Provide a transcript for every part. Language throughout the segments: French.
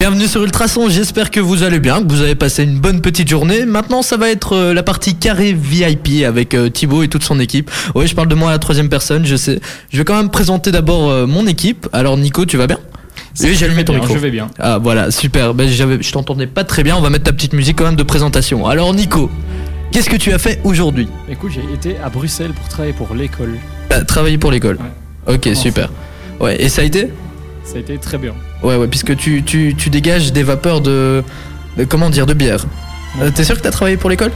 Bienvenue sur Ultrason, j'espère que vous allez bien, que vous avez passé une bonne petite journée. Maintenant, ça va être euh, la partie carré VIP avec euh, Thibaut et toute son équipe. Oui, je parle de moi à la troisième personne, je sais. Je vais quand même présenter d'abord euh, mon équipe. Alors Nico, tu vas bien Ça Oui, j'ai va allumé ton bien, micro. Je vais bien. Ah voilà, super. Ben, j'avais- je t'entendais pas très bien, on va mettre ta petite musique quand même de présentation. Alors Nico, qu'est-ce que tu as fait aujourd'hui Écoute, j'ai été à Bruxelles pour travailler pour l'école. Bah, Travailler pour l'école. Ok, Comment super. Ouais, et ça a été Ça a été très bien. Ouais, ouais, puisque tu, tu, tu dégages des vapeurs de, de- Comment dire De bière. Euh, T'es sûr que t'as travaillé pour l'école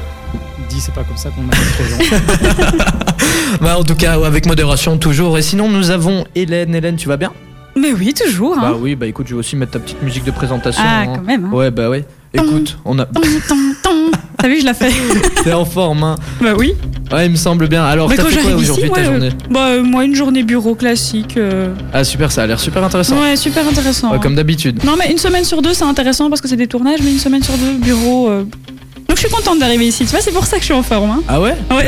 Dis, c'est pas comme ça qu'on invite les gens. Bah, en tout cas, ouais, avec modération toujours. Et sinon, nous avons Hélène. Hélène, tu vas bien Mais oui, toujours. Bah, Hein. oui, bah écoute, je vais aussi mettre ta petite musique de présentation. ah, hein. quand même. Hein. Ouais, bah ouais. Écoute, on a. Ton, ton, ton. T'as vu, je la fais. T'es en forme, hein. bah oui. Ouais, il me semble bien. Alors, Mais t'as quand fait quoi j'arrive ici, aujourd'hui moi, ta je- journée Bah, euh, moi, une journée bureau classique. euh. Ah, super, ça a l'air super intéressant. Ouais, super intéressant. hein. Ouais, comme d'habitude. Non, mais une semaine sur deux, c'est intéressant parce que c'est des tournages, mais une semaine sur deux, bureau. euh. Donc, je suis contente d'arriver ici. Tu vois, c'est pour ça que je suis en forme. Hein. Ah ouais Ouais.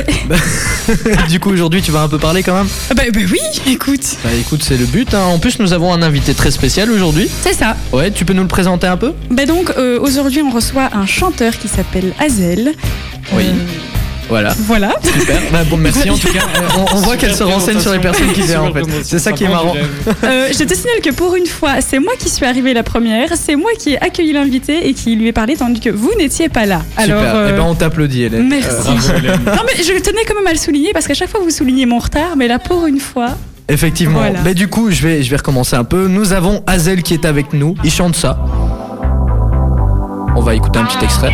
Du coup, aujourd'hui, tu vas un peu parler quand même Ah bah, bah oui, écoute. Bah écoute, c'est le but. Hein. En plus, nous avons un invité très spécial aujourd'hui. C'est ça. Ouais, tu peux nous le présenter un peu Bah, donc, euh, aujourd'hui, on reçoit un chanteur qui s'appelle Azel. Oui. Euh, Voilà. voilà. Super. Bah, bon, merci en tout cas. Euh, On, on voit qu'elle se renseigne sur les personnes qui vient viennent en fait. C'est ça qui est marrant. Euh, je te signale que pour une fois, c'est moi qui suis arrivée la première, c'est moi qui ai accueilli l'invité et qui lui ai parlé tandis que vous n'étiez pas là. Alors, Super. Eh euh, ben, on Euh. t'applaudit, Hélène. merci. non mais je tenais quand même à le souligner parce qu'à chaque fois vous soulignez mon retard, mais là pour une fois, Effectivement. Voilà. Bah, du coup, je vais, je vais recommencer un peu. Nous avons Hazel qui est avec nous. Il chante ça. On va écouter un petit extrait.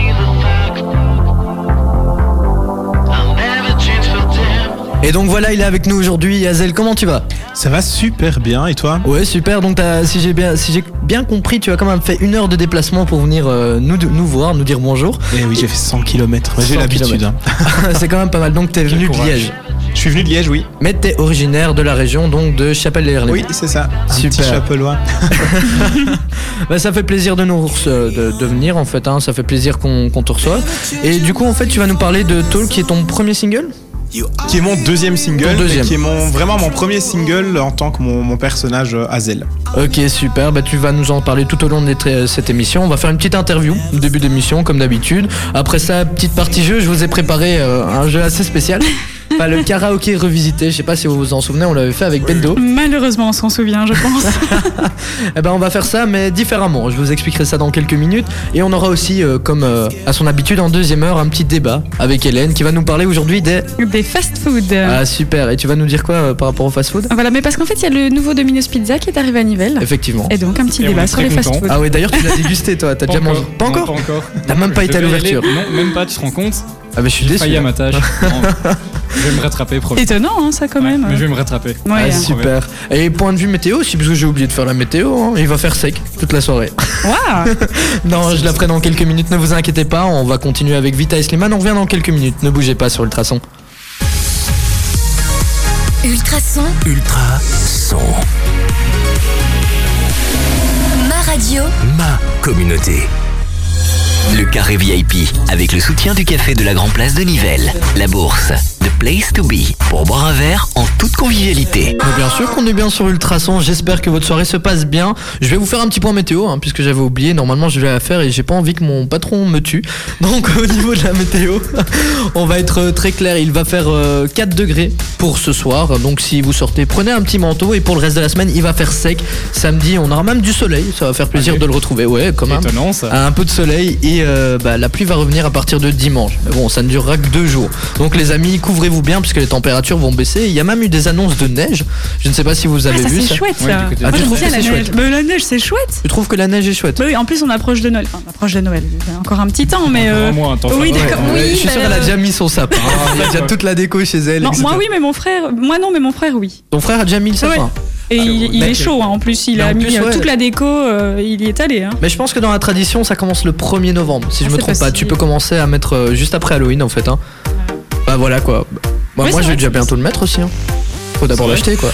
Et donc voilà, il est avec nous aujourd'hui. Hazel, comment tu vas Ça va super bien et toi Ouais, super. Donc, t'as- si j'ai bien, si j'ai bien compris, tu as quand même fait une heure de déplacement pour venir euh, nous, nous voir, nous dire bonjour. Eh oui, j'ai fait 100 km. J'ai 100 l'habitude. kilomètres. Bah, C'est quand même pas mal. Donc, t'es venu de courage. Liège. Je suis venu de Liège, oui. Mais t'es originaire de la région, donc de Chapelle-les-Herlés. Oui, c'est ça. Un petit Eh Super. chapelois. Bah, ça fait plaisir de nous rece- de, de venir en fait, hein. ça fait plaisir qu'on qu'on te reçoive. Et du coup en fait tu vas nous parler de Tall qui est ton premier single Qui est mon deuxième Ton single, mais deuxième. qui est mon, vraiment mon premier single en tant que mon, mon personnage euh, Hazel. Ok super, bah tu vas nous en parler tout au long de notre- euh, cette émission. On va faire une petite interview, au début d'émission comme d'habitude. Après ça, petite partie jeu, je vous ai préparé euh, un jeu assez spécial. Enfin, le karaoké revisité, je sais pas si vous vous en souvenez, on l'avait fait avec Bendo. malheureusement on s'en souvient, je pense. Eh ben on va faire ça mais différemment. Je vous expliquerai ça dans quelques minutes et on aura aussi euh, comme euh, à son habitude en deuxième heure un petit débat avec Hélène qui va nous parler aujourd'hui des Des fast-food. Ah super, et tu vas nous dire quoi euh, par rapport au fast-food Voilà, mais parce qu'en fait il y a le nouveau Domino's Pizza qui est arrivé à Nivelles. Effectivement. Et donc un petit Et on débat est sur très les contents. fast-food. Ah ouais, d'ailleurs tu l'as dégusté toi, t'as déjà mangé Pas encore Pas encore. T'as même pas Je été à devais y aller. l'ouverture. Non, même pas, tu te rends compte Ah bah je suis J'ai déçu. failli à là. ma tâche. Non. Je vais me rattraper, promis. Étonnant hein, ça quand Ah. Ouais, même. Mais je vais me rattraper. Ouais. Ah, hein. super. Et point de vue météo aussi, parce que j'ai oublié de faire la météo, hein. il va faire sec toute la soirée. Ah, Waouh. Ah, Non, je la ferai dans quelques minutes, ne vous inquiétez pas, on va continuer avec Vita et Slimane, on revient dans quelques minutes, ne bougez pas sur le traçon. Ultrason, Ultra son ma radio. ma communauté. Le carré VIP avec le soutien du café de la Grand Place de Nivelles, la bourse, The Place to Be pour boire un verre en toute convivialité. Mais bien sûr qu'on est bien sur Ultrason, j'espère que votre soirée se passe bien. Je vais vous faire un petit point météo, hein, puisque j'avais oublié, normalement je vais la faire et j'ai pas envie que mon patron me tue. Donc au niveau de la météo, on va être euh, très clair, il va faire euh, 4 degrés pour ce soir. Donc si vous sortez, prenez un petit manteau et pour le reste de la semaine, il va faire sec. Samedi, on aura même du soleil, ça va faire plaisir Allez. de le retrouver, ouais, quand même. Étonnant ça. Un peu de soleil et euh, bah, la pluie va revenir à partir de dimanche. Mais bon, ça ne durera que deux jours. Donc les amis, couvrez-vous bien puisque les températures vont baisser. Il y a même eu des annonces de neige. Je ne sais pas si vous avez Ah ça vu c'est ça. chouette Ouais, ça. du côté Ah, Moi tu j'aime trouves bien que la c'est neige. Mais la neige c'est chouette. Tu trouves que la neige est chouette Bah oui, en plus on approche de Noël. Enfin, on approche de Noël. Encore un petit temps, mais. euh, Vraiment, moi, attends, oui, ça va, d'accord. ouais. Oui, Je suis bah, sûr qu'elle a euh, déjà mis son sapin. Elle a déjà toute la déco chez elle. Non, etc. moi oui, mais mon frère. Moi non, mais mon frère oui. Ton frère a déjà mis le hein. sapin. Ouais. Et il, il Ah, mais- est chaud hein, en plus. Il Mais en a mis plus, euh, ouais. toute la déco. euh, il y est allé. Hein. Mais je pense que dans la tradition, ça commence le 1er novembre, si je Ah, me c'est trompe pas. Tu possible. peux commencer à mettre euh, juste après Halloween en fait. Hein. Bah voilà quoi. Bah, moi Ouais, c'est je vais déjà vrai que c'est bientôt le mettre aussi. hein. Faut d'abord C'est l'acheter quoi.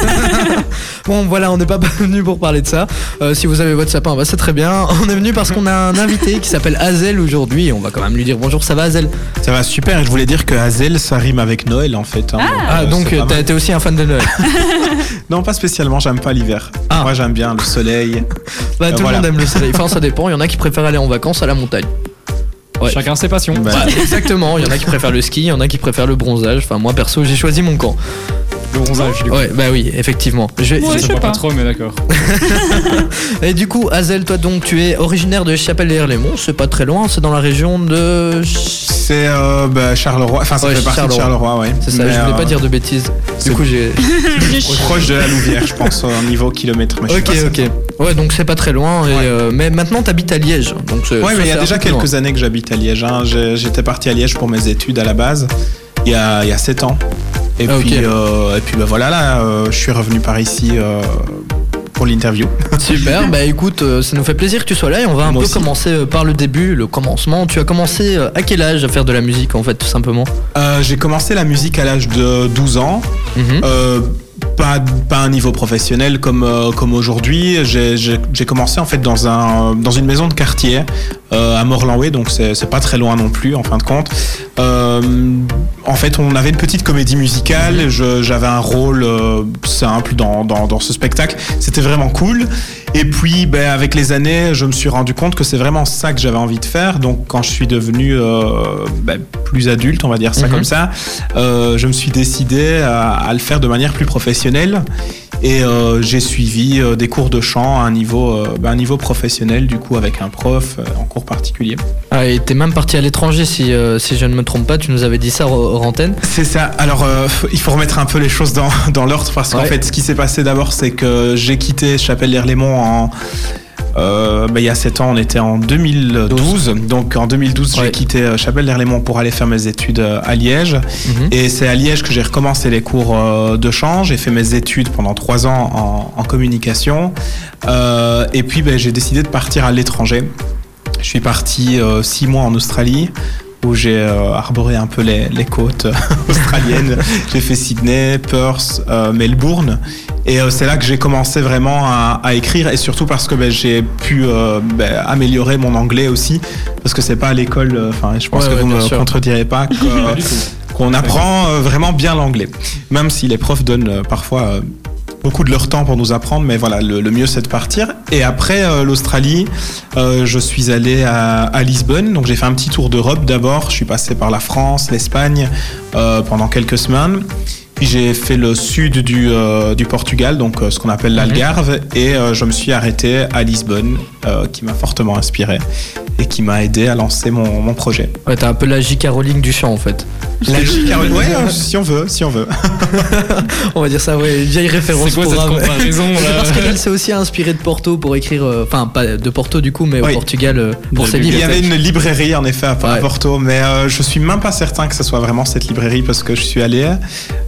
bon voilà, on n'est pas venu pour parler de ça. Euh, si vous avez votre sapin, bah, c'est très bien. On est venu parce qu'on a un invité qui s'appelle Azel aujourd'hui. On va quand même lui dire bonjour, ça va Azel Ça va super. Je voulais dire que Hazel, ça rime avec Noël en fait. hein. Ah, euh, donc c'est pas t'as mal. été aussi un fan de Noël. Non, pas spécialement. J'aime pas l'hiver. Ah. Moi, j'aime bien le soleil. Bah, tout Voilà. le monde aime le soleil. Enfin, ça dépend. Il y en a qui préfèrent aller en vacances à la montagne. Ouais. Chacun ses passions. Bah, Ouais, exactement. Il y en a qui préfèrent le ski, il y en a qui préfèrent le bronzage. Enfin, moi perso, j'ai choisi mon camp. Le bronzage, du coup. Ouais, bah oui, effectivement. Je- Ouais, Ça je se sais voit pas. pas trop, mais d'accord. Et du coup, Hazel, toi donc, tu es originaire de Chapelle-les-Herlaimont. C'est pas très loin. C'est dans la région de. C'est C'est euh, bah, Charleroi. Enfin, ça Ouais, fait partie de Charleroi. Charleroi, ouais. ça. Mais, je voulais euh, pas dire de bêtises. Du c'est- coup, j'ai. J'ai Pro- Proche de la Louvière, je pense, au niveau kilomètre. Mais je suis Ok, pas certain. ok. Ouais, donc c'est pas très loin. Et, Ouais. euh, mais maintenant, t'habites à Liège. Donc c'est- Ouais, Euh, ça, mais il y a c'est un déjà peu plus loin. quelques années que j'habite à Liège. hein. J'ai- J'étais parti à Liège pour mes études à la base, il y a, il y a 7 ans. Et Ah, puis, ok. euh, et puis bah, voilà, là, euh, je suis revenu par ici euh, pour l'interview. Super, bah écoute, euh, ça nous fait plaisir que tu sois là et on va un Moi peu aussi. commencer euh, par le début, le commencement. Tu as commencé euh, à quel âge à faire de la musique en fait, tout simplement Euh, J'ai commencé la musique à l'âge de 12 ans. Mhm. Euh, pas, pas un niveau professionnel comme, euh, comme aujourd'hui. J'ai- J'ai j'ai commencé en fait dans, un, dans une maison de quartier euh, à Morlanway, donc c'est c'est pas très loin non plus en fin de compte. Euh, en fait, on avait une petite comédie musicale, Je- j'avais un rôle euh, simple dans, dans, dans ce spectacle, c'était vraiment cool. Et puis, ben, avec les années, je me suis rendu compte que c'est vraiment ça que j'avais envie de faire. Donc, quand je suis devenu euh, ben, plus adulte, on va dire ça Mhm. comme ça, euh, je me suis décidé à, à le faire de manière plus professionnelle et euh, j'ai suivi euh, des cours de chant à un niveau, euh, bah, un niveau professionnel du coup avec un prof euh, en cours particulier. Ah, et t'es même parti à l'étranger si, euh, si je ne me trompe pas, tu nous avais dit ça hors hors antenne. C'est ça. Alors euh, f- il faut remettre un peu les choses dans, dans l'ordre parce qu'en Ouais. fait ce qui s'est passé d'abord c'est que j'ai quitté Chapelle-Herlaimont en... euh, bah, il y a 7 ans, on était en 2012. Donc en 2012, Ouais. j'ai quitté euh, Chapelle-Herlaimont pour aller faire mes études euh, à Liège. Mhm. Et c'est à Liège que j'ai recommencé les cours euh, de chant. J'ai fait mes études pendant trois ans en, en communication. Euh, et puis, ben, j'ai décidé de partir à l'étranger. Je suis parti euh, six mois en Australie où j'ai euh, arboré un peu les, les côtes euh, australiennes. j'ai fait Sydney, Perth, euh, Melbourne. Et euh, c'est là que j'ai commencé vraiment à, à écrire et surtout parce que ben, j'ai pu euh, ben, améliorer mon anglais aussi parce que c'est pas à l'école, euh, enfin je pense Ouais, que ouais, vous bien me sûr. contredirez pas que, euh, Pas du tout. qu'on apprend euh, vraiment bien l'anglais. Même si les profs donnent euh, parfois euh, beaucoup de leur temps pour nous apprendre, mais voilà, le, le mieux c'est de partir. Et après euh, l'Australie, euh, je suis allé à, à Lisbonne, donc j'ai fait un petit tour d'Europe d'abord. Je suis passé par la France, l'Espagne euh, pendant quelques semaines. Puis j'ai fait le sud du, euh, du Portugal, donc euh, ce qu'on appelle l'Algarve, et euh, je me suis arrêté à Lisbonne, euh, qui m'a fortement inspiré et qui m'a aidé à lancer mon, mon projet. Ouais, t'es un peu la J.K. Rowling du chant en fait. La ouais, euh, si on veut, si on veut. On va dire ça, ouais, une vieille référence C'est quoi cette programme. comparaison C'est là parce qu'elle s'est aussi inspirée de Porto pour écrire, euh, enfin pas de Porto du coup, mais au Oui. Portugal euh, pour De ses la livres. Il y avait une librairie en effet à Ouais. Porto, mais euh, je suis même pas certain que ce soit vraiment cette librairie parce que je suis allé.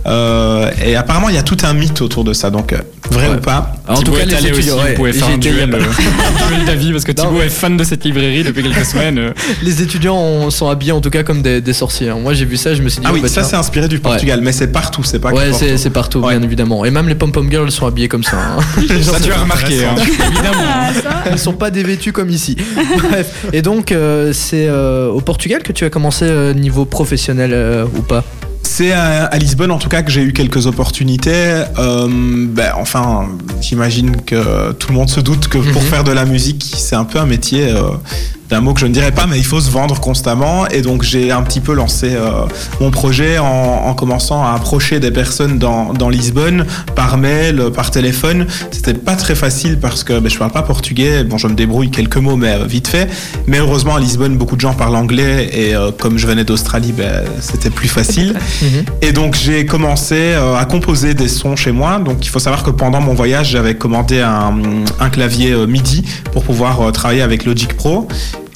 euh, et apparemment, il y a tout un mythe autour de ça, donc euh, vrai Ouais. ou pas En tout Thibaut cas, est les allé étudiants, aussi, ouais, vous pouvez j'y faire un étais il y a duel, pas- euh, un duel d'avis parce que Non, Thibaut ouais. est fan de cette librairie depuis quelques semaines. euh. les étudiants on- sont habillés en tout cas comme des, des sorciers. hein. Moi j'ai vu ça, je me suis dit. Ah oh, oui, bah, ça tiens. c'est inspiré du Portugal, mais c'est partout, c'est pas Ouais, que c'est, Porto. c'est partout, Ouais. bien évidemment. Et même les pom-pom girls sont habillés comme ça. hein. Ça, tu as Marqué, remarqué. hein. hein. évidemment. Ah, ça Ils sont pas dévêtus comme ici. Bref. Et donc, euh, c'est euh, au Portugal que tu as commencé euh, niveau professionnel euh, ou pas C'est à, à Lisbonne en tout cas que j'ai eu quelques opportunités. Euh, ben, enfin, j'imagine que tout le monde se doute que pour Mhm. faire de la musique, c'est un peu un métier euh, d'un mot que je ne dirais pas, mais il faut se vendre constamment. Et donc j'ai un petit peu lancé euh, mon projet en, en commençant à approcher des personnes dans, dans Lisbonne par mail, euh, par téléphone. C'était pas très facile parce que ben, je parle pas portugais. Bon, je me débrouille quelques mots, mais euh, vite fait. Mais heureusement à Lisbonne, beaucoup de gens parlent anglais et euh, comme je venais d'Australie, ben, c'était plus facile. Bah, Et donc j'ai commencé euh, à composer des sons chez moi. Donc il faut savoir que pendant mon voyage, j'avais commandé un, un clavier euh, MIDI pour pouvoir euh, travailler avec Logic Pro.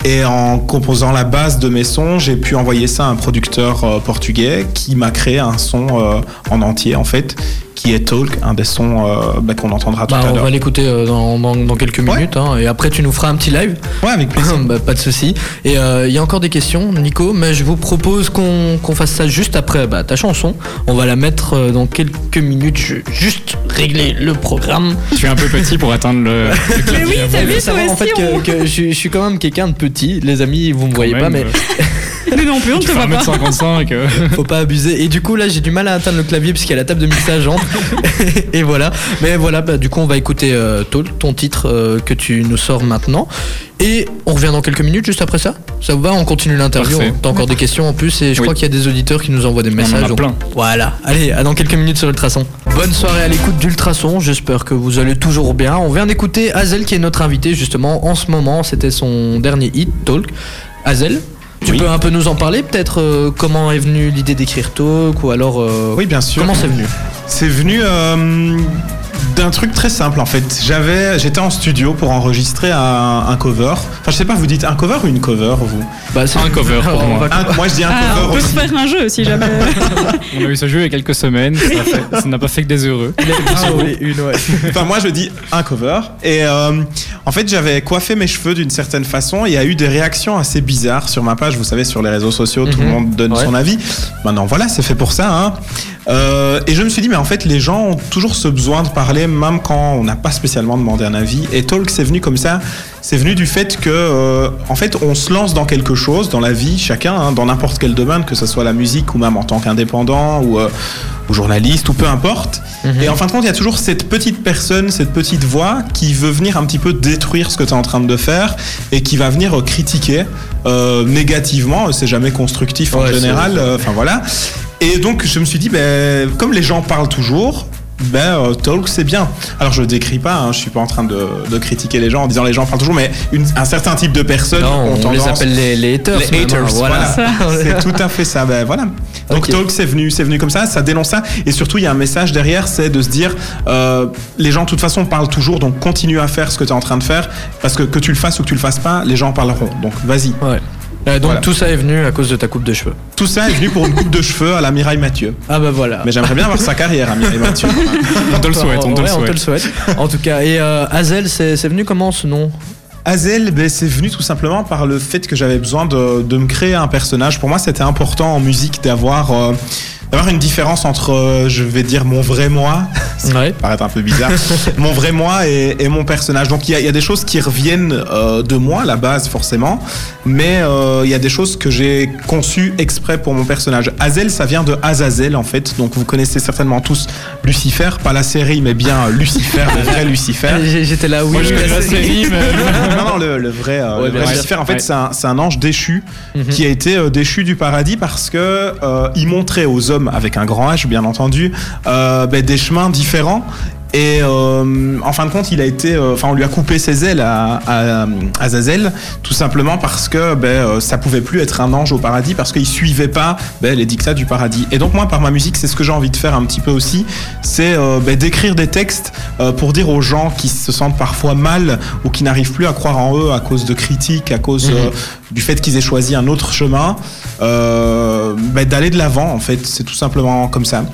Et en composant la base de mes sons, j'ai pu envoyer ça à un producteur euh, portugais qui m'a créé un son euh, en entier, en fait, qui est Talk, un des sons euh, bah, qu'on entendra tout Bah, à on l'heure. va l'écouter euh, dans, dans- dans quelques Ouais. minutes hein, et après tu nous feras un petit live. Ouais, avec plaisir. Bah, pas de souci. Et euh, il y a encore des questions, Nico, mais je vous propose qu'on qu'on fasse ça juste après bah, ta chanson. On va la mettre euh, dans quelques minutes. Je vais juste régler le programme. Tu es un peu petit pour atteindre le. le Mais oui, clavier. t'as Faut vu, toi savoir, en fait aussi, que, on... que je, je suis quand même quelqu'un de petit. Les amis, vous me voyez Quand pas, mais même, euh, Nous non plus, on ne Tu te fais voit pas. 1m55. euh, faut pas abuser. Et du coup là, j'ai du mal à atteindre le clavier puisqu'il y a la table de mixage entre. et voilà. Mais voilà, bah, du coup, on va écouter euh, Tall, ton titre euh, que tu nous sors maintenant. Et on revient dans quelques minutes juste après ça. Ça vous va On continue l'interview. Parfait. T'as encore des questions en plus et je Oui. crois qu'il y a des auditeurs qui nous envoient des messages. en a Donc, plein. Voilà. Allez, à dans quelques minutes sur Ultrason. Bonne soirée à l'écoute d'Ultrason. J'espère que vous allez toujours bien. On vient d'écouter Hazel qui est notre invité justement en ce moment. C'était son dernier hit, Talk. Hazel tu Oui. peux un peu nous en parler peut-être euh, comment est venue l'idée d'écrire Talk ou alors euh, Oui, bien sûr. comment c'est venu C'est venu euh, d'un truc très simple en fait. J'avais, j'étais en studio pour enregistrer un, un cover. Enfin, je sais pas, vous dites un cover ou une cover vous bah, c'est Un cover pour on moi. va- Un- Moi, je dis un Ah, cover on peut se aussi. faire un jeu si jamais. On a eu ce jeu il y a quelques semaines. Ça n'a fait- Ça n'a pas fait que des heureux. Enfin, moi, je dis un cover. Et euh, en fait, j'avais coiffé mes cheveux d'une certaine façon. et Il y a eu des réactions assez bizarres sur ma page. Vous savez, sur les réseaux sociaux, tout le Mhm. monde donne Ouais. son avis. Maintenant, voilà, c'est fait pour ça. hein. Euh, et je me suis dit, mais en fait, les gens ont toujours ce besoin de parler, même quand on n'a pas spécialement demandé un avis. Et Talk, c'est venu comme ça. C'est venu du fait que, euh, en fait, on se lance dans quelque chose, dans la vie, chacun, hein, dans n'importe quel domaine, que ce soit la musique ou même en tant qu'indépendant ou, euh, ou journaliste ou peu importe. Mhm. Et en fin de compte, il y a toujours cette petite personne, cette petite voix qui veut venir un petit peu détruire ce que tu es en train de faire et qui va venir euh, critiquer euh, négativement. C'est jamais constructif en Ouais, c'est- général. euh, Enfin voilà. Et donc je me suis dit, ben, comme les gens parlent toujours, ben, euh, talk c'est bien. Alors je décris pas, hein, je suis pas en train de, de critiquer les gens en disant les gens parlent toujours, mais une- un certain type de personnes Non, ont Ah, on tendance. les appelle les, les haters. Les maintenant, haters, voilà. C'est tout à fait ça. Ben voilà. Donc Ok. Talk, c'est venu, c'est venu comme ça. Ça dénonce ça. Et surtout, il y a un message derrière, c'est de se dire, euh, les gens de toute façon parlent toujours, donc continue à faire ce que tu es en train de faire, parce que que tu le fasses ou que tu le fasses pas, les gens en parleront. Donc vas-y. Ouais. Euh, donc Voilà. tout ça est venu à cause de ta coupe de cheveux. Tout ça est venu pour une coupe de cheveux à la Mireille Mathieu. Ah bah voilà. Mais j'aimerais bien avoir sa carrière à Mireille Mathieu. On te le souhaite, on te le Ouais, souhaite. souhaite. en tout cas, et euh, Hazel, c'est c'est venu comment ce nom Hazel, ben, c'est venu tout simplement par le fait que j'avais besoin de, de me créer un personnage. Pour moi, c'était important en musique d'avoir euh, d'avoir une différence entre, euh, je vais dire, mon vrai moi Ouais. paraître un peu bizarre, mon vrai moi et, et mon personnage. Donc il y, a- il y a des choses qui reviennent euh, de moi à la base forcément, mais euh, il y a des choses que j'ai conçues exprès pour mon personnage. Hazel, ça vient de Azazel en fait, donc vous connaissez certainement tous Lucifer, pas la série mais bien Lucifer, le vrai Lucifer. J'ai- J'étais là, oui. Moi, je oui, connais la série, mais. Non, non, le, le vrai, euh, Ouais, le bien vrai sûr. Lucifer, en fait, Ouais. c'est un, c'est un ange déchu Mhm. qui a été euh, déchu du paradis parce que euh, il montrait aux hommes, avec un grand H bien entendu, euh, ben, des chemins différents. Et euh, en fin de compte, il a été, euh, enfin, on lui a coupé ses ailes à, à, à Zazel, tout simplement parce que ben, euh, ça pouvait plus être un ange au paradis parce qu'il suivait pas ben, les dictats du paradis. Et donc moi, par ma musique, c'est ce que j'ai envie de faire un petit peu aussi, c'est euh, ben, d'écrire des textes euh, pour dire aux gens qui se sentent parfois mal ou qui n'arrivent plus à croire en eux à cause de critiques, à cause Mhm. euh, du fait qu'ils aient choisi un autre chemin, euh, ben, d'aller de l'avant. En fait, c'est tout simplement comme ça.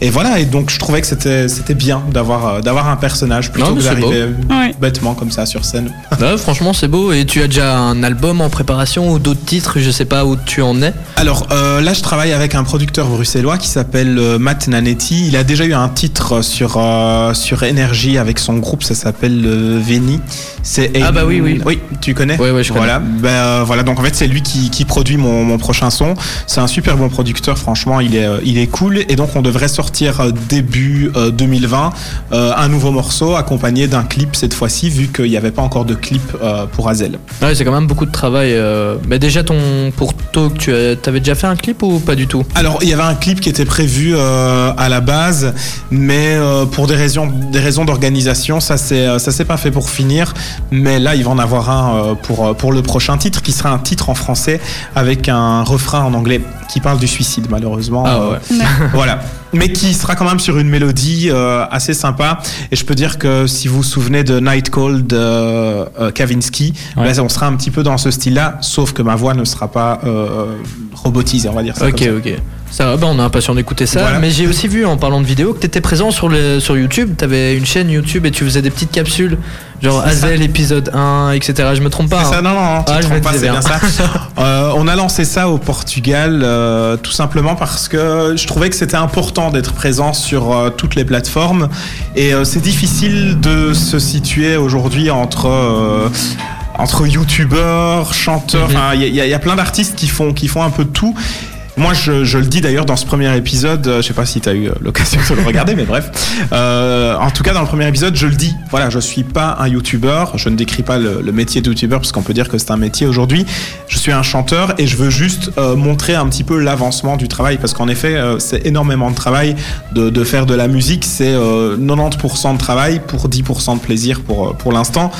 Et voilà, et donc je trouvais que c'était c'était bien d'avoir euh, d'avoir un personnage plutôt Non, mais que c'est d'arriver Ouais. bêtement comme ça sur scène. Ouais, franchement, c'est beau. Et tu as déjà un album en préparation ou d'autres titres, je sais pas où tu en es. Alors euh, là, je travaille avec un producteur bruxellois qui s'appelle euh, Matt Nanetti. Il a déjà eu un titre sur euh, sur Energy avec son groupe, ça s'appelle euh, Veni. C'est Ah bah oui, oui. oui, tu connais. Ouais, ouais, je connais. Voilà, ben, euh, voilà. Donc en fait, c'est lui qui, qui produit mon, mon prochain son. C'est un super bon producteur, franchement, il est euh, il est cool. Et donc on devrait sortir euh, début euh, 2020 euh, un nouveau morceau accompagné d'un clip cette fois-ci, vu qu'il n'y avait pas encore de clip euh, pour Azel. Ouais, c'est quand même beaucoup de travail. euh. Mais déjà, ton pour Talk, tu as- t'avais déjà fait un clip ou pas du tout Alors, il y avait un clip qui était prévu euh, à la base, mais euh, pour des raisons, des raisons d'organisation, ça s'est, euh, ça s'est pas fait pour finir. Mais là, il va en avoir un euh, pour euh, pour le prochain titre, qui sera un titre en français avec un refrain en anglais qui parle du suicide, malheureusement. Ah Euh, ouais. Voilà. mais qui sera quand même sur une mélodie euh, assez sympa. Et je peux dire que si vous vous souvenez de Night Call de euh, Kavinsky, Ouais. ben, on sera un petit peu dans ce style-là, sauf que ma voix ne sera pas euh, robotisée, on va dire ça. Ok, comme ça. ok. Ça va, bah on est impatient d'écouter ça. Voilà. Mais j'ai aussi vu en parlant de vidéos que t'étais présent sur, le, sur YouTube. T'avais une chaîne YouTube et tu faisais des petites capsules, genre C'est ça. Azel épisode 1, etc. Je me trompe pas. C'est ça, hein. non, non, non, tu Ah, te je trompes me pas, c'est disais bien ça. Euh, on a lancé ça au Portugal euh, tout simplement parce que je trouvais que c'était important d'être présent sur euh, toutes les plateformes et euh, c'est difficile de se situer aujourd'hui entre euh, entre youtubeurs, chanteurs, Mhm. enfin, il y, a- il y a- il y a plein d'artistes qui font qui font un peu tout. Moi, je, je le dis d'ailleurs dans ce premier épisode, euh, je sais pas si tu as eu euh, l'occasion de le regarder, mais bref. Euh, en tout cas, dans le premier épisode, je le dis. Voilà, je suis pas un youtubeur, je ne décris pas le, le métier de youtubeur parce qu'on peut dire que c'est un métier aujourd'hui. Je suis un chanteur et je veux juste euh, montrer un petit peu l'avancement du travail parce qu'en effet, euh, c'est énormément de travail de, de faire de la musique. C'est euh, 90% de travail pour 10% de plaisir pour, euh, pour l'instant.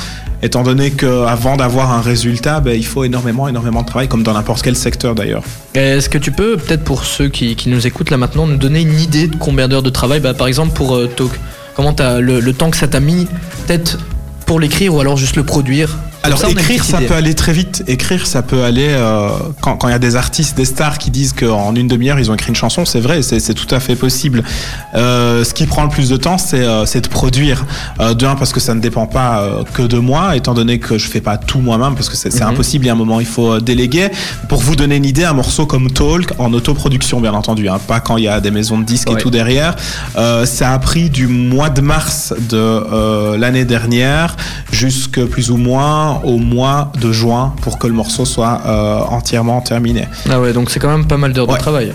Étant donné qu'avant d'avoir un résultat, ben, il faut énormément, énormément de travail, comme dans n'importe quel secteur d'ailleurs. Est-ce que tu peux, peut-être pour ceux qui, qui nous écoutent là maintenant, nous donner une idée de combien d'heures de travail, bah, par exemple pour euh, Talk Comment t'as le, le temps que ça t'a mis, peut-être pour l'écrire ou alors juste le produire Comme Alors ça, on a une écrire, petite ça idée. peut aller très vite. Écrire, ça peut aller euh, quand quand il y a des artistes, des stars qui disent qu'en une demi-heure ils ont écrit une chanson. C'est vrai, c'est c'est tout à fait possible. Euh, ce qui prend le plus de temps, c'est euh, c'est de produire. Euh, de un parce que ça ne dépend pas euh, que de moi, étant donné que je fais pas tout moi-même parce que c'est c'est Mhm. impossible. Il y a un moment, il faut euh, déléguer. Pour vous donner une idée, un morceau comme Talk en autoproduction, bien entendu, hein, pas quand il y a des maisons de disques Ouais. et tout derrière. Euh, ça a pris du mois de mars de euh, l'année dernière jusque plus ou moins au mois de juin pour que le morceau soit euh, entièrement terminé. Ah ouais, donc c'est quand même pas mal d'heures Ouais. de travail.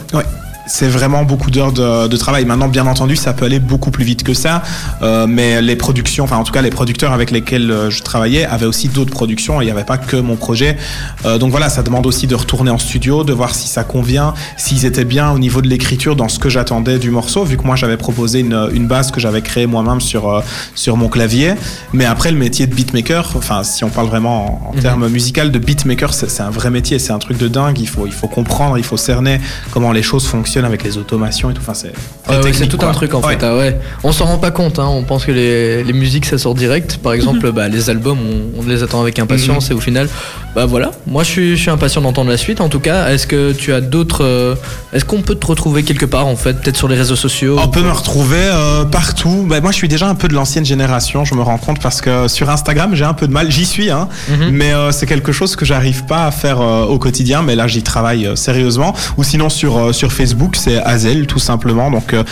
C'est vraiment beaucoup d'heures de, de travail. Maintenant, bien entendu, ça peut aller beaucoup plus vite que ça, euh, mais les productions, enfin en tout cas les producteurs avec lesquels euh, je travaillais avaient aussi d'autres productions. Il n'y avait pas que mon projet. Euh, donc voilà, ça demande aussi de retourner en studio, de voir si ça convient, s'ils étaient bien au niveau de l'écriture dans ce que j'attendais du morceau, vu que moi j'avais proposé une, une base que j'avais créée moi-même sur euh, sur mon clavier. Mais après, le métier de beatmaker, enfin si on parle vraiment en, en Mhm. termes musical, de beatmaker, c'est c'est un vrai métier, c'est un truc de dingue. Il faut il faut comprendre, il faut cerner comment les choses fonctionnent avec les automations et tout. Enfin, c'est très Ouais, ouais, technique, c'est tout quoi. un truc en Ouais. fait. ah ouais. On s'en rend pas compte, hein. on pense que les, les musiques ça sort direct. Par exemple, bah, les albums, on, on les attend avec impatience Mhm. et au final, bah voilà. Moi je suis, je suis impatient d'entendre la suite en tout cas. Est-ce que tu as d'autres. euh, Est-ce qu'on peut te retrouver quelque part en fait Peut-être sur les réseaux sociaux On peut me retrouver euh, partout. Bah, moi, je suis déjà un peu de l'ancienne génération, je me rends compte, parce que sur Instagram, j'ai un peu de mal. J'y suis, hein, Mhm. mais euh, c'est quelque chose que j'arrive pas à faire euh, au quotidien. Mais là, j'y travaille euh, sérieusement. Ou sinon, sur, euh, sur Facebook, c'est Azel, tout simplement. Donc, euh,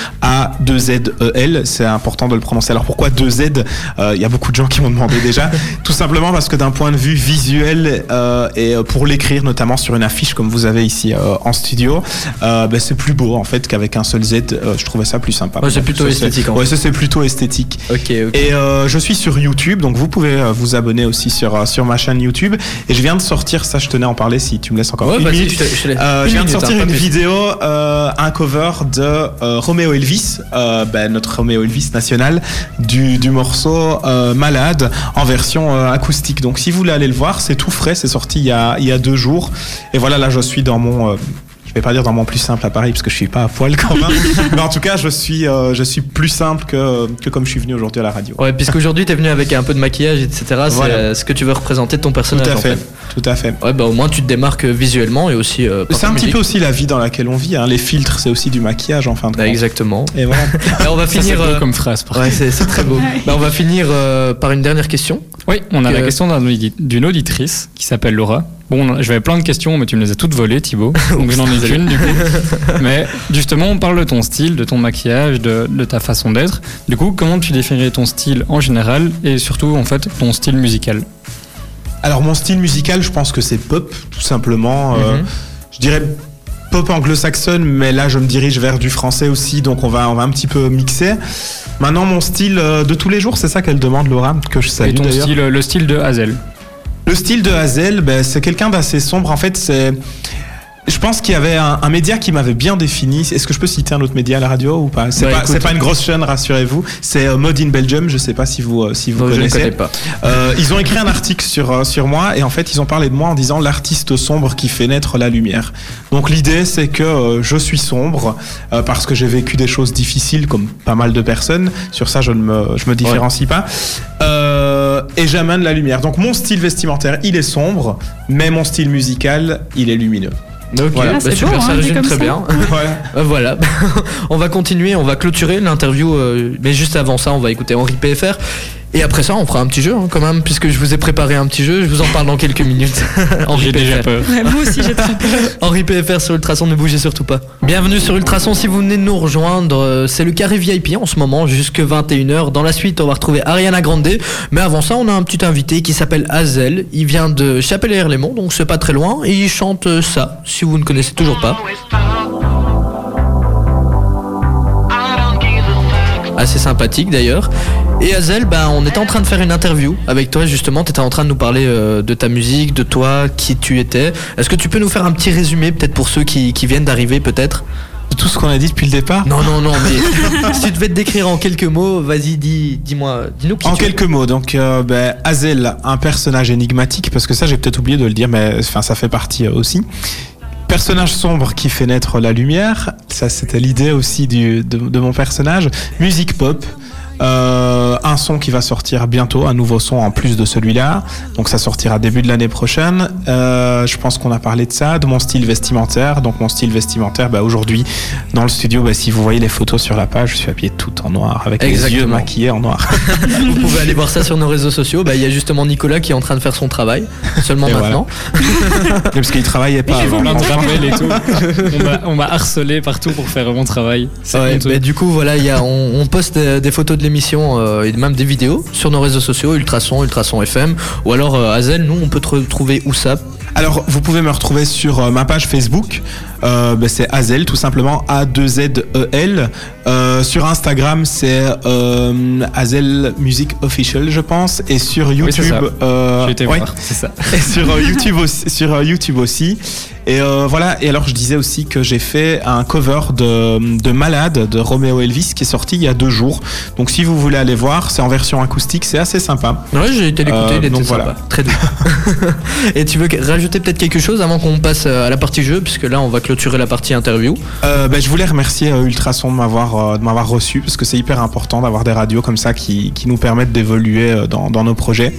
A-2-Z-E-L, E c'est important de le prononcer. Alors, pourquoi 2Z Euh, Il y a beaucoup de gens qui m'ont demandé déjà. tout simplement parce que d'un point de vue visuel euh, et euh, pour l'écrire, notamment sur une affiche comme vous avez ici euh, en studio, euh, bah, c'est plus beau en fait qu'avec un seul Z. Euh, je trouvais ça plus sympa. Ouais, c'est Donc, plutôt ça, esthétique, en Ouais, ça c'est plutôt esthétique. Ok, ok. Et euh, je suis sur YouTube, donc vous pouvez euh, vous abonner aussi sur, euh, sur ma chaîne YouTube. Et je viens de sortir, ça je tenais à en parler si tu me laisses encore Ouais, une vas-y, minute. je te- je te laisse. Euh, Une je viens de minute, sortir hein, une pas plus. vidéo, euh, un cover de euh, Romeo Elvis, euh, ben, notre Romeo Elvis national, du, du morceau euh, Malade en version euh, acoustique. Donc si vous voulez aller le voir, c'est tout frais, c'est sorti il y, a, il y a deux jours. Et voilà, là je suis dans mon... euh, je vais pas dire dans mon plus simple à Paris parce que je suis pas à poil quand même. Mais en tout cas, je suis, euh, je suis plus simple que, que comme je suis venu aujourd'hui à la radio. Ouais, puisqu'aujourd'hui t'es venu avec un peu de maquillage, etc. C'est Voilà. euh, ce que tu veux représenter de ton Tout personnage à en fait, fait. tout à fait. Ouais, bah au moins tu te démarques euh, visuellement et aussi. euh, par C'est ta un petit musique. peu aussi la vie dans laquelle on vit. Hein. Les filtres, c'est aussi du maquillage en fin de Bah, compte. exactement. Et voilà. Alors on va Ça, c'est finir. beau euh, comme phrase, par Ouais, c'est c'est très beau. Ouais. Bah, on va finir euh, par une dernière question. Oui, on a Que- la question d'un audi- d'une auditrice qui s'appelle Laura. Bon, on- j'avais plein de questions, mais tu me les as toutes volées, Thibaut. Donc j'en ai une, du coup. Mais justement, on parle de ton style, de ton maquillage, de, de ta façon d'être. Du coup, comment tu définirais ton style en général et surtout, en fait, ton style musical Alors mon style musical, je pense que c'est pop, tout simplement. Euh, Mhm. je dirais pop anglo-saxonne, mais là je me dirige vers du français aussi, donc on va, on va un petit peu mixer. Maintenant mon style euh, de tous les jours, c'est ça qu'elle demande Laura, que je salue Et ton d'ailleurs. style, le style de Hazel. Le style de Hazel, ben, c'est quelqu'un d'assez sombre. En fait, c'est Je pense qu'il y avait un, un média qui m'avait bien défini. Est-ce que je peux citer un autre média à la radio ou pas C'est Bah, pas, écoute. c'est pas une grosse chaîne, rassurez-vous. C'est euh, Mode in Belgium. Je sais pas si vous euh, si vous Non, je ne connaissez. connais pas. Euh, ils ont écrit un article sur, euh, sur moi et en fait ils ont parlé de moi en disant l'artiste sombre qui fait naître la lumière. Donc l'idée c'est que euh, je suis sombre euh, parce que j'ai vécu des choses difficiles comme pas mal de personnes. Sur ça je ne me, je me différencie pas. Euh, et j'amène la lumière. Donc mon style vestimentaire il est sombre mais mon style musical il est lumineux. Ok, Voilà. bah, Ah, c'est super, beau, ça hein, dit résume comme très ça. bien. Voilà. Euh, Voilà, on va continuer, on va clôturer l'interview, euh, mais juste avant ça, on va écouter Henri PFR. Et après ça, on fera un petit jeu hein, quand même, puisque je vous ai préparé un petit jeu, je vous en parle dans quelques minutes. Henri J'ai déjà PFR. peur. Ouais, Bah, moi aussi, j'ai très peur. Henri PFR sur Ultrason, ne bougez surtout pas. Bienvenue sur Ultrason, si vous venez de nous rejoindre, euh, c'est le carré VIP en ce moment, jusque 21h. Dans la suite, on va retrouver Ariana Grande. Mais avant ça, on a un petit invité qui s'appelle Hazel. Il vient de Chapelle-Herlaimont, donc c'est pas très loin, et il chante euh, ça, si vous ne connaissez toujours pas. assez sympathique d'ailleurs. Et Hazel, ben, on était en train de faire une interview avec toi justement, tu étais en train de nous parler euh, de ta musique, de toi, qui tu étais. Est-ce que tu peux nous faire un petit résumé peut-être pour ceux qui, qui viennent d'arriver peut-être Tout ce qu'on a dit depuis le départ. Non, non, non, mais si tu devais te décrire en quelques mots, vas-y, dis, dis-moi, dis-nous qui en tu es. quelques mots, donc euh, ben, Hazel, un personnage énigmatique, parce que ça j'ai peut-être oublié de le dire, mais enfin ça fait partie euh, aussi. Personnage sombre qui fait naître la lumière, ça c'était l'idée aussi du- de, de mon personnage. Musique pop, euh, un son qui va sortir bientôt, un nouveau son en plus de celui-là, donc ça sortira début de l'année prochaine. Euh, je pense qu'on a parlé de ça, de mon style vestimentaire. Donc mon style vestimentaire, bah, aujourd'hui dans le studio, bah, si vous voyez les photos sur la page, je suis habillé tout en noir, avec les yeux Exactement. maquillés en noir. Vous pouvez aller voir ça sur nos réseaux sociaux. Bah, Il y a justement Nicolas qui est en train de faire son travail, seulement Et maintenant. Mais parce qu'il travaillait pas. avant. Plein de rappels et tout. On m'a- On m'a harcelé partout pour faire mon travail. C'est Ouais, honteux. bah, du coup, voilà, il y a, on, on poste des, des photos de l'émission euh, et même des vidéos sur nos réseaux sociaux, Ultrason, Ultrason FM. Ou alors, euh, Hazel, nous, on peut te retrouver où ça Alors, vous pouvez me retrouver sur euh, ma page Facebook. Euh, bah, c'est Azel, tout simplement A2ZEL. E Euh, sur Instagram, c'est euh, Azel Music Official, je pense. Et sur YouTube, c'est ça. euh, J'ai été ouais. voir, c'est ça. et sur euh, YouTube aussi. Sur euh, YouTube aussi. Et euh, voilà. Et alors, je disais aussi que j'ai fait un cover de, de Malade de Romeo Elvis qui est sorti il y a deux jours. Donc, si vous voulez aller voir, c'est en version acoustique, c'est assez sympa. Ouais, j'ai été l'écouter, Euh, il était donc sympa, voilà. très doux. et tu veux que- rajouter peut-être quelque chose avant qu'on passe euh, à la partie jeu, puisque là, on va clôturer la partie interview. Euh, bah, je voulais remercier euh, Ultrason de m'avoir euh, de m'avoir reçu parce que c'est hyper important d'avoir des radios comme ça qui, qui nous permettent d'évoluer euh, dans, dans nos projets.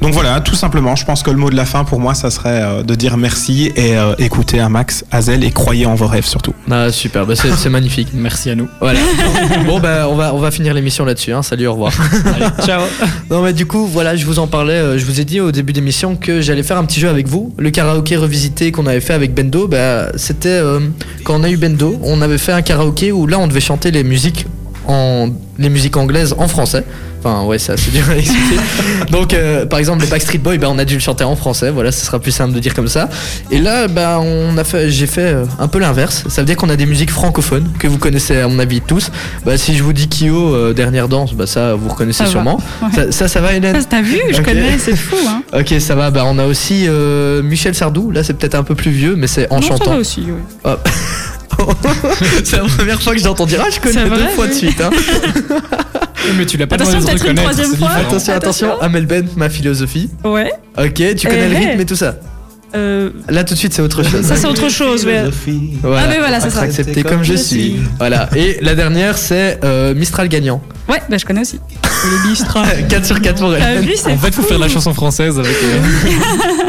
Donc voilà, tout simplement, je pense que le mot de la fin pour moi, ça serait euh, de dire merci et euh, écoutez un max Hazel et croyez en vos rêves surtout. Ah, super, bah, c'est c'est magnifique. Merci à nous. Voilà. bon, bah, on va, on va finir l'émission là-dessus. hein. Salut, au revoir. Allez, ciao. Non mais du coup voilà je vous en parlais, euh, je vous ai dit au début d'émission que j'allais faire un petit jeu avec vous. Le karaoké revisité qu'on avait fait avec Bendo, bah, c'était euh, quand on a eu Bendo, on avait fait un karaoké où là on devait chanter les musiques en les musiques anglaises en français. Enfin ouais ça c'est dur à expliquer. Donc euh, par exemple les Backstreet Boys, bah, on a dû le chanter en français, voilà ce sera plus simple de dire comme ça. Et là bah, on a fait, j'ai fait euh, un peu l'inverse. Ça veut dire qu'on a des musiques francophones que vous connaissez à mon avis tous. Bah, si je vous dis Kyo, euh, dernière danse, bah ça vous reconnaissez Ça va. sûrement. Ouais. Ça, ça, ça va, Hélène Ça, T'as vu, je Ok. connais, c'est fou. Hein. Ok, ça va. Bah, on a aussi euh, Michel Sardou. Là, c'est peut-être un peu plus vieux, mais c'est en Non, ça va chantant. aussi, ouais. c'est la première fois que j'entends dire. Ah, je connais C'est deux vrai, fois de oui. suite. hein. Mais tu l'as pas Attention, demandé de peut-être une reconnaître. troisième c'est fois. différent. Attention, attention. Attention. Amel Bent, ma philosophie. Ouais. Ok, tu connais Eh, le eh. rythme et tout ça. euh, Là, tout de suite, c'est autre chose. ça, c'est autre chose. Mais... Voilà. Ah, mais voilà, c'est Être ça. accepté comme je suis. Voilà. Et la dernière, c'est euh, Mistral gagnant. Ouais, bah, je connais aussi. 4 sur 4 pour T'as elle. vu, c'est En fait, faut fou. faire la chanson française avec. euh,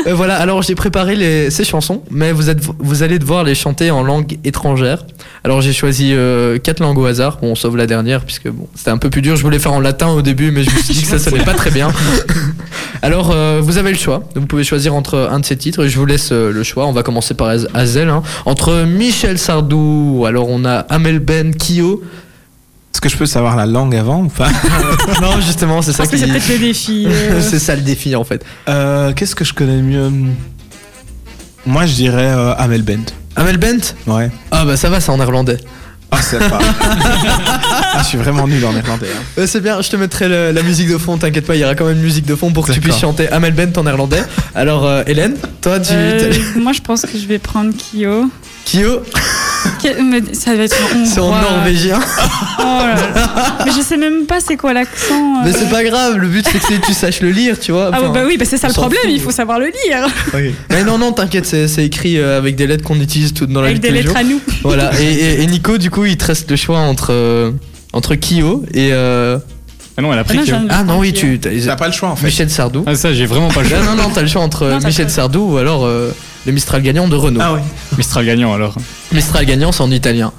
Euh, voilà, alors j'ai préparé les- ces chansons, mais vous, êtes, vous allez devoir les chanter en langue étrangère. Alors j'ai choisi euh, quatre langues au hasard, bon, sauf la dernière, puisque bon, c'était un peu plus dur. Je voulais faire en latin au début, mais je me suis dit que ça sonnait pas très bien. alors euh, vous avez le choix, vous pouvez choisir entre un de ces titres, je vous laisse euh, le choix. On va commencer par Az- Azel, hein. entre Michel Sardou, ou alors on a Amel Ben, Kyo. Est-ce que je peux savoir la langue avant ou pas non, justement, c'est ça Parce que qui. c'est peut-être le défi. euh. c'est ça le défi en fait. Euh, Qu'est-ce que je connais mieux Moi, je dirais euh, Amel Bent. Amel Bent Ouais. Ah bah ça va, c'est en néerlandais. Ah, c'est pas. Ah, je suis vraiment nul en irlandais. hein. Ouais, Euh, c'est bien, je te mettrai le- la musique de fond, t'inquiète pas, il y aura quand même une musique de fond pour que tu D'accord. puisses chanter Ben, Amel Bent en néerlandais. Alors euh, Hélène, toi tu... Euh, t'as- moi, je pense que je vais prendre Kyo. qui eux Que- mais ça va être hongrois. sont norvégiens. Oh là là. Mais je sais même pas c'est quoi l'accent. euh. Mais c'est pas grave, le but c'est que c'est- tu saches le lire, tu vois. Ah ouais, Enfin, bah oui, bah c'est ça on le s'en problème, fout. il faut savoir le lire. oui. Mais non, non, t'inquiète, c'est c'est écrit euh, avec des lettres qu'on utilise toutes dans la vie Avec de des tous les jours. lettres à nous. Voilà, et, et- et Nico, du coup, il te reste le choix entre, euh, entre Kyo et. euh, Ah non, elle a Ah pris non, Kyo. j'ai un- Ah non, oui, tu. t'as- T'as pas le choix en fait. Michel Sardou. Ah, ça, j'ai vraiment pas le Ah choix. non, non, t'as le choix entre Non, t'as Michel le choix. Sardou ou alors euh, le Mistral gagnant de Renault. Ah oui. Mistral gagnant alors. Mistral gagnant, c'est en italien.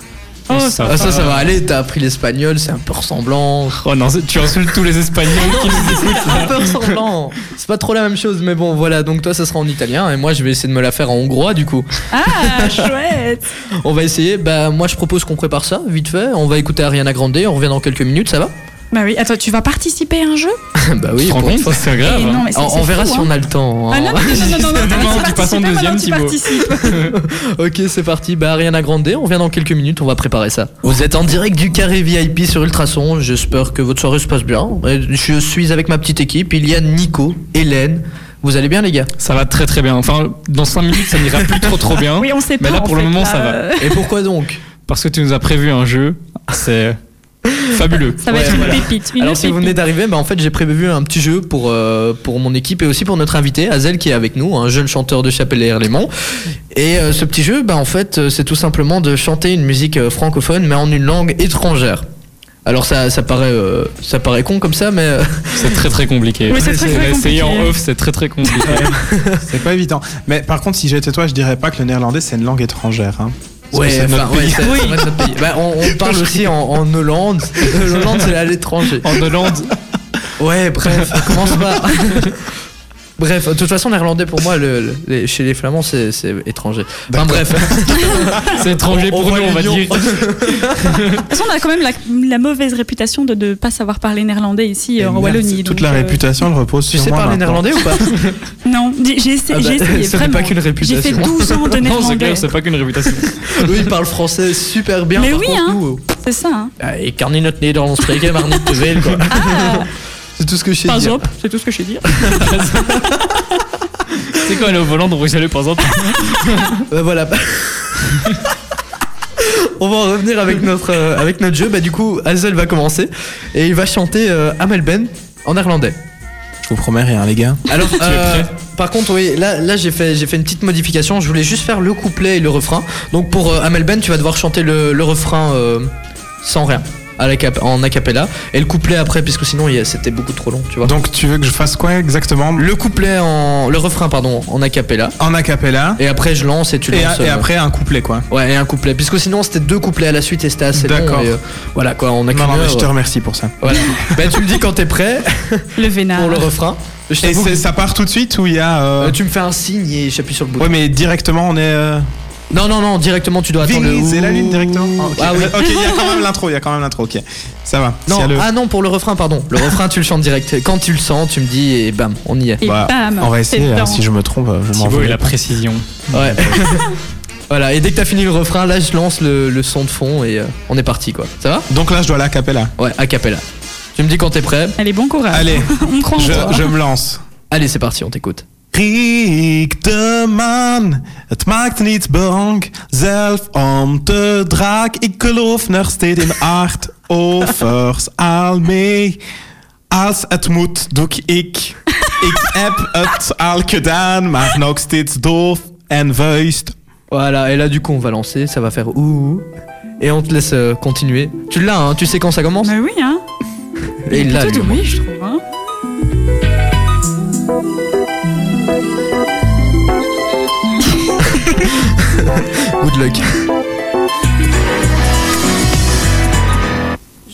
Oh, ça. Ah, ça, ça va aller, t'as appris l'espagnol, c'est un peu ressemblant. Oh non, c'est- tu insultes tous les Espagnols qui nous écoutent. un peu ressemblant. C'est pas trop la même chose, mais bon, voilà. Donc toi, ça sera en italien, et moi, je vais essayer de me la faire en hongrois, du coup. Ah, chouette. On va essayer. Bah, moi, je propose qu'on prépare ça, vite fait. On va écouter Ariana Grande. On revient dans quelques minutes, ça va Bah oui, attends, tu vas participer à un jeu Bah Tu oui. te rends pour une compte fois. C'est grave. Eh non, mais c'est- Ah, bah. On, on c'est verra fou, si hein. on a le temps. Ah non, non, non, non, non, non, Maintenant, maintenant, tu passes en participes, maintenant, deuxième, tu Thibaut. participes. Ok, c'est parti. Bah, Ariana Grande, on vient dans quelques minutes, on va préparer ça. Vous êtes en direct du carré VIP sur Ultrason. J'espère que votre soirée se passe bien. Et Je suis avec ma petite équipe. Il y a Nico, Hélène. Vous allez bien, les gars Ça va très très bien. Enfin, dans 5 minutes, ça n'ira plus trop trop bien. Oui, on sait pas. Mais là, en pour le fait, moment, là, ça va. euh, Et pourquoi donc Parce que tu nous as prévu un jeu. C'est fabuleux. Ça va Ouais, être une voilà. pépite. Une Alors si vous pépite. venez d'arriver, bah, en fait j'ai prévu un petit jeu pour, euh, pour mon équipe et aussi pour notre invité, Azel qui est avec nous, un jeune chanteur de Chapelle-et-Herlaimont. Et euh, ce petit jeu, bah, en fait euh, c'est tout simplement de chanter une musique euh, francophone mais en une langue étrangère. Alors ça, ça, paraît, euh, ça paraît con comme ça mais... euh, C'est très très compliqué. Oui, c'est très, On très a essayé en compliqué. off, c'est très très compliqué. C'est pas évident. Mais par contre, si j'étais toi, je dirais pas que le néerlandais c'est une langue étrangère. hein. Parce que Ouais, c'est notre enfin, ouais, pays. ça- ça va être notre pays. Bah, on, on parle aussi en, en Hollande. Euh, L'Hollande, c'est à l'étranger. En Hollande, Ouais, bref, commence pas. bref, de toute façon, l'irlandais pour moi, le, le- les- chez les Flamands, c'est c'est étranger. Enfin, bref. c'est étranger On- on pour nous, voit on va l'union. dire. De toute façon, on a quand même la, la mauvaise réputation de ne pas savoir parler néerlandais ici Et euh, en merde, Wallonie. Toute donc, la euh, réputation elle repose Tu sur sais moi parler maintenant. néerlandais ou pas Non, j'ai j'ai essayé. Ah bah, j'ai essayé, ce n'est vraiment. pas qu'une J'ai fait réputation. 12 ans de Non, c'est néerlandais. clair, c'est pas qu'une réputation. Eux, ils parlent français super bien. Mais par oui, contre, hein. nous, C'est ça, hein. euh, Et carnet notre nez dans l'onsprégé, Marnie de Veil, quoi. Ah, C'est tout ce que je sais par dire. exemple, c'est tout ce que je sais dire. C'est quand elle est au volant de Bruxelles, par exemple. Bah, voilà. On va en revenir avec notre, euh, avec notre jeu. Bah, du coup, Hazel va commencer et il va chanter euh, Amelben en irlandais. Je vous promets rien, les gars. Alors, euh, prêt par contre, oui, là, là j'ai fait, j'ai fait une petite modification. Je voulais juste faire le couplet et le refrain. Donc, pour euh, Amel Ben, tu vas devoir chanter le, le refrain euh, sans rien, à la cap- en acapella, et le couplet après, puisque sinon il y a- c'était beaucoup trop long, tu vois. Donc tu veux que je fasse quoi exactement le couplet en, le refrain, pardon, en acapella. En acapella Et après, je lance et tu et, lances. et euh, après un couplet quoi. Ouais, et un couplet. Puisque sinon c'était deux couplets à la suite et c'était assez long. D'accord. et, euh, voilà quoi, on a Non, qu'une non, mais heure. euh, je te remercie pour ça. Voilà. bah, tu me dis quand t'es prêt Le vénard. pour le refrain. Je Et t'avoue c'est- que- ça part tout de suite ou il y a. euh, euh, tu me fais un signe et j'appuie sur le bouton. Ouais, mais directement on est. euh, Non, non, non, directement tu dois attendre le. Vini, c'est la lune directement. Ah, ok. Ah oui. Ok, il y a quand même l'intro, il y a quand même l'intro, ok. Ça va. S'il y Non, a le- ah non, pour le refrain, pardon. Le refrain, tu le chantes direct. Quand tu le sens, tu me dis et bam, on y est. Et Bah, bam, on va essayer, c'est hein, dedans. si je me trompe, euh, vous m'en Thibaut et voulez. la précision. Ouais. voilà, et dès que t'as fini le refrain, là, je lance le, le son de fond et euh, on est parti, quoi. Ça va Donc là, je dois la capella. Ouais, a cappella. Tu me dis quand t'es prêt. Allez, Ah, bon courage. Allez, On croit en je, toi. je me lance. Allez, c'est parti, on t'écoute. Riek de man, het maakt niet bang, zelf om te draak. Ik geloof nog steeds in acht offers al mee. Als het moet, doe ik. Ik heb het al gedaan, maar nog steeds doof en vuist. Voilà, et là, du coup, on va lancer. Ça va faire ouh. ouh. Et on te laisse euh, continuer. Tu l'as, hein, tu sais quand ça commence Bah oui, hein. Et il l'a, lui, Plutôt au doué, moins. je trouve. Hein. Good luck.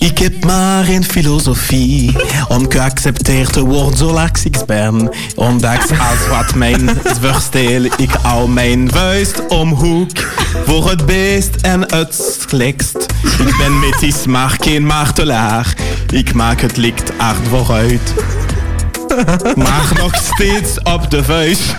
Ik heb maar een filosofie om geaccepteerd te worden zoals ik ben. Ondanks als wat mijn versteel, ik al mijn vuist omhoek. Voor het beest en het slechtst. Ik ben metisch, maar geen martelaar. Ik maak het licht hard vooruit. maar nog steeds op de vuist.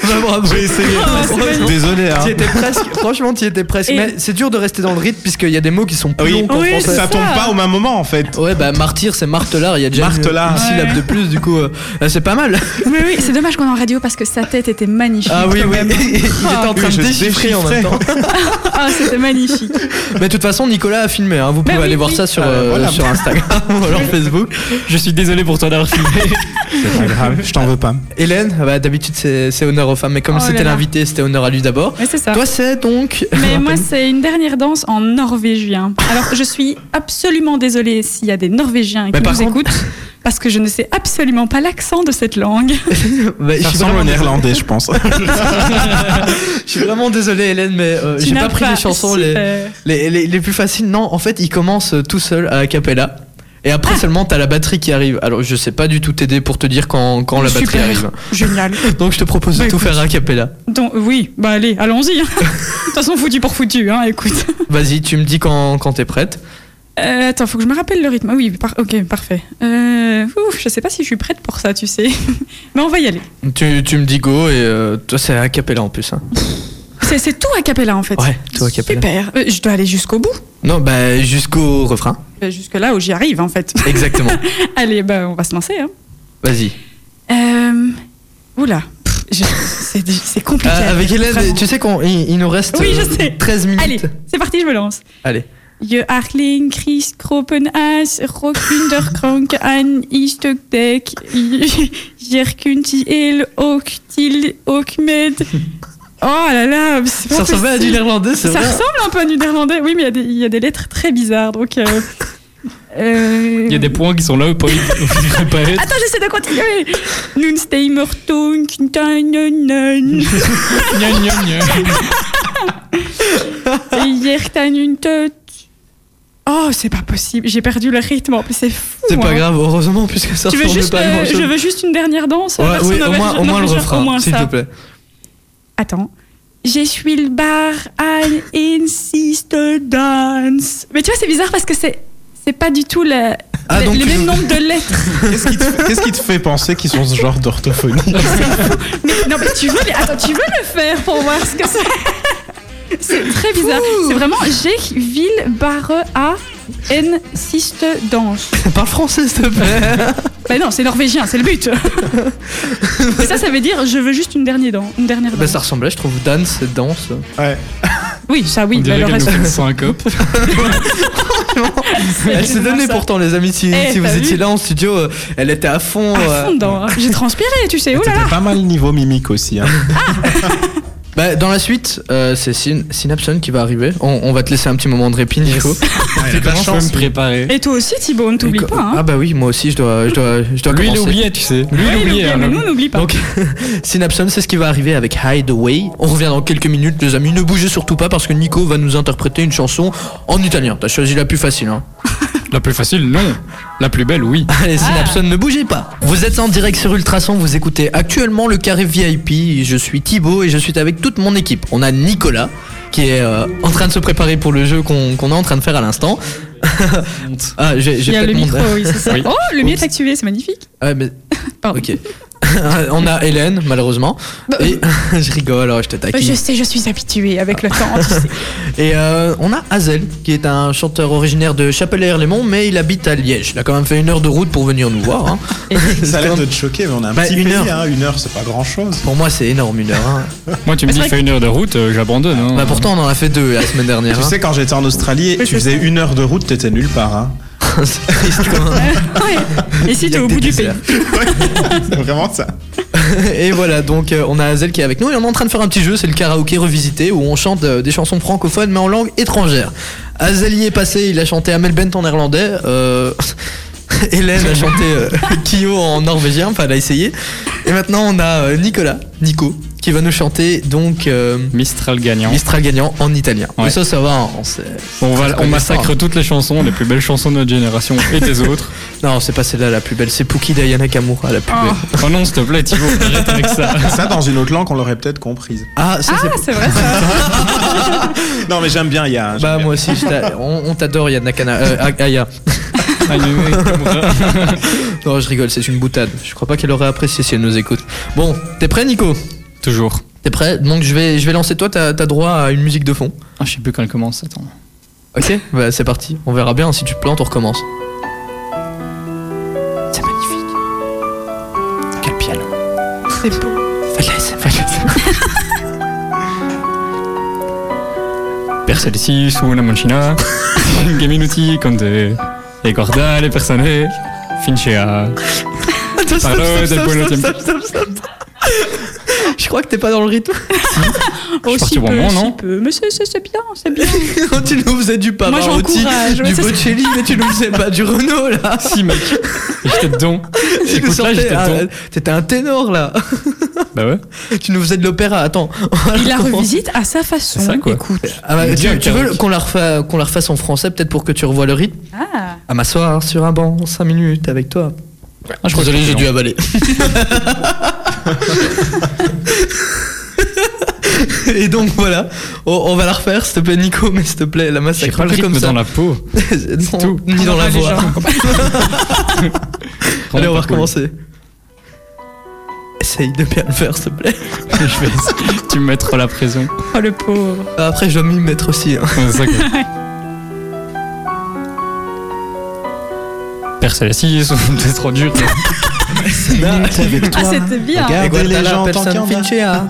J'ai essayé. Oh, c'est magnifique. Désolé. Hein. T'y étais presque, franchement, t'y étais presque. Et- Mais c'est dur de rester dans le rythme puisqu'il y a des mots qui sont plus Oui, longs qu'en Oui, français. c'est ça tombe ça. pas au même moment en fait. Ouais, bah martyr, c'est martelard. Il y a déjà une- Martelard. une, syllabe Ouais. de plus, du coup, euh, euh, c'est pas mal. Mais oui, c'est dommage qu'on est en radio parce que sa tête était magnifique. Ah oui, quand oui. même. Il était en train Oui, de je déchiffrer en même déchiffrais. temps. Ah, c'était magnifique. Mais de toute façon, Nicolas a filmé. hein. Vous Bah pouvez oui, aller voir oui. ça sur, Ah, euh, voilà. sur Instagram ou alors Facebook. Je suis désolé pour toi d'avoir filmé. C'est pas grave, je t'en veux pas. Hélène, ah bah, d'habitude, c'est c'est honneur aux femmes. Mais comme Oh là c'était là. l'invité, c'était honneur à lui d'abord. Mais c'est ça. Toi, c'est donc. Mais moi, c'est une dernière danse en norvégien. Alors, je suis absolument désolée s'il y a des Norvégiens Mais qui par nous contre- écoutent, parce que je ne sais absolument pas l'accent de cette langue. Bah, je Ça suis ressemble vraiment au désolé. néerlandais, je pense. Je suis vraiment désolé, Hélène, mais euh, Tu j'ai n'as pas pris les chansons les, super. les, les- les plus faciles. Non, en fait, il commence euh, tout seul à a cappella. Et après Ah. seulement t'as la batterie qui arrive. Alors je sais pas du tout t'aider pour te dire quand, quand la batterie Super. arrive. Génial. Donc je te propose de Bah, tout écoute. faire a cappella. Donc, oui, bah allez, allons-y. De toute façon, foutu pour foutu, hein, écoute. Vas-y, tu me dis quand, quand t'es prête. Euh, attends, faut que je me rappelle le rythme. Ah Oui, par- ok, parfait. Euh, ouf, je sais pas si je suis prête pour ça, tu sais. Mais on va y aller. Tu, tu me dis go et euh, toi c'est a cappella en plus. hein. C'est c'est tout a cappella en fait. Ouais, tout a cappella. Super. Euh, je dois aller jusqu'au bout. Non, bah jusqu'au refrain. Bah, Jusque là où j'y arrive en fait. Exactement. allez, bah on va se lancer. Hein. Vas-y. Euh, Oula, Pff, je- c'est c'est compliqué. Euh, avec Hélène, Vraiment. tu sais qu'on il, il nous reste Oui, je euh, sais. 13 minutes. Allez, c'est parti, je me lance. Allez. Je Arling, Chris, Kropenas, Rokunderkrank, Anne, Istukdek, Jerkunti, Il, Oktil, Okmed. Oh là là, c'est pas Ça ressemble à du possible. néerlandais, c'est Ça vrai. ressemble un peu à du néerlandais, oui, mais il y a des- il y, a des lettres très bizarres, donc. euh, euh, Il y a des points qui sont là où Paul ne devrait pas être. Attends, j'essaie de continuer. Nunsteimer Tunk, Tanunun, Gna, gna, gna. Yertanuntot. Oh, c'est pas possible, j'ai perdu le rythme, en plus, c'est fou. C'est hein. pas grave, heureusement, puisque ça Tu veux ressemble juste, pas à euh, grand-chose. je veux juste une dernière danse. Ouais, version oui, au norvégienne- moins, au moins le norvégienne, au refrain, moins s'il ça. te plaît. Attends. Je suis le bar, I insist dance. Mais tu vois, c'est bizarre parce que c'est c'est pas du tout le, Ah, le- donc le tu même veux- nombre de lettres. Qu'est-ce qui, te- qu'est-ce qui te fait penser qu'ils sont ce genre d'orthophonie Mais non, mais tu veux, les- attends, tu veux le faire pour voir ce que c'est. C'est très bizarre. C'est vraiment J'ai ville bar A insist dance. Parle français, s'il te plaît. Ah, Bah non, c'est norvégien, c'est le but. Mais ça, ça veut dire je veux juste une dernière danse. Une dernière bah, danse. ça ressemblait, je trouve, danse, danse. Ouais. Oui, ça, On oui. mais dirait le qu'elle nous reste- fait une syncope. Elle s'est donnée ça. pourtant, les amis. Si, Eh, si vous t'as étiez vu là en studio, euh, elle était à fond. à euh, fond dedans. hein. J'ai transpiré, tu sais. Oh là là. C'était pas mal niveau mimique aussi. Hein. Bah, dans la suite, euh, c'est Syn- Synapson qui va arriver. On, on va te laisser un petit moment de répit, Nico. Fais comment je peux me préparer Et toi aussi, Thibaut, on ne t'oublie pas. Ah, Hein. bah oui, moi aussi, je dois, je dois, je dois Lui, il commencer. oublié, tu sais. Lui, Ouais, il il oublié. hein, oublie, mais nous, on n'oublie pas. Donc, Synapson, c'est ce qui va arriver avec Hideaway. On revient dans quelques minutes, les amis. Ne bougez surtout pas parce que Nico va nous interpréter une chanson en italien. T'as choisi la plus facile, hein. La plus facile, non. La plus belle, oui. Allez, Synapson, ne bougez pas. Vous êtes en direct sur Ultrason, vous écoutez actuellement le carré VIP. Je suis Thibaut et je suis avec toute mon équipe. On a Nicolas qui est euh, en train de se préparer pour le jeu qu'on qu'on est en train de faire à l'instant. ah, j'ai Il j'ai y a le peut-être mon- micro, oui, c'est ça. Oui. Oh, le mien est activé, c'est magnifique. Ouais, mais- Pardon. Ok. On a Hélène, malheureusement. Et je rigole, oh, je te taquine. Bah. Je sais, je suis habituée avec le temps. tu sais. Et euh, on a Hazel, qui est un chanteur originaire de Chapelle-Herlaimont, mais il habite à Liège. Il a quand même fait une heure de route pour venir nous voir. hein. Ça a C'est l'air quand de même- te choquer, mais on a un Bah, petit une pays, heure. hein. une heure, c'est pas grand chose. Pour moi, c'est énorme une heure. hein. Moi, tu me Mais dis, c'est vrai fais une heure de route, euh, j'abandonne. hein. Bah, pourtant, on en a fait deux la semaine dernière. Mmh. Tu hein. sais, quand j'étais en Australie, Oui, tu c'est faisais ça. une heure de route, t'étais nulle part. Hein. C'est triste quand même. Ouais. Et Ah, Il si y tu a es au que bout des du pays. déserts. C'est vraiment ça. Et voilà, donc euh, on a Hazel qui est avec nous et on est en train de faire un petit jeu, c'est le karaoké revisité où on chante euh, des chansons francophones mais en langue étrangère. Hazel y est passé, il a chanté Amel Bent en néerlandais. euh, Hélène a chanté euh, Kyo en norvégien, enfin elle a essayé. Et maintenant on a euh, Nicolas, Nico, qui va nous chanter donc euh, Mistral gagnant. Mistral gagnant en italien. Ouais. Mais ça, ça va, hein, on sait- On, Ça, va- c'est on pas massacre l'histoire. toutes les chansons, les plus belles chansons de notre génération et des autres. Non, c'est pas celle-là la plus belle, c'est Puki Dayana Kamura la plus Oh. belle. Oh non, s'il te plaît, Thibaut, arrête avec ça. Ça, dans une autre langue, on l'aurait peut-être comprise. Ah, ça Ah, c'est c'est vrai ça. Non, mais j'aime bien, il y a. Bah moi aussi, je t'a- on, on t'adore Yann Nakana. Euh, Aya. animé comme ça. Non, Oh, je rigole, c'est une boutade. Je crois pas qu'elle aurait apprécié si elle nous écoute. Bon, t'es prêt, Nico Toujours. T'es prêt Donc je vais, je vais lancer toi, t'as t'as droit à une musique de fond. Ah, je sais plus quand elle commence, attends. Ok Bah c'est parti, on verra bien, si tu te plantes on recommence. C'est magnifique. Quel piano. C'est beau. Falaise, falaise. Persa ici sous una mancina, gaminuti con te, e guarda le persone, finché a... Attends, Parlo del buono tempo. Je crois que t'es pas dans le rythme. suis parti au bon moment, non peu. Mais c'est- c'est c'est bien, c'est bien. Quand tu nous faisais du Pavarotti, j'encourage, ouais, du ça, c'est- Bocelli, mais tu nous faisais pas du Renault là. Si mec, j'étais dedans. Tu nous Écoute là, sortais- j'étais ah, dedans. T'étais un ténor là. Bah ouais. Tu nous faisais de l'opéra, attends. Il la revisite à sa façon. C'est ça, quoi. Écoute. Ah bah, Il dit un tu, tu veux karaoke. qu'on la, refa- qu'on la refasse en français, peut-être pour que tu revois le rythme Ah. À m'asseoir sur un banc, 5 minutes avec toi. Ah, je crois que j'ai dû avaler. Et donc voilà, on, on va la refaire, s'il te plaît, Nico, mais s'il te plaît, la J'ai massacre. pas le rythme comme ça. dans la peau. Non, tout. Ni dans la Allez, voix. gens. Allez, on va Vraiment pas cool. recommencer. Essaye de bien le faire, s'il te plaît. Je vais essayer de me mettre la prison. Oh le pauvre. Après, je dois m'y mettre aussi. hein. Ouais, c'est ça, quoi. Personne assis, c'est trop dur. Ah c'était bien. Regarde. Regardez Guardala, les gens en persona tant qu'il y en a. fincea. Ah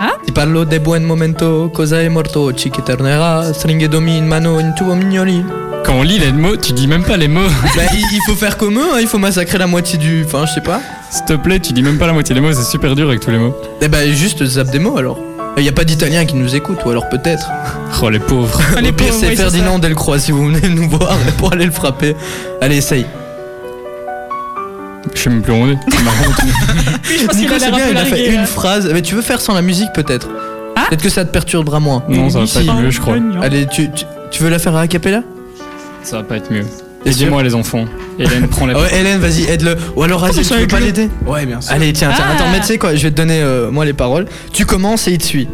hein. Ti parlo de buen momento, cosa è morto, ci che tornerà, stringhe domi in mano in tuo mignoli. Quand on lit les mots, tu dis même pas les mots. Bah, il il faut faire comme eux, hein, il faut massacrer la moitié du. Enfin, je sais pas. S'il te plaît, tu dis même pas la moitié des mots, c'est super dur avec tous les mots. Eh bah, juste zap des mots alors. Il n'y a pas d'Italiens qui nous écoutent, ou alors peut-être. Oh les pauvres. Au pire, c'est Ferdinand Delcroix si vous venez nous voir pour aller le frapper. Allez, essaye. Je sais même plus où on est. C'est marrant. Je pense qu'il a Nico, c'est l'air un bien, peu il a fait largué. une phrase. Mais tu veux faire sans la musique peut-être hein. Ah Peut-être que ça te perturbera moins. Non, ça va pas être mieux, je crois. Allez, tu, tu, tu veux la faire à acapella Ça va pas être mieux. T'es Aidez-moi les enfants. Hélène, prends la Ah ouais, Hélène, vas-y, aide-le. Ou alors, vas-y, tu ça veux aide pas le- l'aider Ouais, bien sûr. Allez, tiens, tiens, Ah. attends, mais tu sais quoi, je vais te donner euh, moi les paroles. Tu commences et il te suit.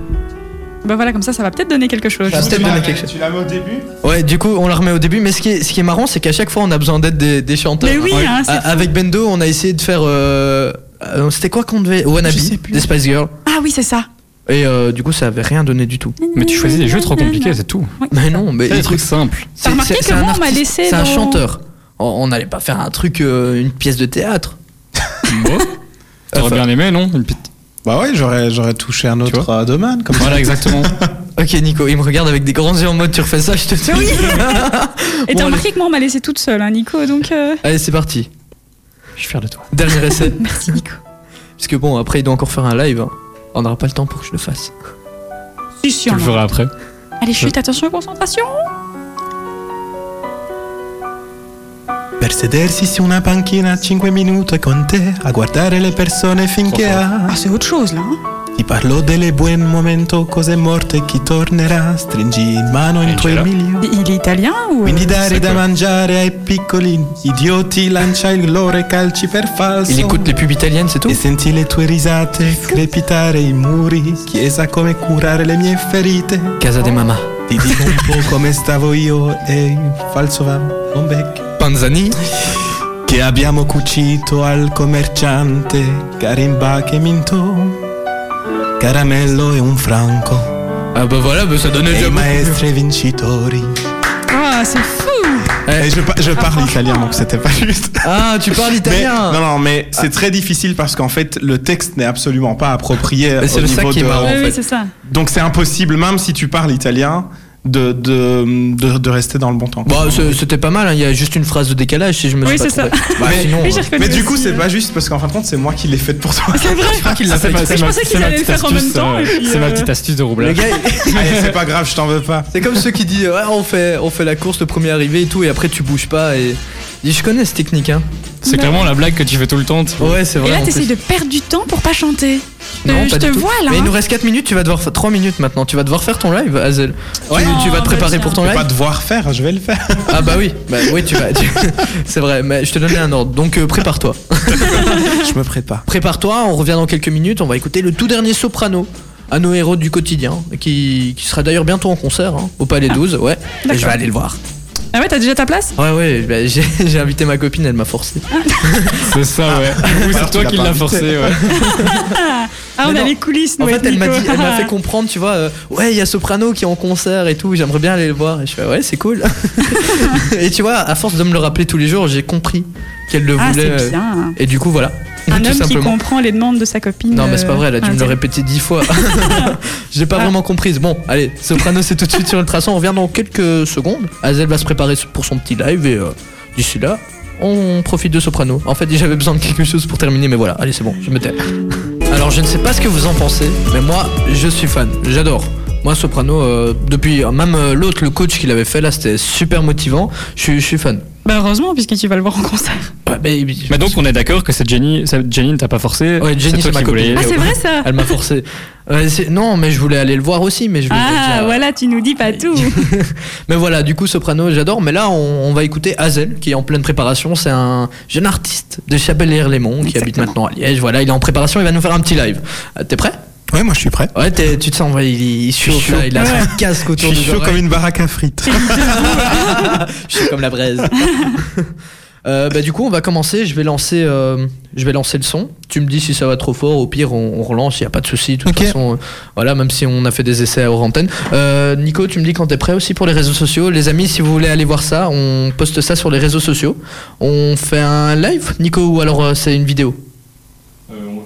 Bah voilà comme ça ça va peut-être donner quelque chose. Ça va peut-être Tu l'as- donner quelque chose. Tu l'as mis au début Ouais, du coup, on la remet au début, mais ce qui est, ce qui est marrant, c'est qu'à chaque fois, on a besoin d'aide des, des chanteurs. Mais oui, hein. hein, c'est A- Avec Bendo, on a essayé de faire. euh, euh, C'était quoi qu'on devait Wannabe, Je sais plus. des Spice Girls. Ah oui c'est ça. Et euh, du coup, ça avait rien donné du tout. Mais tu choisis des jeux trop compliqués, c'est tout. Mais non, mais. C'est des trucs simples. c'est- remarqué c'est- que c'est un moi, on m'a artiste, laissé C'est un dans- chanteur. On- On n'allait pas faire un truc, euh, une pièce de théâtre. Bon. T'aurais bien aimé, non Une petite- Bah ouais, j'aurais j'aurais touché un autre euh, domaine comme ça. Voilà, exactement. Ok, Nico, il me regarde avec des grands yeux en mode tu refais ça, je te dis. Et Bon, t'as remarqué que moi on m'a laissé toute seule hein, Nico donc. euh, Allez, c'est parti. Je suis fier de toi. Dernier essai. Merci Nico. Parce que bon, après, il doit encore faire un live. hein. On n'aura pas le temps pour que je le fasse. Je suis sûre, Tu le non. feras après. Allez chut attention concentration. Per sedersi su una panchina 5 minuti con te, a guardare le persone finché Ah ha. c'est autre chose là. hein. Ti parlo delle buon momento, cose morte e chi tornerà. Stringi in mano il tuo Angela. Emilio. Il est italien ou euh, Quindi dare Sai da quello. mangiare ai piccoli idioti, lancia il loro calci per falso. Il écoute les pubs italiennes, c'est tout E senti le tue risate, crepitare i muri, chiesa come curare le mie ferite. Casa des Mamas. Ti dico un po' come stavo io e il falso va, non becchi. Panzani Che abbiamo cucito al commerciante, carimba che mintò, caramello e un franco, Ah bah voilà, bah ça donnait e déjà i beaucoup. maestri vincitori. Ah c'est fou. Eh, je, pa- je parle italien, donc c'était pas juste. Ah, tu parles Mais, italien non, non, mais c'est très difficile parce qu'en fait, le texte n'est absolument pas approprié Mais c'est au le sac niveau qui est de... marrant, en Oui fait. oui c'est ça. Donc c'est impossible, même si tu parles italien, de, de, de, de rester dans le bon temps. Bah, ce- c'était pas mal, hein, il y a juste une phrase de décalage si je me suis Oui, pas c'est ça. trompé. Bah, Mais- sinon, Oui, j'ai euh, reconnu mais du coup, aussi, c'est euh, pas juste parce qu'en fin de compte, c'est moi qui l'ai faite pour toi. C'est vrai. qu'il l'a fait exprès. Je pensais qu'ils allaient le faire en même temps, et puis, C'est ma euh, petite astuce de le roublage. gars, Allez, c'est pas grave, je t'en veux pas. c'est comme ceux qui disent ouais, on, fait, on fait la course, le premier arrivé et tout, et après tu bouges pas. Et... Et Je connais cette technique, hein. C'est clairement la blague que tu fais tout le temps. tu- Ouais, c'est vrai. Et là en t'essayes plus. de perdre du temps pour pas chanter. Je te- Non, je pas te du tout. vois là. Mais il hein. nous reste 4 minutes, tu vas devoir faire 3 minutes maintenant. Tu vas devoir faire ton live, Hazel. Ouais. tu, tu vas Non, te préparer bah, pour ton Je vais live pas devoir faire, je vais le faire. Ah bah oui, bah oui, tu vas. tu- C'est vrai, mais je te donnais un ordre, donc euh, prépare-toi. je me prépare. Prépare-toi, on revient dans quelques minutes, on va écouter le tout dernier soprano à nos héros du quotidien, qui, qui sera d'ailleurs bientôt en concert hein, au Palais 12, ouais. Et je vais aller le voir. Ah ouais, t'as déjà ta place Ouais, ouais, bah, j'ai j'ai invité ma copine, elle m'a forcé. C'est ça, ouais. Ou c'est Alors, toi tu qui l'as l'as pas invité. forcé, ouais. Ah, on Mais a non. les coulisses, nous. En fait, avec elle m'a Nico. dit, elle m'a fait comprendre, tu vois, euh, ouais, il y a Soprano qui est en concert et tout, j'aimerais bien aller le voir. Et je fais, ouais, c'est cool. et tu vois, à force de me le rappeler tous les jours, j'ai compris qu'elle le Ah, voulait. c'est euh, bien. Et du coup, voilà. Un Tout homme qui simplement. comprend les demandes de sa copine. Non, mais c'est pas vrai, elle a dû euh, me le intérieure. répéter dix fois. J'ai pas Ah. vraiment comprise. Bon, allez, Soprano, c'est tout de suite sur Ultrason. On revient dans quelques secondes. Azel va se préparer pour son petit live et euh, d'ici là, on profite de Soprano. En fait, j'avais besoin de quelque chose pour terminer, mais voilà. Allez, c'est bon, je me tais. Alors, je ne sais pas ce que vous en pensez, mais moi, je suis fan. J'adore. Moi, Soprano, euh, depuis euh, même euh, l'autre, le coach qu'il avait fait là, c'était super motivant. Je suis- je suis fan. Bah, heureusement, puisque tu vas le voir en concert. Ouais, mais- Mais Bah, donc, on est d'accord que cette Jenny, cette Jenny ne t'a pas forcé. Ouais, Jenny, c'est ma toi qui copine. voulais y Ah, aller, c'est ouais. vrai ça elle m'a forcé. Ouais, c'est- non, mais je voulais aller le voir aussi, mais je voulais Ah, déjà- voilà, tu nous dis pas tout. Mais voilà, du coup, Soprano, j'adore. Mais là, on, on va écouter Hazel, qui est en pleine préparation. C'est un jeune artiste de Chabelle-Lémont qui habite maintenant à Liège. Voilà, il est en préparation, il va nous faire un petit live. Euh, T'es prêt Ouais, moi je suis prêt. Ouais, t'es- tu te sens, ouais, il, il chauffe, chaud. là, il a Ouais. son casque Je autour suis du chaud comme une baraque à frites. Je suis comme la braise. Euh, bah, du coup, on va commencer. Je vais lancer, euh, je vais lancer le son. Tu me dis si ça va trop fort. Au pire, on, on relance. Il y a pas de souci. De toute Ok. façon, euh, voilà. Même si on a fait des essais à hors antenne. Euh, Nico, tu me dis quand t'es prêt aussi pour les réseaux sociaux. Les amis, si vous voulez aller voir ça, on poste ça sur les réseaux sociaux. On fait un live, Nico, ou alors euh, c'est une vidéo. Euh, on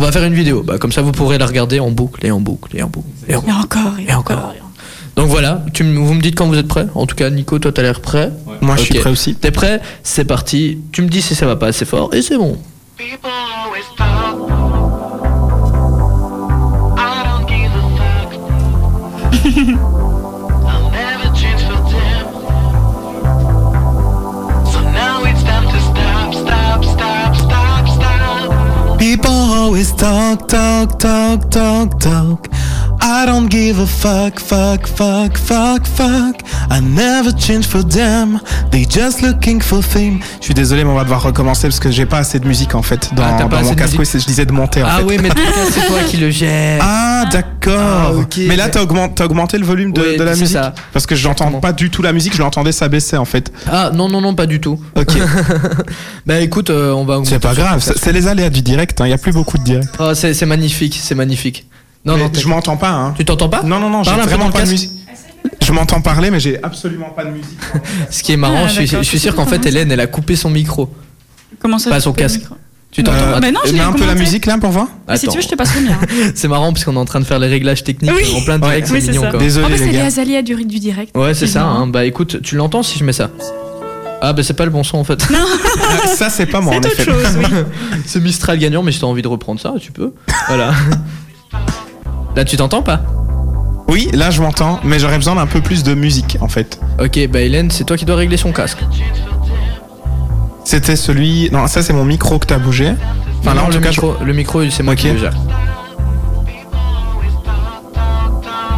va faire une vidéo. Bah, comme ça, vous pourrez la regarder en boucle et en boucle et en boucle. Et en Et encore, et encore. Donc voilà, tu, m- vous me dites quand vous êtes prêt. En tout cas, Nico, toi, t'as l'air prêt. Moi je suis Ok. prêt aussi. T'es prêt C'est parti. Tu me dis si ça va pas assez fort et c'est bon. People always talk. I don't give a fuck. I'll never change for them. So now it's time to stop, stop, stop, stop, stop. People always talk, talk, talk, talk, talk. I don't give a fuck, fuck, fuck, fuck, fuck. I never change for them. They just looking for fame. Je suis désolé, mais on va devoir recommencer parce que j'ai pas assez de musique en fait dans, Ah, t'as pas dans assez mon de casque. Oui, musique. c'est- je disais de monter en Ah fait. oui, mais en tout cas, c'est toi qui le gère. Ah d'accord. Ah, ok. Mais là t'as augmenté, t'as augmenté le volume de, Oui, de la c'est musique ça. parce que je Exactement. n'entends pas du tout la musique. Je l'entendais s'abaisser en fait. Ah non, non, non, pas du tout. Ok. Bah écoute, euh, on va. c'est pas grave. C'est c'est les aléas du direct. hein. Il y a plus beaucoup de direct. Ah, c'est c'est magnifique, c'est magnifique. Non, Mais non, t'es- je m'entends pas. Hein. tu t'entends pas Non, non, non, j'ai Parle un peu vraiment dans le pas de casque. musique. Je m'entends parler, mais j'ai absolument pas de musique. Ce qui est marrant, Ah, je suis, d'accord, je suis c'est sûr qu'en fait, différent. Hélène, elle a coupé son micro. Comment ça Pas je son coupe le casque. micro Tu t'entends Euh, pas Bah non, je mets l'ai un peu la commenté. musique là pour voir Mais si tu Attends. veux, je te passe le mien. C'est marrant parce qu'on est en train de faire les réglages techniques Oui. en plein direct, Oui, c'est c'est mignon ça. quand même. Désolé En fait, c'est les les gars. Azalia du, du direct. Ouais, c'est ça. bien. hein. Bah écoute, tu l'entends si je mets ça Ah, bah c'est pas le bon son en fait. Ah, ça c'est pas moi C'est en autre effet. chose, oui. C'est Mistral gagnant, mais si t'as envie de reprendre ça, tu peux. Voilà. Là, tu t'entends pas Oui, là je m'entends, mais j'aurais besoin d'un peu plus de musique en fait. Ok, bah Hélène, c'est toi qui dois régler son casque. C'était celui. Non, ça c'est mon micro que t'as bougé. Enfin là en le, tout cas, je- micro, le micro, c'est moi Ok. qui le gère.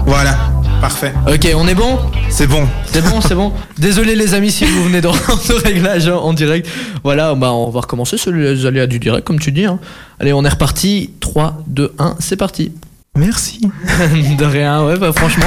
voilà, parfait. Ok, on est bon C'est bon. C'est bon, c'est bon. Désolé les amis si vous venez de ce réglage en direct. Voilà, bah on va recommencer sur les aléas du direct, comme tu dis. hein. Allez, on est reparti. 3, 2, 1, c'est parti. Merci. de rien, ouais, bah franchement.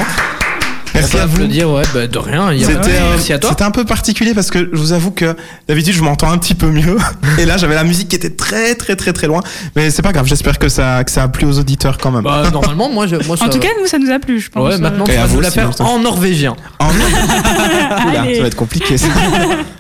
Merci on peut à vous. applaudir, ouais, bah de rien. il y a- C'était euh, Merci à toi. c'était un peu particulier parce que je vous avoue que d'habitude je m'entends un petit peu mieux et là j'avais la musique qui était très très très très loin mais c'est pas grave j'espère que ça que ça a plu aux auditeurs quand même. Bah normalement, moi, je, moi ça En tout va. cas, nous, ça nous a plu, je pense. Euh, Ouais, maintenant, Et tu à vas vous nous la aussi, faire Martin. en norvégien. En- Oula, Allez. ça va être compliqué ça.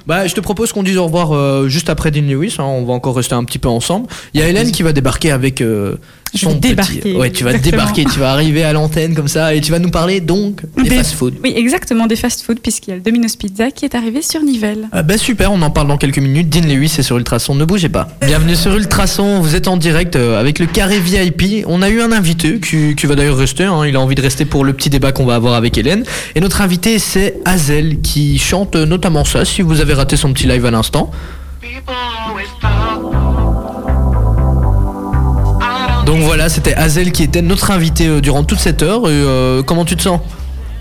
Bah, je te propose qu'on dise au revoir euh, juste après Dean Lewis. hein, on va encore rester un petit peu ensemble. Il y a Hélène qui va débarquer avec euh, Je son vais débarquer, petit. Ouais, tu vas exactement. débarquer, tu vas arriver à l'antenne comme ça et tu vas nous parler donc des Des- fast-food. Oui, exactement, des fast-food, puisqu'il y a le Domino's Pizza qui est arrivé sur Nivelles. Ah bah super, on en parle dans quelques minutes. Dean Lewis est sur Ultrason, ne bougez pas. Bienvenue sur Ultrason, vous êtes en direct euh, avec le carré VIP. On a eu un invité qui, qui va d'ailleurs rester, hein, il a envie de rester pour le petit débat qu'on va avoir avec Hélène. Et notre invité c'est Hazel qui chante euh, notamment ça, si vous avez raté son petit live à l'instant. People always talk. I don't Donc voilà, c'était Hazel qui était notre invité euh, durant toute cette heure. Et, euh, comment tu te sens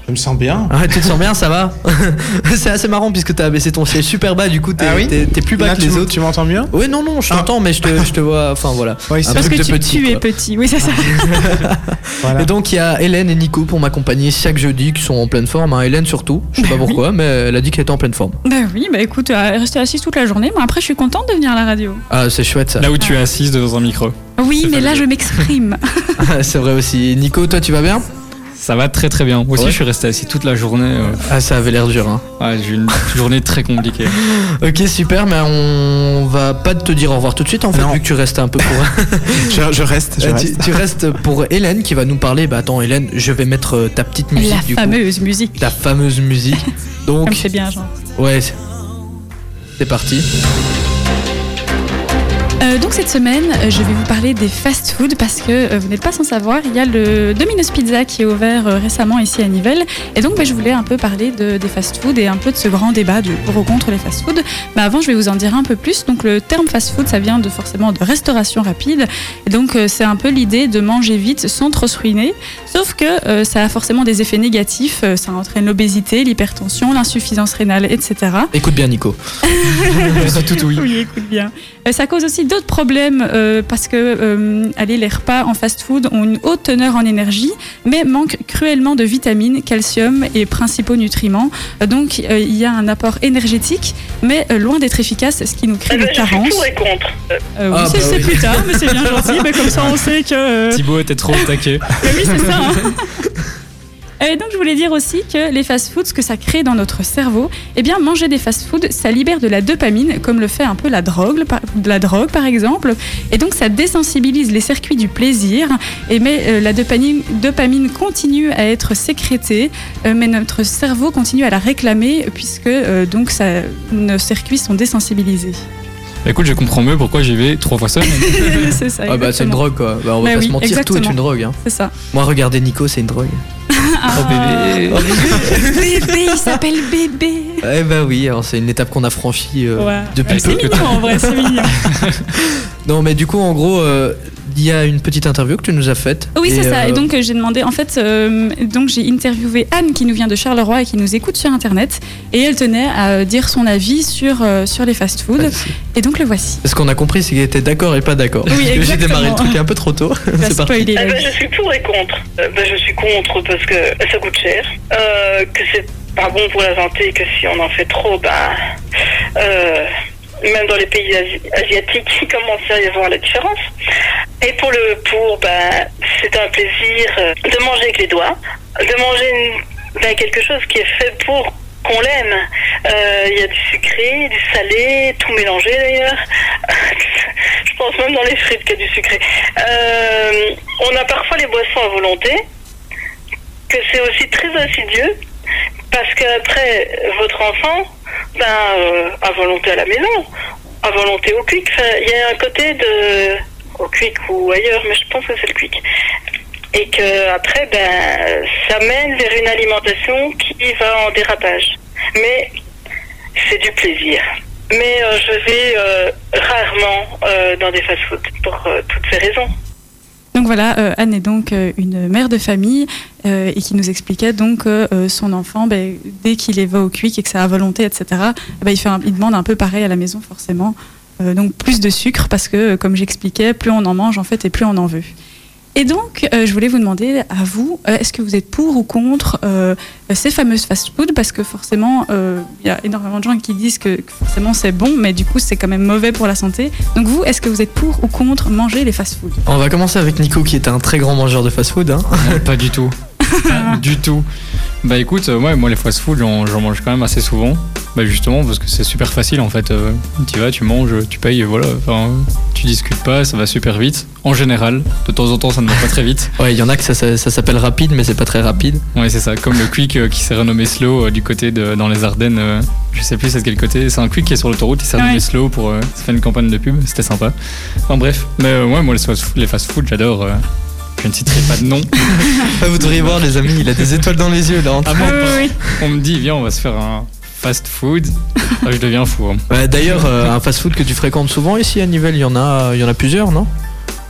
Je me sens bien. Ah, tu te sens bien, ça va C'est assez marrant puisque t'as baissé ton siège super bas, du coup t'es Ah oui t'es- t'es plus bas Là, que tu les m- autres. Ah, Tu m'entends mieux Oui, non, non, je t'entends, mais je te, je te vois. Enfin voilà. Oui, Un c'est Parce truc que de tu, petit, tu quoi. es Ah. petit, oui, c'est ça. Voilà. Et donc il y a Hélène et Nico pour m'accompagner chaque jeudi qui sont en pleine forme. hein. Hélène surtout, je sais pas pourquoi, mais elle a dit qu'elle était en pleine forme. Ben oui, bah écoute, euh, rester assise toute la journée. Moi, après, je suis contente de venir à la radio. Ah, c'est chouette ça. Là où tu es assise devant un micro. Oui, C'est mais là, fabuleux. je m'exprime. Ah, c'est vrai aussi. Nico, toi tu vas bien Ça va très très bien. Moi aussi, Ouais. je suis resté assis toute la journée. euh, Ah, ça avait l'air dur. Hein. ouais, j'ai eu une journée très compliquée. Ok, super, mais on va pas te dire au revoir tout de suite en fait, Non. vu que tu restes un peu pour. Je, je reste. Je Euh, reste. tu, tu restes pour Hélène qui va nous parler. Bah attends, Hélène, je vais mettre euh, ta petite musique la du coup. fameuse musique. Ta fameuse musique. Comme Donc, c'est bien, genre. ouais. c'est- C'est parti. Euh, donc cette semaine, euh, je vais vous parler des fast-food parce que euh, vous n'êtes pas sans savoir, il y a le Domino's Pizza qui est ouvert euh, récemment ici à Nivelles. Et donc bah, je voulais un peu parler de, des fast-food et un peu de ce grand débat du pour ou contre les fast-food. Mais avant, je vais vous en dire un peu plus. Donc le terme fast-food, ça vient de forcément de restauration rapide. Et donc euh, c'est un peu l'idée de manger vite sans trop se ruiner. Sauf que euh, ça a forcément des effets négatifs. Euh, ça entraîne l'obésité, l'hypertension, l'insuffisance rénale, etc. Écoute bien, Nico. je suis tout oui. Oui, écoute bien. Euh, ça cause aussi d'autres problèmes euh, parce que euh, allez, les repas en fast-food ont une haute teneur en énergie, mais manquent cruellement de vitamines, calcium et principaux nutriments. Euh, donc euh, il y a un apport énergétique, mais euh, loin d'être efficace, ce qui nous crée des carences. contre. Euh, oui, Ah, c'est bah c'est oui. plus tard, mais c'est bien gentil. mais comme ça, on sait que. euh, Thibaut était trop attaqué. mais oui, c'est ça. hein. Et donc je voulais dire aussi que les fast-foods, ce que ça crée dans notre cerveau, eh bien manger des fast-foods, ça libère de la dopamine, comme le fait un peu la drogue, par- de la drogue par exemple, et donc ça désensibilise les circuits du plaisir, et mais euh, la dopamine, dopamine continue à être sécrétée, euh, mais notre cerveau continue à la réclamer puisque euh, donc ça- nos circuits sont désensibilisés. Bah, écoute, je comprends mieux pourquoi j'y vais trois fois seul. c'est ça. Ah bah c'est une exactement. drogue quoi. Bah, on va Bah pas oui, se mentir, tout est exactement. une drogue. hein. C'est ça. Moi, regardez Nico, c'est une drogue. Oh, Ah, bébé, il s'appelle bébé. Eh bah oui, alors c'est une étape qu'on a franchie euh, Ouais. depuis c'est peu. mignon. en vrai, c'est mignon. Non, mais du coup, en gros, euh, il y a une petite interview que tu nous as faite. Oui, c'est Et, ça. euh, Et donc, euh, j'ai demandé, en fait, euh, donc j'ai interviewé Anne qui nous vient de Charleroi et qui nous écoute sur Internet. Et elle tenait à euh, dire son avis sur, euh, sur les fast-foods. Et donc, le voici. bah, ce qu'on a compris, c'est qu'il était d'accord et pas d'accord. Parce que J'ai exactement. démarré le truc un peu trop tôt. Bah, c'est parti. spoiler, Ah la bah, vie. je suis pour et contre. Euh, bah, je suis contre parce que ça coûte cher, euh, que c'est pas bon pour la santé, que si on en fait trop, bah, euh, même dans les pays asi- asiatiques, il commence à y avoir la différence. Et pour le pour, bah, c'est un plaisir euh, de manger avec les doigts, de manger une- bah, quelque chose qui est fait pour qu'on l'aime. Euh, Il y a du sucré, du salé, tout mélangé d'ailleurs. Je pense même dans les frites qu'il y a du sucré. Euh, on a parfois les boissons à volonté, que c'est aussi très insidieux, parce qu'après, votre enfant, ben, euh, à volonté à la maison, à volonté au quick, enfin, il y a un côté de. au quick ou ailleurs, mais je pense que c'est le quick. Et que après, ben, ça mène vers une alimentation qui va en dérapage. Mais c'est du plaisir. Mais euh, je vais euh, rarement euh, dans des fast-foods pour euh, toutes ces raisons. Donc voilà, euh, Anne est donc euh, une mère de famille euh, et qui nous expliquait donc que euh, son enfant, ben, dès qu'il les va au cuic et que ça a volonté, etc., ben, il, fait un- il demande un peu pareil à la maison forcément. Euh, donc plus de sucre parce que, euh, comme j'expliquais, plus on en mange en fait et plus on en veut. Et donc, euh, je voulais vous demander à vous, euh, est-ce que vous êtes pour ou contre euh, ces fameuses fast-food Parce que forcément, euh, il y a énormément de gens qui disent que, que forcément c'est bon, mais du coup c'est quand même mauvais pour la santé. Donc vous, est-ce que vous êtes pour ou contre manger les fast-food On va commencer avec Nico qui est un très grand mangeur de fast-food. hein. Non, pas du tout. Pas du tout. Bah écoute, euh, ouais, moi les fast food, j'en j'en mange quand même assez souvent. Bah justement, parce que c'est super facile en fait. Euh, tu vas, tu manges, tu payes, et voilà. Enfin, tu discutes pas, ça va super vite. En général, de temps en temps, ça ne va pas très vite. Ouais, il y en a que ça, ça- ça s'appelle rapide, mais c'est pas très rapide. Ouais, c'est ça. Comme le quick euh, qui s'est renommé slow euh, du côté de, dans les Ardennes. euh, je sais plus c'est de quel côté. C'est un quick qui est sur l'autoroute, il s'est renommé Ouais. slow pour euh, se faire une campagne de pub. C'était sympa. Enfin bref. Mais euh, ouais, moi les fast food, les fast food j'adore. euh. je ne citerai pas de nom. Ah, vous devriez voir, les amis, il a des étoiles dans les yeux là. en train- Ah, moi, oui, oui. On me dit, viens, on va se faire un fast food. Ah, je deviens fou. hein. Ouais, D'ailleurs, euh, un fast-food que tu fréquentes souvent ici à Nivelles, il y en a, il y en a plusieurs, non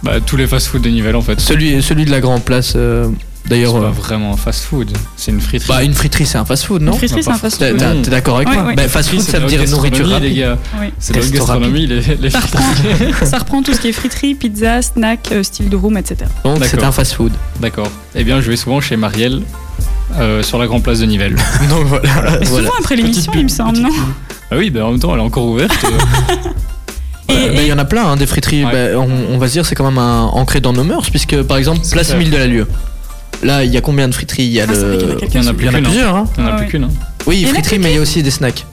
Bah, tous les fast food de Nivelles en fait. Celui, celui de la Grand Place. euh, C'est D'ailleurs, pas euh, vraiment un fast-food, c'est une friterie. Mm. bah, une friterie, c'est un fast-food, non Une friterie, c'est un T'es fast-food. t'es- Non. t'es d'accord avec Ouais, moi ouais. Bah, Fast-food, ça veut dire nourriture les rapide. gars. Oui. C'est de la Resto gastronomie, les, les Ça friteries. reprend, ça reprend tout ce qui est friterie, pizza, snack, euh, style de room, etc. Donc, c'est D'accord. un fast-food. D'accord. Eh bien, je vais souvent chez Marielle euh, sur la Grand Place de Nivelles. Donc voilà. Bah, Mais voilà. souvent après l'émission, pub, il me semble, non Ah oui, bah, en même temps, elle est encore ouverte. euh, Bah, bah, Et- Il y en a plein, hein, des friteries. Ouais. bah, on, on va se dire, c'est quand même un- ancré dans nos mœurs, puisque par exemple, C'est place clair. Mille de la Lieu. Là, il y a combien de friteries Il y a Ah, c'est vrai qu'il y en a le. quelques- Il y en a Il plus y en a qu'une. hein. plusieurs, hein. Il y en a Ah plus ouais. qu'une. hein. Oui, Il y en a friteries, mais il y a aussi des snacks.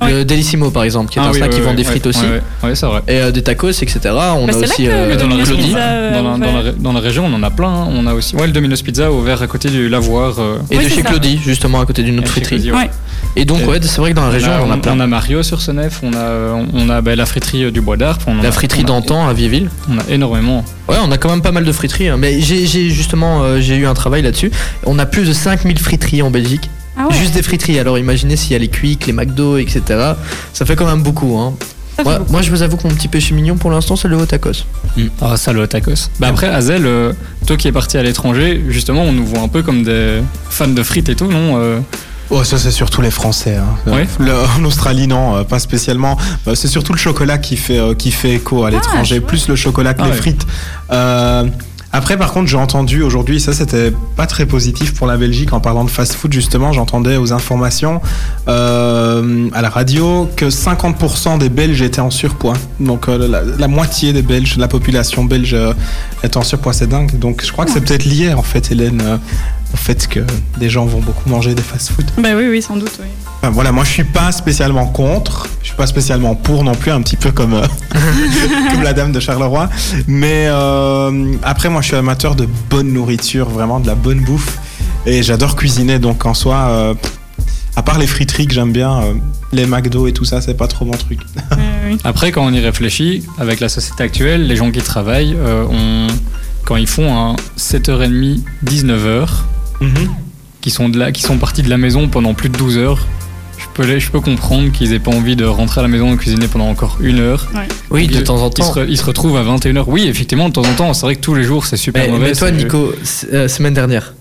Ouais. Le Delissimo, par exemple, qui est Ah un oui, snack ouais, qui vend ouais, des frites ouais, aussi. Ouais, ouais, c'est vrai. Et euh, des tacos, etc. On Bah, a c'est là aussi que euh, Mais dans la, Domino's région, Claudie. Pizza, euh, dans, la, dans la- dans la région, on en a plein. hein. On a aussi, ouais, le Domino's Pizza ouvert à côté du lavoir. euh, Et Oui, de c'est chez ça. Claudie, justement, à côté d'une à autre friterie. Chicozy, ouais. Ouais. Et donc, Et- ouais, c'est vrai que dans la région, on en a plein. on a Mario sur Senef, on a, euh, on a bah, la friterie euh, du Bois d'Arp. on en La a- friterie on a- d'antan à Vieville. On a énormément. Ouais, on a quand même pas mal de friteries. hein. Mais j'ai j'ai justement euh, j'ai eu un travail là-dessus. On a plus de 5000 friteries en Belgique. Ah ouais, Juste des friteries. Alors imaginez s'il y a les Quick, les McDo, etc. Ça fait quand même beaucoup. Hein. ça fait Moi, beaucoup. moi, je vous avoue que mon petit péché mignon pour l'instant, c'est le hot tacos. Ah, ça, le tacos. Bah après, Azel, euh, toi qui es parti à l'étranger, justement, on nous voit un peu comme des fans de frites et tout, non euh, Oh, ça, c'est surtout les Français. hein. Ouais. Le- en Australie, non, euh, pas spécialement. Euh, C'est surtout le chocolat qui fait, euh, qui fait écho à l'étranger, chouette. plus le chocolat que Ah les ouais. frites. Euh, après, par contre, j'ai entendu aujourd'hui, ça, c'était pas très positif pour la Belgique en parlant de fast-food, justement. J'entendais aux informations euh, à la radio que 50% des Belges étaient en surpoids. Donc, euh, la, la moitié des Belges, de la population belge euh, est en surpoids, c'est dingue. Donc, je crois que c'est peut-être lié, en fait, Hélène, euh, au fait que des gens vont beaucoup manger des fast-food. Bah oui, oui, sans doute, oui. Enfin, voilà, moi je suis pas spécialement contre, je suis pas spécialement pour non plus, un petit peu comme, euh, comme la dame de Charleroi. Mais euh, après, moi je suis amateur de bonne nourriture, vraiment de la bonne bouffe. Et j'adore cuisiner, donc en soi, euh, à part les friteries que j'aime bien, euh, les McDo et tout ça, c'est pas trop mon truc. Euh, oui. Après, quand on y réfléchit, avec la société actuelle, les gens qui travaillent, euh, on- quand ils font un 7h30, 19h, qui sont, de la, qui sont partis de la maison pendant plus de 12 heures, je peux, les- je peux comprendre qu'ils aient pas envie de rentrer à la maison et cuisiner pendant encore une heure. Oui, de Ils- temps en Ils se, temps. re- ils se retrouvent à 21h. Oui, effectivement, de temps en temps, c'est vrai que tous les jours, c'est super Mais, mauvais. mais toi, c'est- Nico, s- euh, semaine dernière,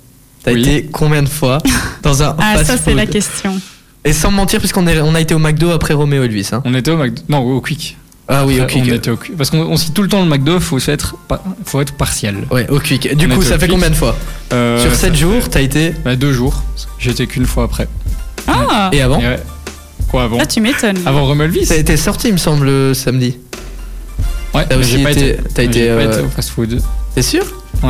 t'as Oui. été combien de fois dans un Ah, ça, c'est fast-food la question. Et sans mentir, puisqu'on est- on a été au McDo après Roméo et Louis. Hein. On était au McDo. Non, au Quick. Ah oui, ok. On était au Quick. Parce qu'on on cite tout le temps le McDo, faut se être, pa- faut être partiel. Ouais, au quick. Du On coup, était ça au fait Quick. combien de fois Euh, Sur ça 7 fait- jours, t'as été. bah, Deux jours. J'étais qu'une fois après. Ah Et avant Et ouais. Quoi avant Là, tu m'étonnes. Avant Rommelvis T'as été sorti, il me semble, samedi. Ouais, t'as mais aussi j'ai pas été- été. t'as été, J'ai pas euh, été au fast-food. T'es sûr Ouais,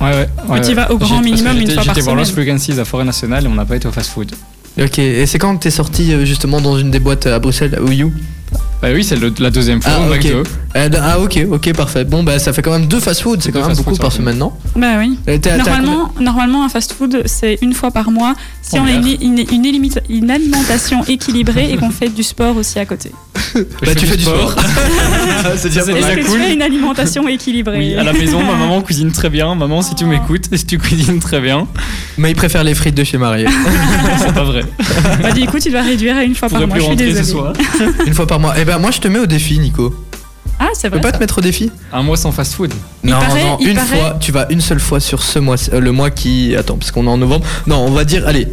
ouais. ouais, tu ouais. vas au grand J'ai- parce que minimum une j'étais- fois par J'étais voir Lost semaine. Frequencies à Forêt Nationale et on n'a pas été au fast-food. Ok, et c'est quand que t'es sorti euh, justement dans une des boîtes euh, à Bruxelles, au You Bah oui, c'est le- la deuxième fois Ah, au ok. McDo. Euh, Ah, ok, ok, parfait. Bon, bah ça fait quand même deux fast-food, c'est Deux quand même fast-food, beaucoup ça par fait. semaine, non Bah oui. Euh, t'as- t'as Normalement, normalement, un fast-food, c'est une fois par mois. Si Oh, on a une, merde. une, une élimite- une alimentation équilibrée et qu'on fait du sport aussi à côté. combien- Bah, tu fais du sport. C'est déjà Est-ce que tu fais une alimentation équilibrée Oui, à la maison, ma maman cuisine très bien. Maman, si tu Oh. m'écoutes, si tu cuisines très bien, Mais il préfère les frites de chez Marie. c'est pas vrai. Bah, du coup, tu dois réduire à une fois Je pourrais par mois. plus Je suis rentrer ce désolée. soir. Une fois par mois. Eh ben moi je te mets au défi, Nico. Ah, c'est Tu peux vrai. pas ça. te mettre au défi Un mois sans fast-food. Il non, paraît- non, il une paraît- fois, tu vas une seule fois sur ce mois, euh, le mois qui. Attends, parce qu'on est en novembre. Non, on va dire, allez,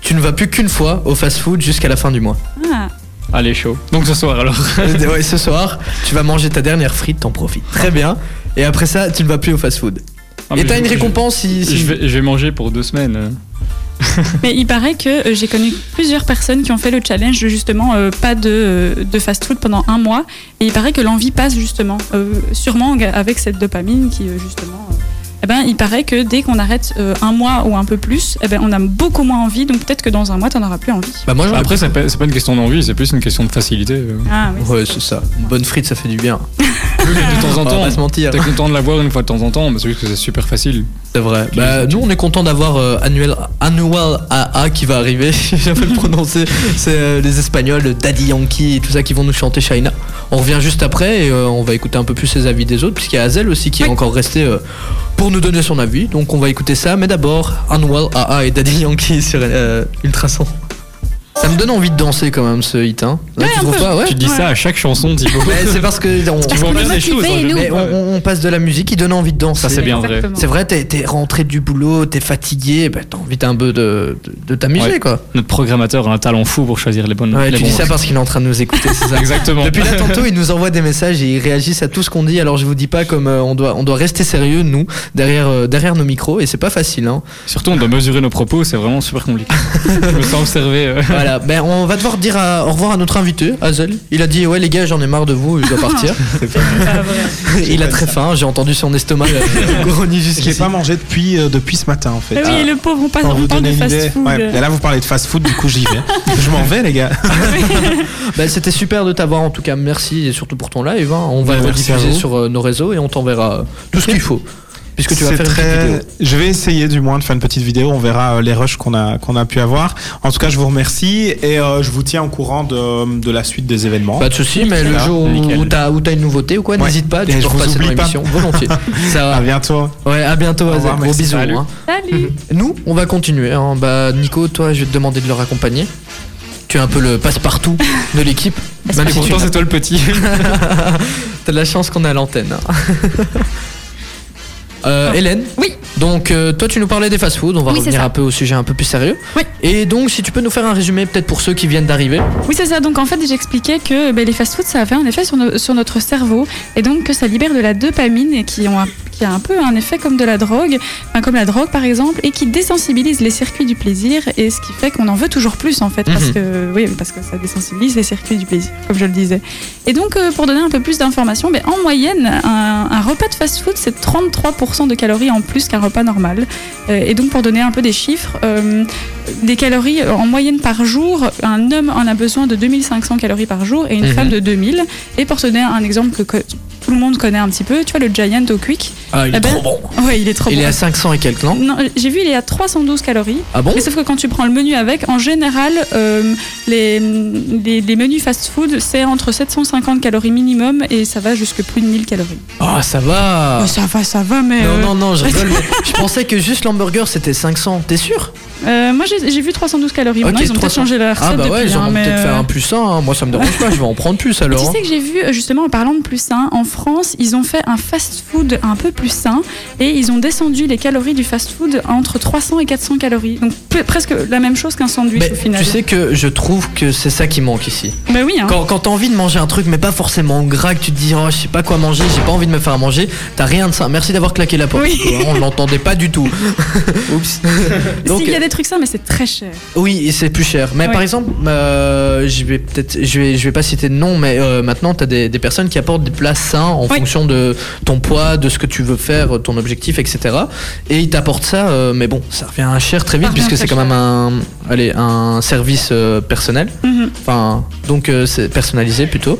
tu ne vas plus qu'une fois au fast-food jusqu'à la fin du mois. Ah. Allez, chaud. Donc ce soir alors. Euh, ouais, ce soir, tu vas manger ta dernière frite, t'en profites. Très bien. Et après ça, tu ne vas plus au fast-food. Ah, mais Et t'as je- une je- récompense si. si- Je vais, je vais manger pour deux semaines. Mais il paraît que euh, j'ai connu plusieurs personnes qui ont fait le challenge de justement euh, pas de, euh, de fast-food pendant un mois. Et il paraît que l'envie passe justement, euh, sûrement ga- avec cette dopamine qui euh, justement. euh, eh ben, il paraît que dès qu'on arrête euh, un mois ou un peu plus, eh ben, on a beaucoup moins envie. Donc peut-être que dans un mois, t'en auras plus envie. Bah, moi, j'en ai Après, c'est pas, c'est pas une question d'envie, c'est plus une question de facilité. euh. Ah, oui, plus. Ouais, c'est ça. Une bonne frite, ça fait du bien. Oui, mais de temps On en va temps, pas se mentir. t'es content de l'avoir une fois de temps en temps, mais c'est juste que c'est super facile. C'est vrai. Bah, nous, on est content d'avoir euh, annuel, annual AA qui va arriver. J'ai jamais le prononcer. C'est euh, les Espagnols, le Daddy Yankee et tout ça qui vont nous chanter China. On revient juste après et euh, on va écouter un peu plus les avis des autres, puisqu'il y a Hazel aussi qui est Oui. encore resté euh, pour nous donner son avis. Donc, on va écouter ça. Mais d'abord, Annual AA et Daddy Yankee sur euh, Ultrason. Ça me donne envie de danser quand même ce hit. Hein. Là, Ouais, tu un trouves peu. pas Ouais. Tu dis ça à chaque chanson, Thibaut. Mais c'est parce que on, Tu vois bien les choses. hein, motivés, nous. mais on- on- on passe de la musique qui donne envie de danser. Ça, c'est bien vrai. Exactement. C'est vrai, t'es t'es rentré du boulot, t'es fatigué, bah, t'as envie un peu de, de, de t'amuser Ouais. quoi. Notre programmateur a un talent fou pour choisir les bonnes Ouais, les tu bons dis ça morceaux. parce qu'il est en train de nous écouter, c'est ça. Exactement. Depuis là, tantôt, ils nous envoient des messages et ils réagissent à tout ce qu'on dit. Alors, je vous dis pas comme euh, on, doit, on doit rester sérieux, nous, derrière, euh, derrière nos micros, et c'est pas facile. Hein. Surtout, on doit mesurer nos propos, c'est vraiment super compliqué. Je me sens observé. euh. Voilà, ben, on va devoir dire à- au revoir à notre invité, Hazel. Il a dit Ouais, les gars, j'en ai marre de vous, je dois partir. il a très faim, j'ai entendu son estomac euh, grogner Je n'ai jusqu'ici. pas mangé depuis, euh, depuis ce matin en fait. Ah oui, et le pauvre, on passe Pour on vous parle de donner une idée. fast-food. Ouais. Et là, vous parlez de fast food, du coup, j'y vais. Je m'en vais, les gars. Ben, C'était super de t'avoir, en tout cas, merci, et surtout pour ton live. hein. On va le Merci à rediffuser vous. sur euh, nos réseaux et on t'enverra euh, tout ce qu'il faut. Puisque tu vas C'est faire une petite très- vidéo. Je vais essayer du moins de faire une petite vidéo. On verra euh, les rushs qu'on a, qu'on a pu avoir. En tout cas, je vous remercie et euh, je vous tiens au courant de, de la suite des événements. Bah, Pas de souci, mais le Voilà, jour où- nickel. où t'as où t'as une nouveauté ou quoi, Ouais. n'hésite pas, tu Et peux je vous repasser dans oublie pas. l'émission, volontiers. Ça va. À bientôt. Ouais, à bientôt, Au Azek. revoir, Gros merci. bisous. Salut. hein. Salut. Nous, on va continuer. hein. Bah, Nico, toi, je vais te demander de leur accompagner. Tu es un peu le passe-partout de l'équipe. Bah, Même Et si tu pourtant, c'est toi le petit. T'as de la chance qu'on est à l'antenne. hein. Euh, Hélène Oui. Donc, euh, toi, tu nous parlais des fast-foods. On va Oui, c'est revenir ça. un peu au sujet un peu plus sérieux. Oui. Et donc, si tu peux nous faire un résumé, peut-être pour ceux qui viennent d'arriver. Oui, c'est ça. Donc, en fait, j'expliquais que ben, les fast-foods, ça avait un effet sur, no- sur notre cerveau et donc que ça libère de la dopamine et qui, ont un- qui a un peu un effet comme de la drogue, enfin, comme la drogue par exemple, et qui désensibilise les circuits du plaisir et ce qui fait qu'on en veut toujours plus en fait parce Mhm. que oui, parce que ça désensibilise les circuits du plaisir, comme je le disais. Et donc, euh, pour donner un peu plus d'informations, ben, en moyenne, un, un repas de fast-food c'est 33% de calories en plus qu'un repas normal. Euh, et donc, pour donner un peu des chiffres. euh, des calories euh, en moyenne par jour. Un homme en a besoin de 2500 calories par jour et une Mhm. femme de 2000. Et pour te donner un exemple que, co- tout le monde connaît un petit peu, tu vois le Giant au Quick. Ah, il est Eh ben, trop bon. Ouais, il est trop Il bon. est à 500 et quelques, non Non, j'ai vu, il est à 312 calories. Ah bon Mais sauf que quand tu prends le menu avec, en général, euh, les, les, les menus fast-food, c'est entre 750 calories minimum et ça va jusque plus de 1000 calories. Ah, ça va. Oh, ça va, ça va, mais. Non, euh, non, non, je rigole. mais je pensais que juste l'hamburger c'était 500, t'es sûr euh, moi, j'ai j'ai vu 312 calories. Ok, Maintenant, ils ont 300. peut-être changé la recette Ah bah ouais, depuis, ils en hein, vont mais, peut-être faire euh, un plus 1, hein. moi ça me dérange pas, je vais en prendre plus alors. Tu hein. sais que j'ai vu, euh, justement, en parlant de plus sain, en France, ils ont fait un fast-food un peu plus sain et ils ont descendu les calories du fast-food à entre 300 et 400 calories. Donc peu- presque la même chose qu'un sandwich Mais au final. tu sais que je trouve que c'est ça qui manque ici. Mais oui, hein. Quand, quand t'as envie de manger un truc, mais pas forcément gras, que tu te dis oh je sais pas quoi manger, j'ai pas envie de me faire à manger, t'as rien de ça. Merci d'avoir claqué la porte. Oui. Nico, hein, On l'entendait pas du tout. Oups. Donc, euh, S'il y a des trucs sains, mais c'est très cher. Oui, et c'est plus cher. Mais Ouais. par exemple, euh, je vais peut-être, je vais, je vais pas citer de nom, mais euh, maintenant t'as des, des personnes qui apportent des plats sains en Oui. fonction de ton poids, de ce que tu veux faire, ton objectif, etc. Et ils t'apportent ça, euh, mais bon, ça revient à cher très vite Ça revient puisque c'est très quand cher. même un, allez, un service euh, personnel, Mhm. enfin donc euh, c'est personnalisé plutôt.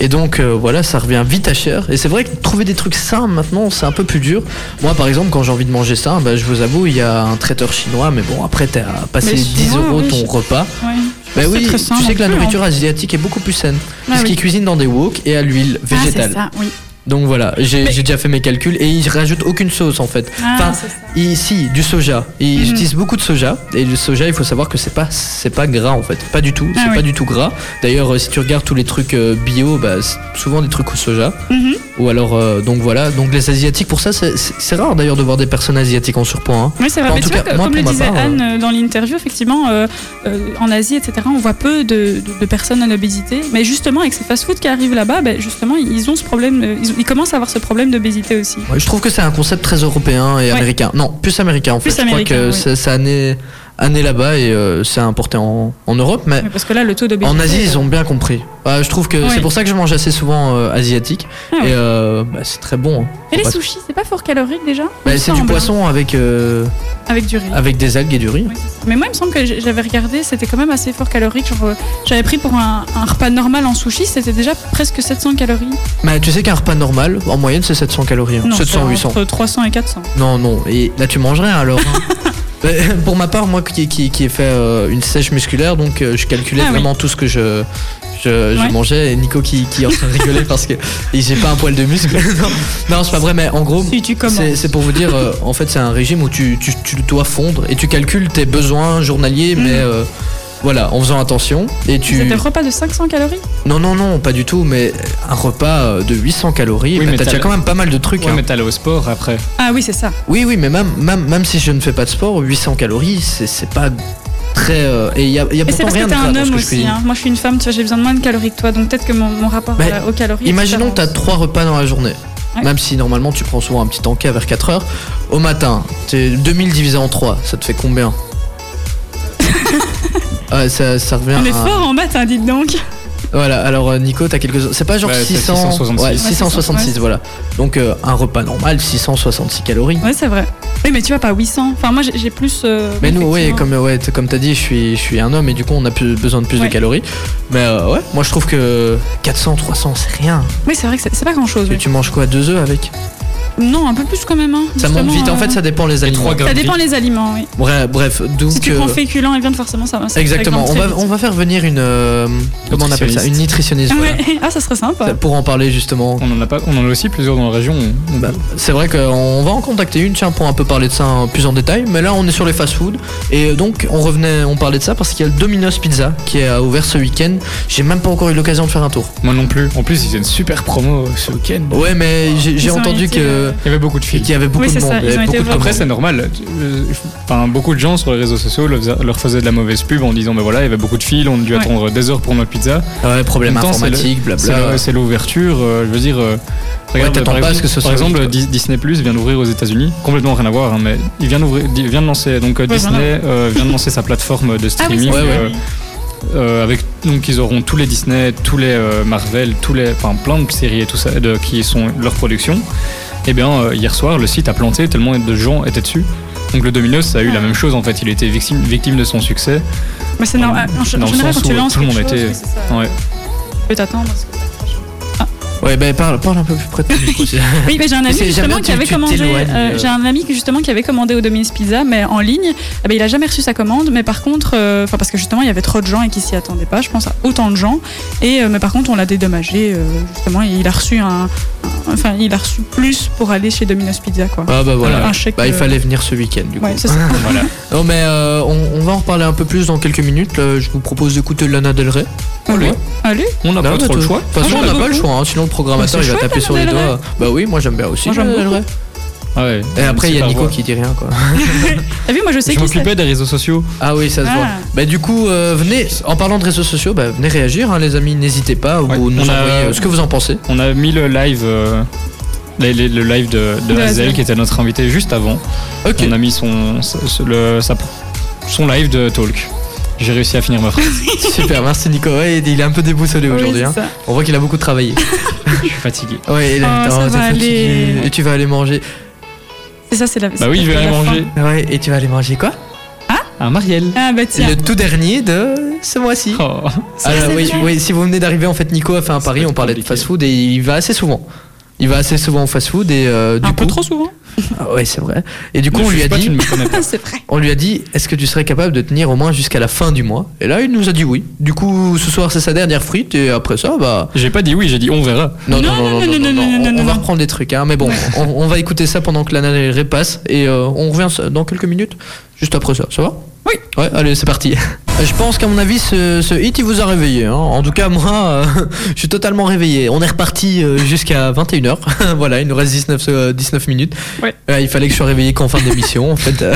Et donc euh, voilà, ça revient vite à cher. Et c'est vrai que trouver des trucs sains maintenant, c'est un peu plus dur. Moi, par exemple, quand j'ai envie de manger sain, bah, je vous avoue, il y a un traiteur chinois, mais bon, après t'as passé Mais 10 chinois, euros oui, ton je- repas. Ouais. Bah C'est oui, très sain tu sais non que la plus, hein. nourriture asiatique est beaucoup plus saine, Ah puisqu'ils oui. cuisinent dans des wok et à l'huile Ah, végétale. c'est ça, oui. Donc voilà, j'ai Mais- j'ai déjà fait mes calculs et ils rajoutent aucune sauce en fait. Ah, Enfin, c'est ça. Ici, du soja. Ils Mhm. utilisent beaucoup de soja et le soja, il faut savoir que c'est pas c'est pas gras en fait, pas du tout, Ah c'est oui. pas du tout gras. D'ailleurs, euh, si tu regardes tous les trucs euh, bio, bah c'est souvent des trucs au soja Mhm. ou alors euh, donc voilà, donc les asiatiques pour ça c'est- c'est c'est rare d'ailleurs de voir des personnes asiatiques en surpoids. hein. Oui, c'est vrai. Enfin, en mais tu tout vois, cas, que- moi, comme le pour ma disait part, euh, Anne euh, dans l'interview, effectivement, euh, euh, en Asie, etc., on voit peu de, de- de personnes en obésité. Mais justement, avec ces fast-food qui arrivent là-bas, ben, justement, ils ont ce problème. euh, Ils, ont- ils commencent à avoir ce problème d'obésité aussi. Ouais, je trouve que c'est un concept très européen et Ouais. américain. Non, plus américain en fait. je Plus crois américain, que oui. ça, ça a né, a né là-bas et euh, c'est importé en, en Europe, mais Mais Parce que là, le taux d'obésité. en Asie euh, ils ont bien compris. Bah, je trouve que Ouais. c'est pour ça que je mange assez souvent euh, asiatique Ah ouais. et euh, bah, c'est très bon. hein. Et les Bah, sushis, c'est pas fort calorique déjà Il bah, me c'est du semble, poisson avec, euh, hein, Avec du riz. avec des algues et du riz. Oui, c'est ça. Mais moi, il me semble que j- j'avais regardé, c'était quand même assez fort calorique. Genre, euh, j'avais pris pour un, un repas normal en sushi, c'était déjà presque 700 calories. Bah, tu sais qu'un repas normal, en moyenne, c'est 700 calories. hein. Non, 700, c'est 800. Entre 300 et 400. Non, non. Et là, tu manges rien alors. hein. Bah, pour ma part, moi qui, qui, qui ai fait euh, une sèche musculaire, donc euh, je calculais Ah oui. vraiment tout ce que je, je, je Ouais. mangeais. Et Nico qui, qui est en train de rigoler parce que et j'ai pas un poil de muscle. non, non, c'est pas vrai, mais en gros. Si tu commences. C'est c'est pour vous dire, euh, en fait, c'est un régime où tu, tu, tu dois fondre et tu calcules tes besoins journaliers, mais Mhm. euh, Voilà, en faisant attention. Et tu. C'était un repas de 500 calories Non, non, non, pas du tout, mais un repas euh, de 800 calories, Oui, bah, mais t'as t'as déjà le- quand même pas mal de trucs. Ouais, hein. mais t'allais au sport après. Ah oui, c'est ça. Oui, oui, mais même, même, même si je ne fais pas de sport, 800 calories, c'est c'est pas très. euh, et il y a, il y a Mais pourtant c'est parce que rien de t'es grave un dans ce homme que je te aussi. dis. hein. Moi, je suis une femme, tu vois, j'ai besoin de moins de calories que toi. Donc peut-être que mon, mon rapport Bah, à la- aux calories. est Imaginons que tu as différent. trois repas dans la journée. Ouais. Même si normalement tu prends souvent un petit encas vers 4 heures. Au matin, t'es 2000 divisé en 3, ça te fait combien Ouais, ça, ça revient On est à... fort en maths, hein, dites donc. Voilà, alors euh, Nico, t'as quelques... C'est pas genre Ouais, c'est 600... 666. Ouais, Ouais, 666, ouais. voilà. Donc euh, un repas normal, 666 calories. Ouais, c'est vrai. Oui, mais tu vois, pas 800. Enfin, moi, j'ai j'ai plus. euh, Mais nous, oui, effectivement. comme, ouais, t- comme t'as dit, je suis, je suis un homme et du coup, on a plus, besoin de plus Ouais. de calories. Mais euh, ouais, moi je trouve que 400, 300, c'est rien. Oui, c'est vrai que c'est c'est pas grand chose. Tu- Tu manges quoi Deux œufs avec Non, un peu plus quand même. hein, Ça monte justement, vite. En euh, fait, ça dépend les aliments. trois ça dépend les aliments, oui. Bref, bref, donc. Si tu euh, prends féculents et viande, forcément, ça va. ça Exactement. On augmente va, très on vite. va faire venir une. euh, comment on appelle ça Une nutritionniste. voilà. Ouais. Ah, ça serait sympa. Ça- Pour en parler justement. On en a pas, on en a aussi plusieurs dans la région. On- on- Bah, c'est vrai qu'on va en contacter une, tiens, pour un peu parler de ça hein, plus en détail. Mais là, on est sur les fast-food. Et donc, on revenait, on parlait de ça parce qu'il y a le Domino's Pizza qui est ouvert ce week-end. J'ai même pas encore eu l'occasion de faire un tour. Moi non plus. En plus, ils ont une super promo ce week-end. Ouais, mais j'ai j'ai Ils ont entendu été, que euh, Il y avait beaucoup de filles. qu'il y avait beaucoup Oui, de c'est monde. ça, il y ils avait ont été beaucoup de ouverts. Après, commandes. c'est normal. Euh, Enfin, beaucoup de gens sur les réseaux sociaux leur faisaient- leur faisaient de la mauvaise pub en disant, mais voilà, il y avait beaucoup de filles, on a dû Ouais. attendre des heures pour notre pizza. Ouais, problème En même temps, c'est le- informatique, C'est blabla. le- c'est l'ouverture, euh, je veux dire. euh, regarde, t'attends par pas exemple, à ce que ce par soit exemple, vide, quoi. Dis- Disney Plus vient d'ouvrir aux États-Unis, complètement rien à voir, hein, mais il vient d'ouvrir, di- vient de lancer donc euh, Ouais, Disney euh, vient de lancer sa plateforme de Ah oui, streaming c'est Ouais, ça. euh, euh, avec donc ils auront tous les Disney, tous les euh, Marvel, tous les enfin plein de séries et tout ça de- qui sont leur production. Et bien euh, hier soir le site a planté tellement de gens étaient dessus. Donc le Domino's ça a eu la même chose en fait, il était victime, victime de son succès. Mais c'est normal. Dans En le général, sens quand tu où lances tout le monde quelque chose, était- oui, c'est ça. Ouais. Tu peux t'attendre. parce que- Ouais, bah parle, parle un peu plus près de ton micro, c'est- Oui, mais j'ai un ami C'est- j'aime bien justement que qui tu- avait tu commandé. t'éloignes, euh, euh. J'ai un ami qui, justement qui avait commandé au Domino's Pizza, mais en ligne. Eh ben, il a jamais reçu sa commande, mais par contre, euh, enfin parce que justement il y avait trop de gens et qui s'y attendaient pas. Je pense à autant de gens. Et euh, mais par contre, on l'a dédommagé. euh, justement, il a reçu un, un- enfin il a reçu plus pour aller chez Domino's Pizza quoi. Ah bah voilà. Un chèque. Bah, il euh, fallait venir ce week-end du coup. Ouais, c'est ça. Ah Voilà. Non mais euh, on, on va en reparler un peu plus dans quelques minutes. Là, je vous propose d'écouter Lana Del Rey. Allez. Allez. On n'a Lana pas Del trop le Rey. choix. De toute façon, Ah, on n'a j'aime pas le beaucoup. choix. hein, sinon le programmateur il Mais c'est va chouette, taper sur les Lana Del doigts. Bah oui, moi j'aime bien aussi. Moi, j'aime Lana Del beaucoup. Rey. Ah ouais, Et une après il y a super Nico voix. qui dit rien quoi. T'as vu, Ah moi je sais Je qui c'est. m'occupais des réseaux sociaux. Ah oui, ça se Ah. voit. Bah du coup, euh, venez. En parlant de réseaux sociaux, bah, venez réagir, hein, les amis. N'hésitez pas ou Ouais. nous On a- envoyer euh, ce que vous en pensez. On a mis le live, euh, les- les- le live de, de De Hazel, Hazel. qui était notre invité juste avant. Ok. On a mis son, ce- ce- le- sa- son live de Talk. J'ai réussi à finir ma phrase. Super, merci Nico. Ouais, il est un peu déboussolé Oui, aujourd'hui. c'est hein. ça. On voit qu'il a beaucoup travaillé. Je suis fatigué. Ouais, il a Oh, ça t'es va fatigué. aller. Et tu vas aller manger. C'est ça, c'est la. Bah oui, je vais aller la fin. manger Ouais, et tu vas aller manger quoi un Marielle. Ah bah tiens. Le tout dernier de ce mois-ci. Oh. Alors, c'est Ah, oui, bien. oui, si vous venez d'arriver, en fait, Nico a fait un C'est pari, pas on parlait de compliqué. fast-food et il va assez souvent. Il va assez souvent au fast-food et euh, du Un coup, peu trop souvent. Ah ouais, c'est vrai. Et du coup, Ne on lui juge a pas, dit, Tu ne me connais pas. c'est vrai. on lui a dit, est-ce que tu serais capable de tenir au moins jusqu'à la fin du mois Et là, il nous a dit oui. Du coup, ce soir, c'est sa dernière frite et après ça, bah J'ai pas dit oui, j'ai dit on verra. non, non, Non, non, non, non, non, non, non, on- non, on va non. reprendre des trucs, hein. Mais bon, on, on va écouter ça pendant que l'année repasse et euh, on revient ça- dans quelques minutes, juste après ça. Ça va Oui. Ouais, allez, c'est parti. Je pense qu'à mon avis, ce, ce hit, il vous a réveillé. hein. En tout cas, moi, euh, je suis totalement réveillé. On est reparti euh, jusqu'à 21h. voilà, il nous reste 19, se- euh, 19 minutes. Ouais. Euh, il fallait que je sois réveillé qu'en fin d'émission, en fait. Euh,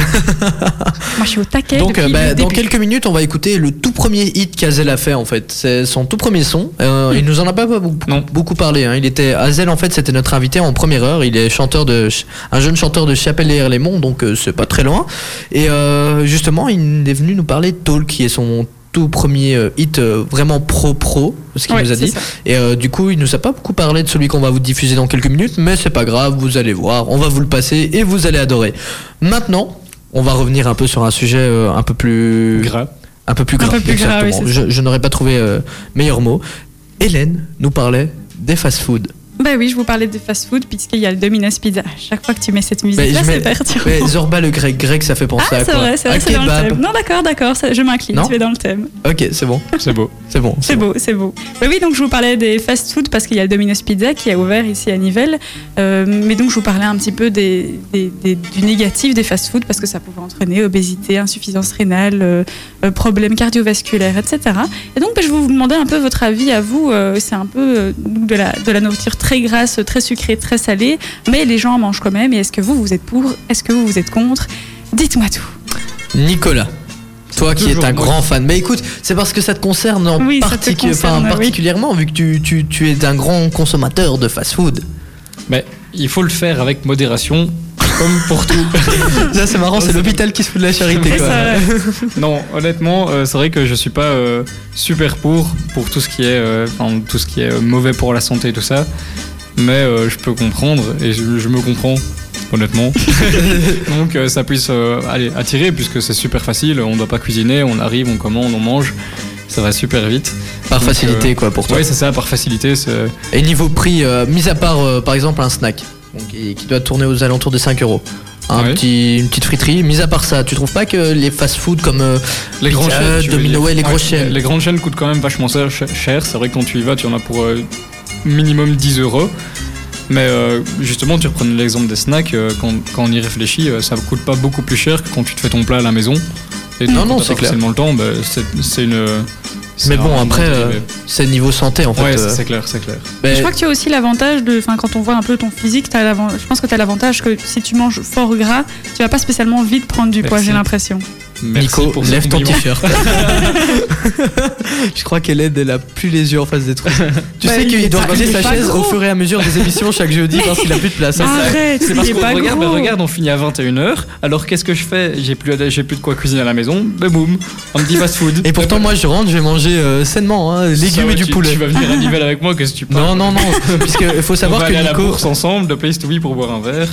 Moi je suis au taquet. Donc, euh, depuis bah, le dans début. quelques minutes, on va écouter le tout premier hit qu'Azel a fait, en fait. C'est son tout premier son. Euh, Il nous en a pas beaucoup, Non. beaucoup parlé. hein. Il était Azel, en fait, c'était notre invité en première heure. Il est chanteur de ch- un jeune chanteur de Chapelle et Herlémont, donc euh, c'est pas très loin. Et euh, justement, il est venu nous parler de Talk, qui est son tout premier euh, hit euh, vraiment pro pro, ce qu'il Ouais, nous a c'est dit. ça. Et euh, du coup, il nous a pas beaucoup parlé de celui qu'on va vous diffuser dans quelques minutes, mais c'est pas grave, vous allez voir, on va vous le passer et vous allez adorer. Maintenant, on va revenir un peu sur un sujet euh, un peu plus Gras. un peu plus Un grave. peu plus grave, exactement. oui, c'est je je n'aurais pas trouvé euh, meilleur mot. Hélène nous parlait des fast-food. Bah Bah oui, je vous parlais des fast-food, puisqu'il y a le Domino's Pizza. À chaque fois que tu mets cette musique, Bah, je là, mets- c'est perturbant. Mais Zorba le grec, grec ça fait penser Ah, à c'est quoi vrai, c'est À vrai, c'est dans le kebab. thème. Non, d'accord, d'accord, ça- je m'incline, Non tu es dans le thème. Ok, c'est bon, C'est beau. c'est bon. C'est beau, c'est beau. Mais oui, donc je vous parlais des fast-food parce qu'il y a le Domino's Pizza qui a ouvert ici à Nivelles. Euh, mais donc je vous parlais un petit peu des, des- des- du négatif des fast-food parce que ça pouvait entraîner obésité, insuffisance rénale, euh, euh, problèmes cardiovasculaires, etc. Et donc bah, je vais vous demander un peu votre avis à vous. Euh, c'est un peu euh, donc de, la, de la nourriture très grasse, très sucrée, très salée, mais les gens en mangent quand même. Et est-ce que vous, vous êtes pour Est-ce que vous, vous êtes contre Dites-moi tout. Nicolas. Toi qui es toujours un moi. grand fan. Mais écoute, c'est parce que ça te concerne en Oui, ça te particu- concerne, enfin, oui. particulièrement, vu que tu, tu- tu es un grand consommateur de fast-food. Mais il faut le faire avec modération, comme pour tout. Ça, c'est marrant, c'est l'hôpital qui se fout de la charité. Et quoi. ça, Non, honnêtement, euh, c'est vrai que je suis pas euh, super pour pour tout ce qui est euh, enfin, tout ce qui est euh, mauvais pour la santé et tout ça, mais euh, je peux comprendre et je, je me comprends honnêtement. Donc euh, ça puisse euh, aller attirer puisque c'est super facile, on doit pas cuisiner, on arrive, on commande, on mange. Ça va super vite. Par Donc, facilité, quoi, pour toi. Oui, c'est ça, par facilité. c'est- Et niveau prix, euh, mis à part, euh, par exemple, un snack, donc, qui, qui doit tourner aux alentours de 5 euros. Un Ouais. petit, une petite friterie, mis à part ça, tu trouves pas que les fast-food comme euh, Les Pizza grandes chaînes. tu veux Domino, dire. Ah, ouais, les grosses chaînes. Les grandes chaînes coûtent quand même vachement cher. ch- cher. C'est vrai que quand tu y vas, tu en as pour euh, minimum 10 euros. Mais euh, justement, tu reprenais l'exemple des snacks. euh, quand, quand on y réfléchit, euh, ça coûte pas beaucoup plus cher que quand tu te fais ton plat à la maison. Et Non, quand non, t'as c'est pas clair. forcément le temps, bah, c'est c'est une. c'est Mais un- bon, après, un- euh, c'est niveau santé en fait. Ouais, ça, euh, c'est clair, c'est clair. mais- Je crois que tu as aussi l'avantage de, enfin, quand on voit un peu ton physique, t'as l'avan- je pense que tu as l'avantage que si tu manges fort gras, tu vas pas spécialement vite prendre du poids, Merci. j'ai l'impression. Merci Nico, pour ce lève ton compliment. t-shirt. je crois qu'elle aide, elle a plus les yeux en face des trous. Tu Bah, sais il qu'il est doit pas- régler il est sa pas chaise gros. au fur et à mesure des émissions chaque jeudi parce qu'il a plus de place. hein. Arrête, C'est parce il est qu'on pas regarde, bah, gros. regarde, on finit à 21h. Alors qu'est-ce que je fais J'ai plus, j'ai plus de quoi cuisiner à la maison. Bah boum, un petit fast-food. Et pourtant, moi je rentre, je vais manger euh, sainement, hein, légumes Ça, et du tu- poulet. Tu vas venir à Nivelles avec moi, qu'est-ce que tu parles Non, non, non, puisque il faut On savoir va que aller à la Nico, course ensemble, de Place to Be pour boire un verre.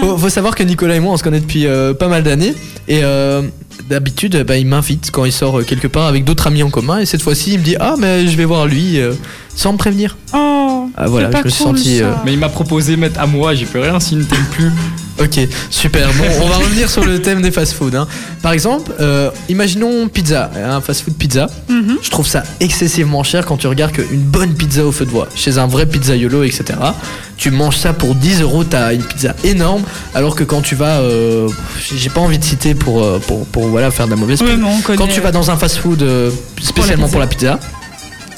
faut, faut savoir que Nicolas et moi on se connaît depuis euh, pas mal d'années et euh, d'habitude bah, il m'invite quand il sort euh, quelque part avec d'autres amis en commun et cette fois-ci il me dit ah mais je vais voir lui euh, sans me prévenir. Oh, Ah, voilà, c'est pas je me suis cool, senti, ça. euh, Mais il m'a proposé mettre à moi, j'ai fait rien s'il ne t'aime plus. Ok, super. Bon, on va revenir sur le thème des fast-food. hein. Par exemple, euh, imaginons pizza, un fast-food pizza. Mhm. Je trouve ça excessivement cher quand tu regardes qu'une bonne pizza au feu de bois, chez un vrai pizzaiolo, etc. Tu manges ça pour 10 euros, t'as une pizza énorme, alors que quand tu vas, euh, j'ai pas envie de citer pour, euh, pour, pour, voilà, faire de la mauvaise pub. Ouais, mais on connaît. Quand tu vas dans un fast-food euh, spécialement pour la pizza,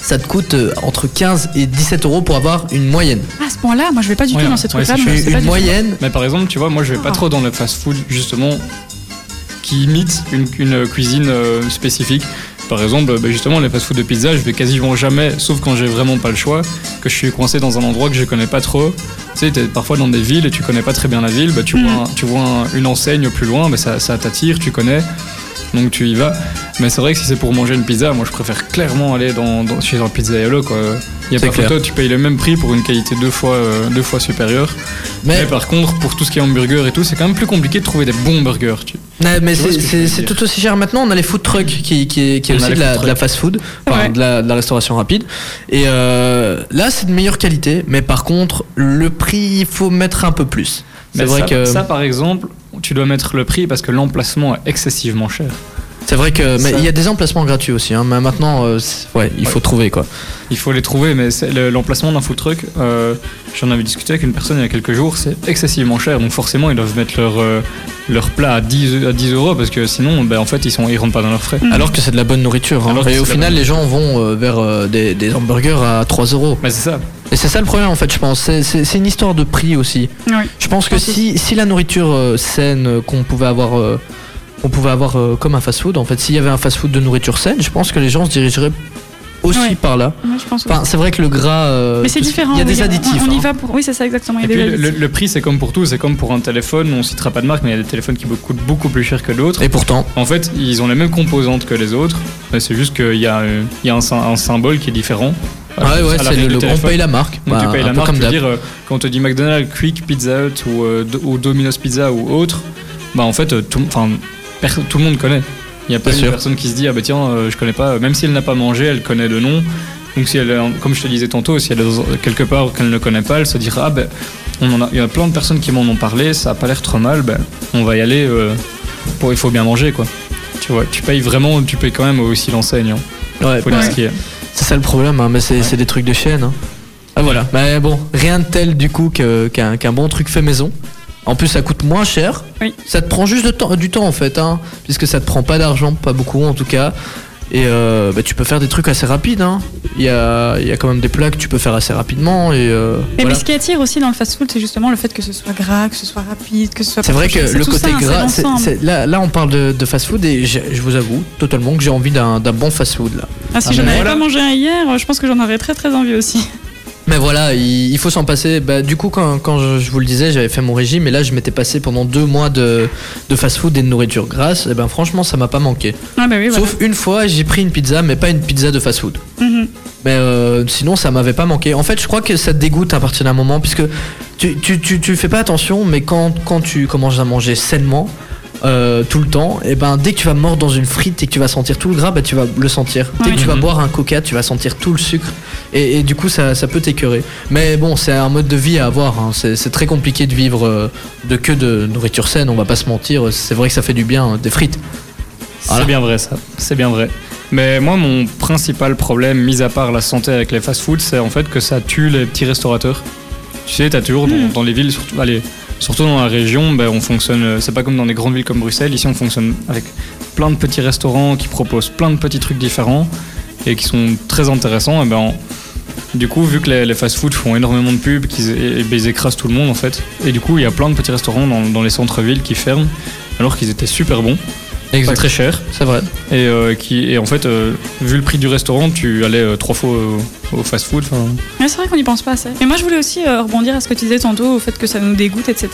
ça te coûte euh, entre 15 et 17 euros pour avoir une moyenne. Ah, à ce point-là, moi je vais pas du Ouais, tout dans ouais, ces ouais, trucs-là. c'est moi, je sais Une, pas du tout. moyenne, Mais par exemple, tu vois, moi je vais pas Ah. trop dans le fast-food, justement, qui imite une, une cuisine euh, spécifique. Par exemple, bah, justement, les fast-food de pizza, je vais quasiment jamais, sauf quand j'ai vraiment pas le choix, que je suis coincé dans un endroit que je connais pas trop. Tu sais, t'es parfois dans des villes et tu connais pas très bien la ville, bah, tu Mm. vois, un- tu vois un- une enseigne au plus loin, bah, ça, ça t'attire, tu connais, donc tu y vas. Mais c'est vrai que si c'est pour manger une pizza, moi je préfère clairement aller dans, dans- chez un pizzaiolo, quoi. Y a C'est pas clair. photo, tu payes le même prix pour une qualité deux fois, euh, deux fois supérieure. Mais mais par contre, pour tout ce qui est hamburger et tout, c'est quand même plus compliqué de trouver des bons burgers. tu- Ouais, mais Tu vois c'est- ce que je c'est veux c'est dire. tout aussi cher. Maintenant, on a les food trucks qui, qui, qui est On a aussi les de la, food de la fast food, enfin, Ouais. de, la, de la restauration rapide. Et euh, là, c'est de meilleure qualité, mais par contre, le prix, il faut mettre un peu plus. C'est Mais vrai ça, que ça, par exemple, tu dois mettre le prix parce que l'emplacement est excessivement cher. c'est vrai que mais ça- il y a des emplacements gratuits aussi. Hein, mais maintenant, euh, c'est- ouais, il Ouais. faut trouver quoi. Il faut les trouver, mais c'est- le- l'emplacement d'un food truck, euh, j'en avais discuté avec une personne il y a quelques jours, c'est excessivement cher. Donc forcément, ils doivent mettre leur, euh, leur plat à 10, à 10 euros parce que sinon, ben, en fait, ils sont ils rentrent pas dans leurs frais. Mm. Alors que c'est de la bonne nourriture. hein. Alors que Et c'est au de la final, bonne les gens vont euh, vers euh, des, des hamburgers à 3 euros. Mais c'est ça. Et c'est ça le problème en fait, je pense. C'est- C'est c'est une histoire de prix aussi. Oui. Je pense que si, si la nourriture euh, saine euh, qu'on pouvait avoir, euh, qu'on pouvait avoir euh, comme un fast-food, en fait, s'il y avait un fast-food de nourriture saine, je pense que les gens se dirigeraient aussi Ouais. par là. Ouais, je pense aussi. Enfin, c'est vrai que le gras. euh, mais c'est tout ce- différent. Il y a oui, des additifs. On, on y hein. va pour. Oui, c'est ça exactement. Il y Et a puis des le, le- additifs. le prix, c'est comme pour tout, c'est comme pour un téléphone. On citera pas de marque, mais il y a des téléphones qui coûtent beaucoup plus cher que d'autres. Et pourtant, En fait, ils ont les mêmes composantes que les autres, mais c'est juste qu'il y a, euh, il y a un, sy- un symbole qui est différent. Ah ouais, ouais, À c'est l'arrêt le, du le- on téléphone. paye la marque. Donc, Bah, tu payes un la peu marque, comme je veux d'hab. dire, euh, quand on te dit McDonald's, Quick, Pizza Hut ou, euh, do- ou Domino's Pizza ou autre, bah en fait, euh, tout, enfin, per- tout le monde connaît. Il n'y a pas Bien une sûr. personne qui se dit, ah bah tiens, euh, je connais pas, même si elle n'a pas mangé, elle connaît le nom. Donc, si elle, est en- comme je te disais tantôt, si elle est dans- quelque part qu'elle ne connaît pas, elle se dira Ah ben, on en a, il y a plein de personnes qui m'en ont parlé, ça a pas l'air trop mal, ben, on va y aller, euh, pour, il faut bien manger quoi. Tu vois, tu payes vraiment, tu payes quand même aussi l'enseigne. hein. Ouais, Faut dire bah, ce qu'il y a. c'est ça le problème, hein, mais c'est c'est des trucs de chaîne. hein. Ah voilà, mais bon, rien de tel du coup que- qu'un qu'un bon truc fait maison. En plus, ça coûte moins cher. Oui. Ça te prend juste de temps, du temps en fait, hein, puisque ça te prend pas d'argent, pas beaucoup en tout cas. Et euh, bah, tu peux faire des trucs assez rapides. hein. Il y, a, il y a quand même des plats que tu peux faire assez rapidement. Et euh, Mais, voilà. mais ce qui attire aussi dans le fast-food, c'est justement le fait que ce soit gras, que ce soit rapide, que ce soit. C'est vrai que proche. C'est le tout côté ça, c'est gras, c'est- l'ensemble. c'est- là, là on parle de, de fast-food et je, je vous avoue totalement que j'ai envie d'un d'un bon fast-food là. Ah, si Ah, j'en mais avais voilà. pas mangé un hier, euh, je pense que j'en aurais très très envie aussi. Mais voilà, il, il faut s'en passer. Bah, du coup, quand, quand je, je vous le disais, j'avais fait mon régime et là je m'étais passé pendant deux mois de, de fast-food et de nourriture grasse. Et ben franchement, ça m'a pas manqué. Ah, bah oui, voilà. Sauf une fois, j'ai pris une pizza, mais pas une pizza de fast-food. Mhm. Mais euh, sinon, ça m'avait pas manqué. En fait, je crois que ça te dégoûte à partir d'un moment, puisque tu, tu, tu, tu fais pas attention, mais quand, quand tu commences à manger sainement, euh, tout le temps, et ben dès que tu vas mordre dans une frite et que tu vas sentir tout le gras, bah, tu vas le sentir. Dès Ouais. que tu vas Mhm. boire un coca, tu vas sentir tout le sucre. Et, et du coup, ça, ça peut t'écœurer. Mais bon, c'est un mode de vie à avoir. hein. C'est c'est très compliqué de vivre euh, de que de nourriture saine, on va pas se mentir. C'est vrai que ça fait du bien, hein, des frites. Voilà. Ah, C'est bien vrai ça, c'est bien vrai. Mais moi, mon principal problème, mis à part la santé avec les fast-foods, c'est en fait que ça tue les petits restaurateurs. Tu sais, t'as toujours dans, dans les villes, surtout, allez, surtout dans la région, ben, on fonctionne, euh, c'est pas comme dans des grandes villes comme Bruxelles, ici on fonctionne avec plein de petits restaurants qui proposent plein de petits trucs différents et qui sont très intéressants. Et ben, on- du coup, vu que les, les fast-foods font énormément de pubs, qu'ils et- et ben, ils écrasent tout le monde en fait, et du coup, il y a plein de petits restaurants dans, dans les centres-villes qui ferment alors qu'ils étaient super bons, pas très chers. C'est vrai. Et, euh, qui, et en fait, euh, vu le prix du restaurant, tu allais euh, trois fois euh, au fast-food. enfin. Mais c'est vrai qu'on n'y pense pas assez. Mais moi, je voulais aussi euh, rebondir à ce que tu disais tantôt, au fait que ça nous dégoûte, etc.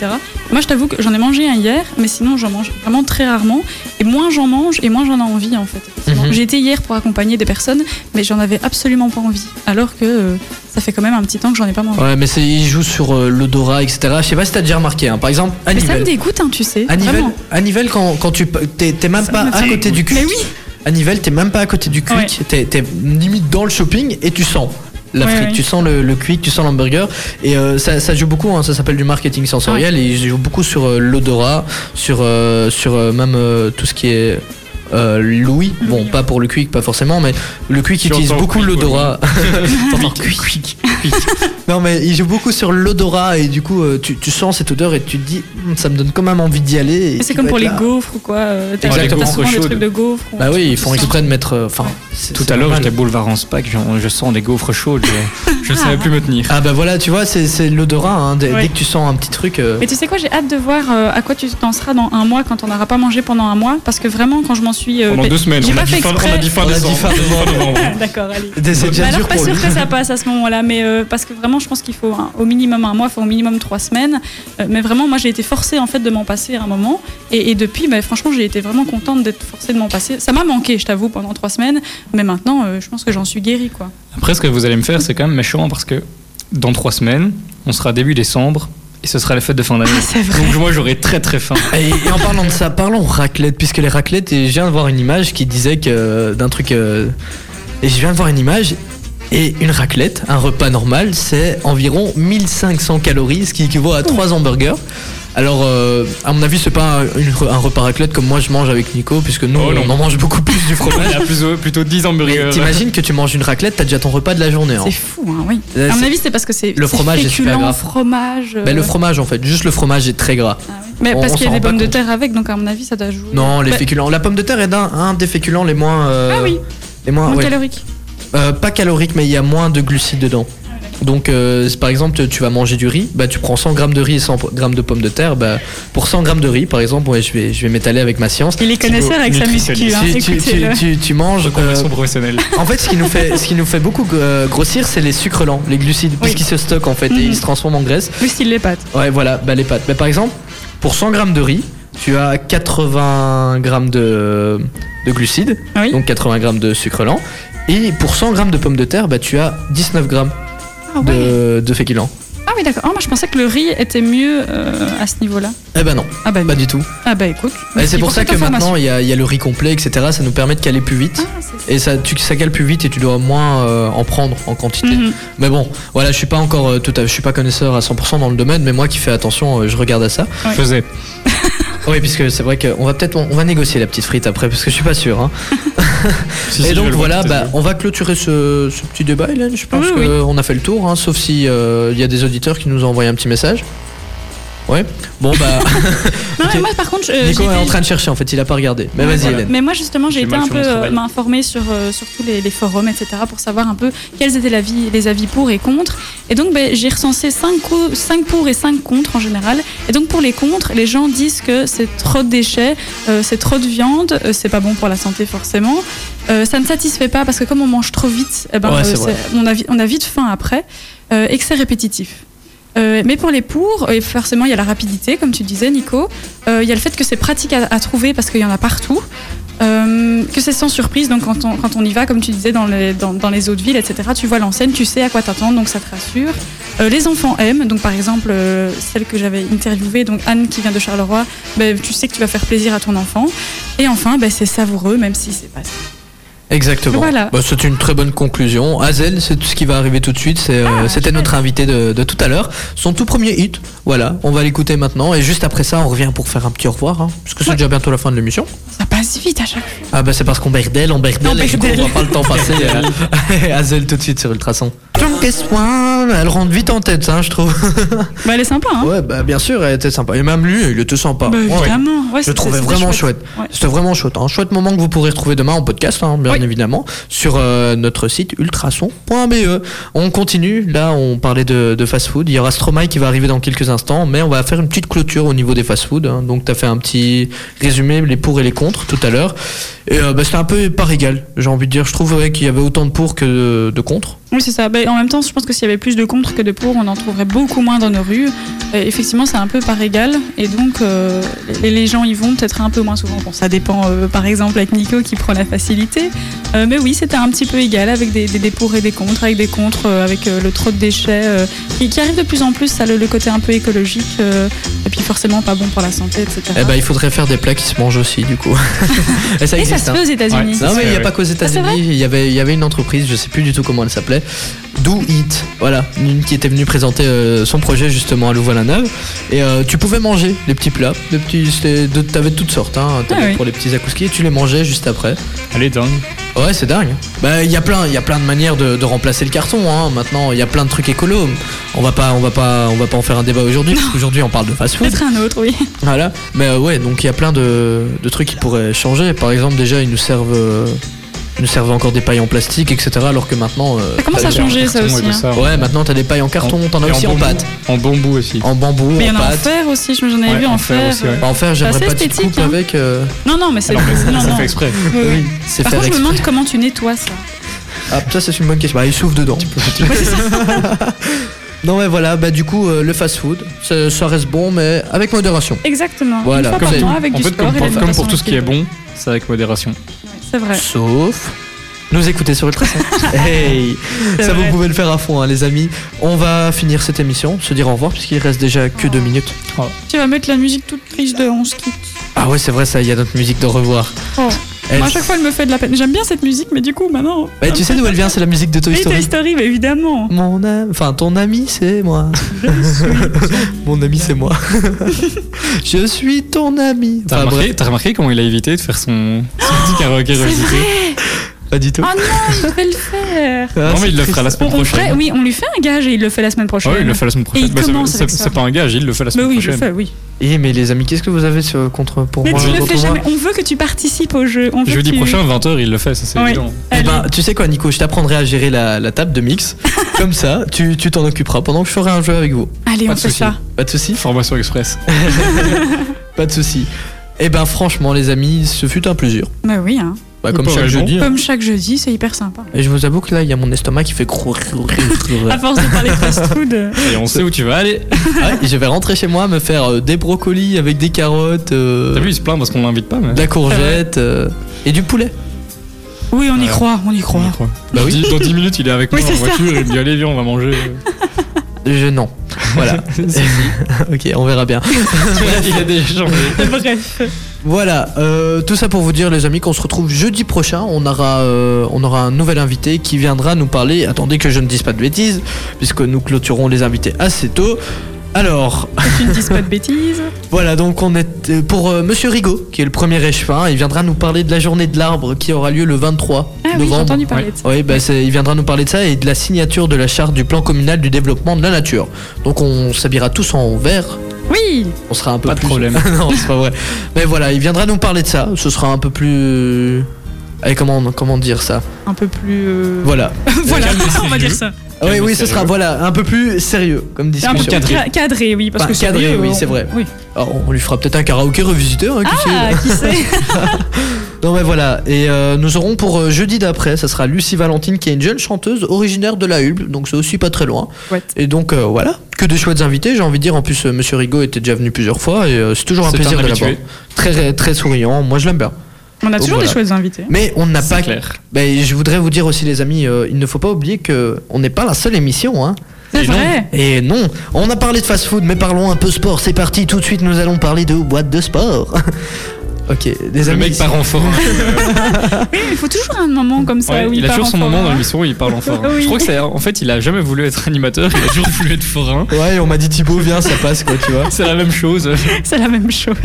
Moi, je t'avoue que j'en ai mangé un hier, mais sinon, j'en mange vraiment très rarement. Et moins j'en mange, et moins j'en ai envie, en fait. Mhm. J'ai été hier pour accompagner des personnes, mais j'en avais absolument pas envie. Alors que euh, ça fait quand même un petit temps que j'en ai pas mangé. Ouais, mais c'est- il joue sur euh, l'odorat, etc. Je sais pas si t'as déjà remarqué. hein. Par exemple, mais ça me Hannibal. dégoûte, hein, tu sais. Hannibal, Vraiment. Hannibal, quand, quand tu t'es t'es même Ça pas me à fait- côté du culte. Mais oui Hannibal, t'es même pas à côté du cuit. Ouais. T'es t'es limite dans le shopping et tu sens. La Ouais, frite, ouais. tu sens le, le cuit, tu sens l'hamburger et euh, ça, ça joue beaucoup. hein, ça s'appelle du marketing sensoriel et ils jouent beaucoup sur euh, l'odorat, sur euh, sur euh, même euh, tout ce qui est euh, l'ouïe. Bon, pas pour le cuit, pas forcément, mais le cuit Tu utilise entends beaucoup quick, l'odorat. T'entends quick. Non mais il joue beaucoup sur l'odorat et du coup euh, tu, tu sens cette odeur et tu te dis Hum, ça me donne quand même envie d'y aller. et Mais C'est tu comme vas pour être les là. gaufres ou quoi. euh, t'as- Exactement. T'as souvent Gaufres des chaudes. trucs de gaufres. ou- Bah oui, ils font tout ça. exprès de mettre. euh, Enfin, c'est- Tout c'est à l'heure, normal. j'étais boulevard en SPAC, j'en- je sens des gaufres chaudes, je- je ne savais plus me tenir. Ah bah voilà, tu vois, c'est c'est l'odorat. hein, dès, Ouais. dès que tu sens un petit truc. euh, Mais tu sais quoi, j'ai hâte de voir euh, à quoi tu t'en seras dans un mois quand on n'aura pas mangé pendant un mois. Parce que vraiment, quand je m'en suis. euh, Pendant ben, deux semaines, j'ai on a, pas dit fait fin, on exprès. a dit fin On a dit décembre. fin novembre. D'accord, allez. C'est Bah déjà alors, dur pas pour sûr lui. que ça passe à ce moment-là, mais euh, parce que vraiment, je pense qu'il faut un- au minimum un mois, faut au minimum trois semaines. Euh, mais vraiment, moi, j'ai été forcée en fait de m'en passer à un moment, et, et depuis, bah, franchement, j'ai été vraiment contente d'être forcée de m'en passer. Ça m'a manqué, je t'avoue, pendant trois semaines, mais maintenant, euh, je pense que j'en suis guérie, quoi. Après, ce que vous allez me faire, c'est quand même méchant parce que dans trois semaines, on sera début décembre et ce sera la fête de fin d'année. Ah, c'est Donc moi, j'aurai très très faim. Et, et en parlant de ça, parlons raclette, puisque les raclettes, et je viens de voir une image qui disait que euh, d'un truc. euh, et je viens de voir une image. Et une raclette, un repas normal, c'est environ 1500 calories, ce qui équivaut à 3 hamburgers. Alors, euh, à mon avis, c'est pas un, une- un repas raclette comme moi je mange avec Nico, puisque nous, Oh non. on en mange beaucoup plus du Il y fromage. a plutôt, euh, plutôt 10 Mais hamburgers. t'imagines que tu manges une raclette, t'as déjà ton repas de la journée. hein. C'est fou, hein, oui. Là, à mon c'est- avis, c'est parce que c'est Le c'est fromage est super féculent, gras. fromage. euh, Bah, le fromage, en fait, juste le fromage est très gras. ah oui. Mais on- parce on qu'il y s'en a des rend pas pommes de compte. terre avec, donc à mon avis, ça doit jouer. Non, les Bah, féculents. La pomme de terre est un, un des féculents les moins. euh, Ah oui, Les moins. moins ouais. calorique. Euh, pas calorique, mais il y a moins de glucides dedans. Donc, euh, c'est- par exemple, tu vas manger du riz, bah, tu prends 100 grammes de riz et 100 grammes de pommes de terre. Bah, pour 100 grammes de riz, par exemple, ouais, je vais, je vais m'étaler avec ma science. Il est connaisseur avec sa muscu, hein, Tu, tu, tu, écoutez-le. tu- tu manges. euh, Reconversion professionnelle. en fait, ce qui nous fait, ce qui nous fait beaucoup euh, grossir, c'est les sucres lents, les glucides, puisqu'ils se stockent en fait et Mhm. ils se transforment en graisse. Plus il les pâtes. Ouais, voilà, bah, les pâtes. Bah, par exemple, pour 100 grammes de riz, tu as 80 grammes de, de glucides, Ah oui. donc 80 grammes de sucre lent. Et pour 100 grammes de pommes de terre, bah, tu as 19 grammes Ah ouais. de, de féculents. Ah oui, d'accord. Ah, moi, je pensais que le riz était mieux euh, à ce niveau-là. Eh ben non, Ah, bah, pas du tout. ah bah écoute. Et merci c'est pour ça cette que maintenant information. il y, a- il y a le riz complet, etc. Ça nous permet de caler plus vite. Ah, c'est ça. Et ça, tu, ça cale plus vite et tu dois moins euh, en prendre en quantité. Mhm. Mais bon, voilà, je suis pas encore euh, tout à, je suis pas connaisseur à 100% dans le domaine, mais moi qui fais attention, euh, je regarde à ça. Je faisais. Oui, puisque c'est vrai qu'on va peut-être, on va négocier la petite frite après, parce que je suis pas sûr. hein. Si, si, et je donc vais le voilà, voir, bah, peut-être. on va clôturer ce, ce petit débat, Hélène. Je pense Oui, oui. qu'on a fait le tour, hein, sauf si euh, il y a des auditeurs qui nous ont envoyé un petit message. Ouais. Bon bah, Non, mais Ok. moi, par contre, euh, Nico j'ai est en été- train de chercher. En fait, il a pas regardé. Mais Ouais, vas-y, voilà. Hélène. Mais moi justement j'ai J'ai été mal un sur peu mon euh, travail. m'informer sur, euh, sur tous les, les forums etc pour savoir un peu quels étaient la vie- les avis pour et contre et donc ben, j'ai recensé 5, pour et 5 contre en général et donc pour les contre les gens disent que c'est trop de déchets euh, c'est trop de viande euh, c'est pas bon pour la santé forcément Euh, ça ne satisfait pas parce que comme on mange trop vite eh ben, Ouais, euh, c'est vrai. c'est- on, a, vi- on a vite faim après euh, et que c'est répétitif Euh, mais pour les pour, euh, forcément, il y a la rapidité, comme tu disais, Nico. Euh, Il y a le fait que c'est pratique à, à trouver parce qu'il y en a partout. Euh, que c'est sans surprise, donc quand on, quand on y va, comme tu disais, dans les, dans, dans les autres villes, etc., tu vois l'enseigne, tu sais à quoi t'attendre, donc ça te rassure. Euh, les enfants aiment, donc par exemple, euh, celle que j'avais interviewée, donc Anne qui vient de Charleroi, ben, tu sais que tu vas faire plaisir à ton enfant. Et enfin, ben, c'est savoureux, même si c'est pas. Exactement. Voilà. Bah, c'est une très bonne conclusion. Hazel, c'est tout ce qui va arriver tout de suite. C'est, euh, Ah, C'était notre invité de, de tout à l'heure. Son tout premier hit. Voilà, on va l'écouter maintenant. Et juste après ça, on revient pour faire un petit au revoir. hein, parce que c'est déjà bientôt la fin de l'émission. Ça passe vite à chaque fois. Ah bah c'est parce qu'on berdelle, on berdelle. On et du coup, berdelle. On voit pas le temps passer. euh, Hazel tout de suite sur Ultrason. Don't guess one. Elle rentre vite en tête, hein, je trouve. Bah, elle est sympa, hein ouais, bah bien sûr, elle était sympa. Et même lui, il était sympa. Bah, Ouais, ouais. évidemment. Ouais, Je c'était- trouvais c'était vraiment chouette. chouette. Ouais. C'était vraiment chouette. Un chouette moment que vous pourrez retrouver demain en podcast, hein, bien Oui. évidemment, sur euh, notre site ultrason.be. E. On continue. Là, on parlait de, de fast-food. Il y aura Stromae qui va arriver dans quelques instants, mais on va faire une petite clôture au niveau des fast-food. hein. Donc, tu as fait un petit résumé, les pour et les contre tout à l'heure. Et euh, bah, c'était un peu par égal, j'ai envie de dire. Je trouverais qu'il y avait autant de pour que de, de contre. Oui, c'est ça. Ben, en même temps, je pense que s'il y avait plus de contre que de pour, on en trouverait beaucoup moins dans nos rues. Euh, effectivement, c'est un peu par égal. Et donc, euh, les, les gens y vont peut-être un peu moins souvent. Bon, ça dépend, euh, par exemple, avec Nico qui prend la facilité. Euh, mais oui, c'était un petit peu égal avec des, des, des pour et des contre, avec des contre, euh, avec euh, le trop de déchets euh, qui, qui arrive de plus en plus, ça, le, le côté un peu écologique. euh, et puis, forcément, pas bon pour la santé, etc. Eh Euh, ben, il faudrait faire des plats qui se mangent aussi, du coup. et ça et ça existe. se hein. fait aux Ouais, États-Unis. ça Non mais il n'y a Ouais. pas qu'aux Ah, c'est États-Unis, vrai il y avait il y avait une entreprise, je sais plus du tout comment elle s'appelait, Do Eat, voilà, une qui était venue présenter euh, son projet justement à Louvain-la-Neuve et euh, tu pouvais manger des petits plats, des petits c'était de- t'avais toutes sortes hein, t'avais Ah oui. pour les petits akouski et tu les mangeais juste après. Elle est dingue. Ouais, c'est dingue. Bah il y a plein il y a plein de manières de, de remplacer le carton hein. Maintenant, il y a plein de trucs écolos. On va pas on va pas on va pas en faire un débat aujourd'hui parce qu'aujourd'hui on parle de fast-food. Peut-être un autre, oui. Voilà, mais euh, ouais, donc il y a plein de, de trucs qui pourraient changer. Par exemple, déjà, ils nous servent, euh, ils nous servent encore des pailles en plastique, etc. Alors que maintenant. euh, Ça commence à t'as des- changer, ça Carton et aussi. tout hein. ça, ouais. Ouais, bah, Ah, maintenant t'as des pailles en carton, t'en as Et aussi en bambou. pâte, En bambou aussi. en bambou, Mais il y en en a en pâte. fer aussi, j'en avais Ouais, vu en en fer fer. aussi, ouais. euh, En fer, j'aimerais assez pas de petite esthétique, coupe hein. avec. euh, Non, non, mais c'est Alors, mais ça, non, ça non. fait exprès. Oui, oui. c'est Par faire contre, je me exprès. demande comment tu nettoies ça. Ah, ça, c'est une bonne question. Bah, il souffle dedans. non, mais voilà, bah, du coup, euh, le fast food, ça, ça reste bon, mais avec modération. Exactement. Voilà, Une fois comme par c'est- mois avec en du fait, sport comme et pour, la comme pour tout ce qui est nutrition bon, c'est avec modération. active. C'est vrai. Sauf. Nous écouter sur Ultrason. hey C'est Ça, vous vrai. pouvez le faire à fond, hein, les amis. On va finir cette émission, se dire au revoir, puisqu'il reste déjà que deux minutes. Tu vas mettre la musique toute riche de On se quitte. Ah ouais, c'est vrai, ça, il y a notre musique de revoir. Oh. Elle- Moi, à chaque fois, elle me fait de la peine. J'aime bien cette musique, mais du coup, maintenant. Bah, tu sais d'où elle vient, c'est la musique de Toy Oui, Toy Story. Story, mais évidemment. Mon ami, enfin ton ami c'est moi. Mon ami c'est moi. Je suis ton ami. T'as Enfin, remarqué, bref, t'as remarqué comment il a évité de faire son, son petit karaoké C'est revisité vrai. pas du tout. Oh non, il devait le faire. Ah, Non, mais c'est il le triste. fera la semaine On, on le ferait- prochaine. oui, on lui fait un gage et il le fait la semaine Ah prochaine. oui, il le fait la semaine prochaine. Bah, il c'est- commence c'est avec ça. c'est pas un gage, il le fait la Mais semaine oui, je prochaine. le fais, oui. Eh mais les amis, qu'est-ce que vous avez sur- contre pour Mais moi tu le contre fais moi jamais. On veut que tu participes au jeu. On veut Jeudi que tu- prochain, 20h, il le fait, ça c'est Ouais. évident. Eh Allez. ben, tu sais quoi, Nico, je t'apprendrai à gérer la, la table de mix. Comme ça, tu tu t'en occuperas pendant que je ferai un jeu avec vous. Allez, Pas on de fait souci. ça. Pas de soucis Formation express. Pas de soucis. Eh ben, franchement, les amis, ce fut un plaisir. Bah oui, hein. Bah, comme Pas chaque raison. jeudi. hein. Comme chaque jeudi, c'est hyper sympa. Et je vous avoue que là, il y a mon estomac qui fait gros. À force de parler fast-food. euh, Et on sait où Ah, tu vas aller. Ouais, et je vais rentrer chez moi, me faire euh, des brocolis avec des carottes, euh, T'as vu, il se plaint parce qu'on l'invite pas, mais. de la courgette euh, et du poulet. Oui, on y Ouais. croit, on y croit. Bah oui. Dans 10 minutes, il est avec Oui, moi en c'est ça. voiture, il me dit allez, viens, on va manger. Je non. Voilà. ok, on verra bien. Il a déjà changé. Bref. Voilà, euh, tout ça pour vous dire les amis qu'on se retrouve jeudi prochain. On aura, euh, on aura un nouvel invité qui viendra nous parler. Attendez que je ne dise pas de bêtises, puisque nous clôturons les invités assez tôt. Alors, Tu ne dis pas de bêtises. voilà, donc on est euh, pour euh, Monsieur Rigaud, qui est le premier échevin. Il viendra nous parler de la journée de l'arbre qui aura lieu le 23 Ah oui, j'ai novembre. entendu parler de ça. Oui, bah, c'est- il viendra nous parler de ça et de la signature de la charte du plan communal du développement de la nature. Donc on s'habillera tous en vert. Oui, On sera un peu Pas de plus- problème. non, c'est pas vrai. Mais voilà, il viendra nous parler de ça. Ce sera un peu plus. euh, Allez, comment, comment dire ça un peu plus. euh, Voilà. voilà, Calme, on va sérieux. dire ça. Ah oui, Calme, oui, ce sérieux. sera voilà, un peu plus sérieux comme C'est un peu discussion. cadré. cadré. cadré, oui, parce Enfin, que cadré, sérieux, oui, on- c'est vrai. Oui. Alors, on lui fera peut-être un karaoké revisité. hein, qui Ah, sait qui sait non, mais voilà. Et euh, nous aurons pour euh, jeudi d'après, ça sera Lucie Valentine qui est une jeune chanteuse originaire de la Hulbe, donc c'est aussi pas très loin. What Et donc euh, voilà, que des chouettes invités, j'ai envie de dire. En plus, euh, Monsieur Rigaud était déjà venu plusieurs fois et euh, c'est toujours un C'est plaisir un de l'avoir. habitué. Très, très souriant, moi je l'aime bien. On a toujours Oh, voilà. des chouettes invités. Mais on n'a C'est pas clair. Ben, je voudrais vous dire aussi, les amis, euh, il ne faut pas oublier que on n'est pas la seule émission. Hein. C'est Et non. vrai. Et non, on a parlé de fast-food, mais parlons un peu sport. C'est parti, tout de suite, nous allons parler de boîte de sport. ok, les Le amis. mec part en forme. Oui, mais il faut toujours un moment comme ça Ouais, où il, il, a part toujours en son forêt. moment dans l'émission où il parle en forain. Oui. Je crois que c'est en fait il a jamais voulu être animateur, il a toujours voulu être forain. Ouais, on m'a dit Thibaut, viens, ça passe quoi, tu vois. C'est la même chose. C'est la même chose.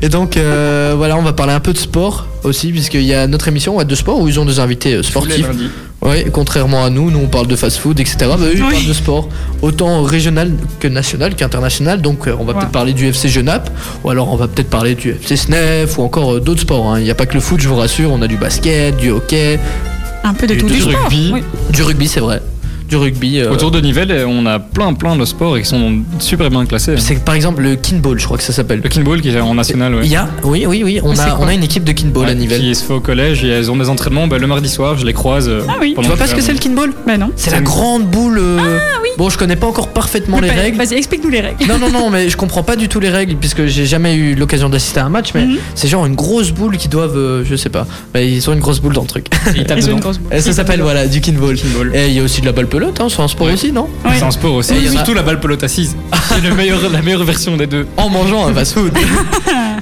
Et donc, euh, voilà, on va parler un peu de sport aussi, puisqu'il y a notre émission, What de Sport, où ils ont des invités euh, sportifs. Tous les lundis. Ouais, contrairement à nous, nous on parle de fast-food, etc. Bah, eux, ils Oui. parlent de sport, autant régional que national qu'international. Donc euh, on va Ouais. peut-être parler du FC Genappe, ou alors on va peut-être parler du FC Snef, ou encore euh, d'autres sports. hein. Il n'y a pas que le foot, je vous rassure. On a du basket, du hockey, Un peu de Et tout du sport, rugby. oui. du rugby, c'est vrai. Du rugby. euh, Autour de Nivelles, on a plein plein de sports et qui sont super bien classés. hein. C'est par exemple le kinball, je crois que ça s'appelle. Le kinball qui est en national, ouais. Il y a, oui, oui, oui, on, Mais c'est a, quoi on a une équipe de kinball à Ouais, Nivelles. Qui se fait au collège et elles ont des entraînements. Bah, le mardi soir, je les croise. euh, Ah oui. Tu pendant vois pas ce que c'est le kinball Bah non. C'est la grande boule. euh, Ah, Bon, je connais pas encore parfaitement les Bah, règles. Vas-y, explique-nous les règles. Non, non, non, mais je comprends pas du tout les règles puisque j'ai jamais eu l'occasion d'assister à un match. Mais Mhm. c'est genre une grosse boule qui doivent, euh, je sais pas, mais ils ont une grosse boule dans le truc. Ils tapent Ils ont dedans. une grosse boule. Et ça s'appelle voilà du kinball. Kinball. Et il y a aussi de la balle pelote, hein, c'est un sport Ouais. aussi, non Ouais. C'est un sport aussi. Et il y Et en a- surtout la balle pelote assise. C'est le meilleur, la meilleure version des deux. En mangeant un fast-food.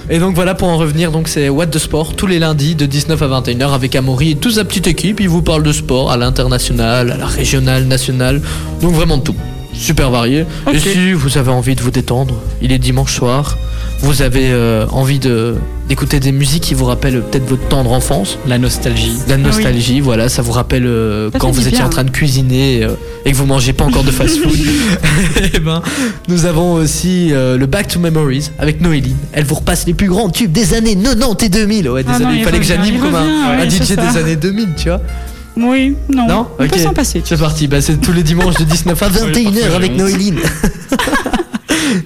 et donc voilà pour en revenir, donc c'est What the Sport tous les lundis de 19 à 21h avec Amaury et toute sa petite équipe. Ils vous parlent de sport à l'international, à la régionale, nationale, donc vraiment de tout. Super varié. Ok. Et si vous avez envie de vous détendre, il est dimanche soir, vous avez euh, envie de d'écouter des musiques qui vous rappellent peut-être votre tendre enfance, La nostalgie. la nostalgie, voilà, ça vous rappelle euh, Ça quand fait vous du étiez bien. en train de cuisiner euh, et que vous mangez pas encore de fast-food. Eh ben, nous avons aussi euh, le Back to Memories avec Noéline. Elle vous repasse les plus grands tubes des années 90 et 2000. Ouais, Ah désolé, non, il il fallait que revient, j'anime il comme un, revient, un ouais, DJ c'est des ça. années 2000, tu vois. Oui, non. Non On Ok. peut s'en passer. tu C'est parti, bah, c'est tous les dimanches de 19 à Oui, parfois, 21h j'ai avec honte. Noéline. vois.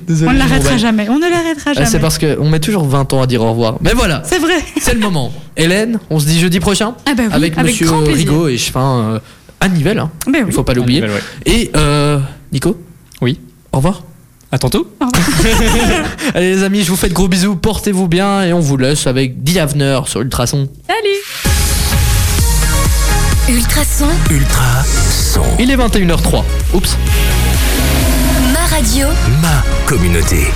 Désolé, On ne je l'arrêtera m'emballe. jamais. On ne Ah, l'arrêtera c'est jamais. parce qu'on met toujours 20 ans à dire au revoir. Mais voilà, C'est vrai. c'est le moment. Hélène, on se dit jeudi prochain Ah bah oui, avec, Monsieur grand plaisir. Rigaud et Chevin euh, à Nivelles. hein. Bah oui. Il faut pas l'oublier. Ah, ouais. Et euh, Nico Oui. Au revoir. À tantôt. Allez les amis, je vous fais de gros bisous, portez-vous bien et on vous laisse avec The Avener sur Ultrason. Salut Ultrason, Ultra son. Il est 21h03. Oups. ma radio. Ma communauté.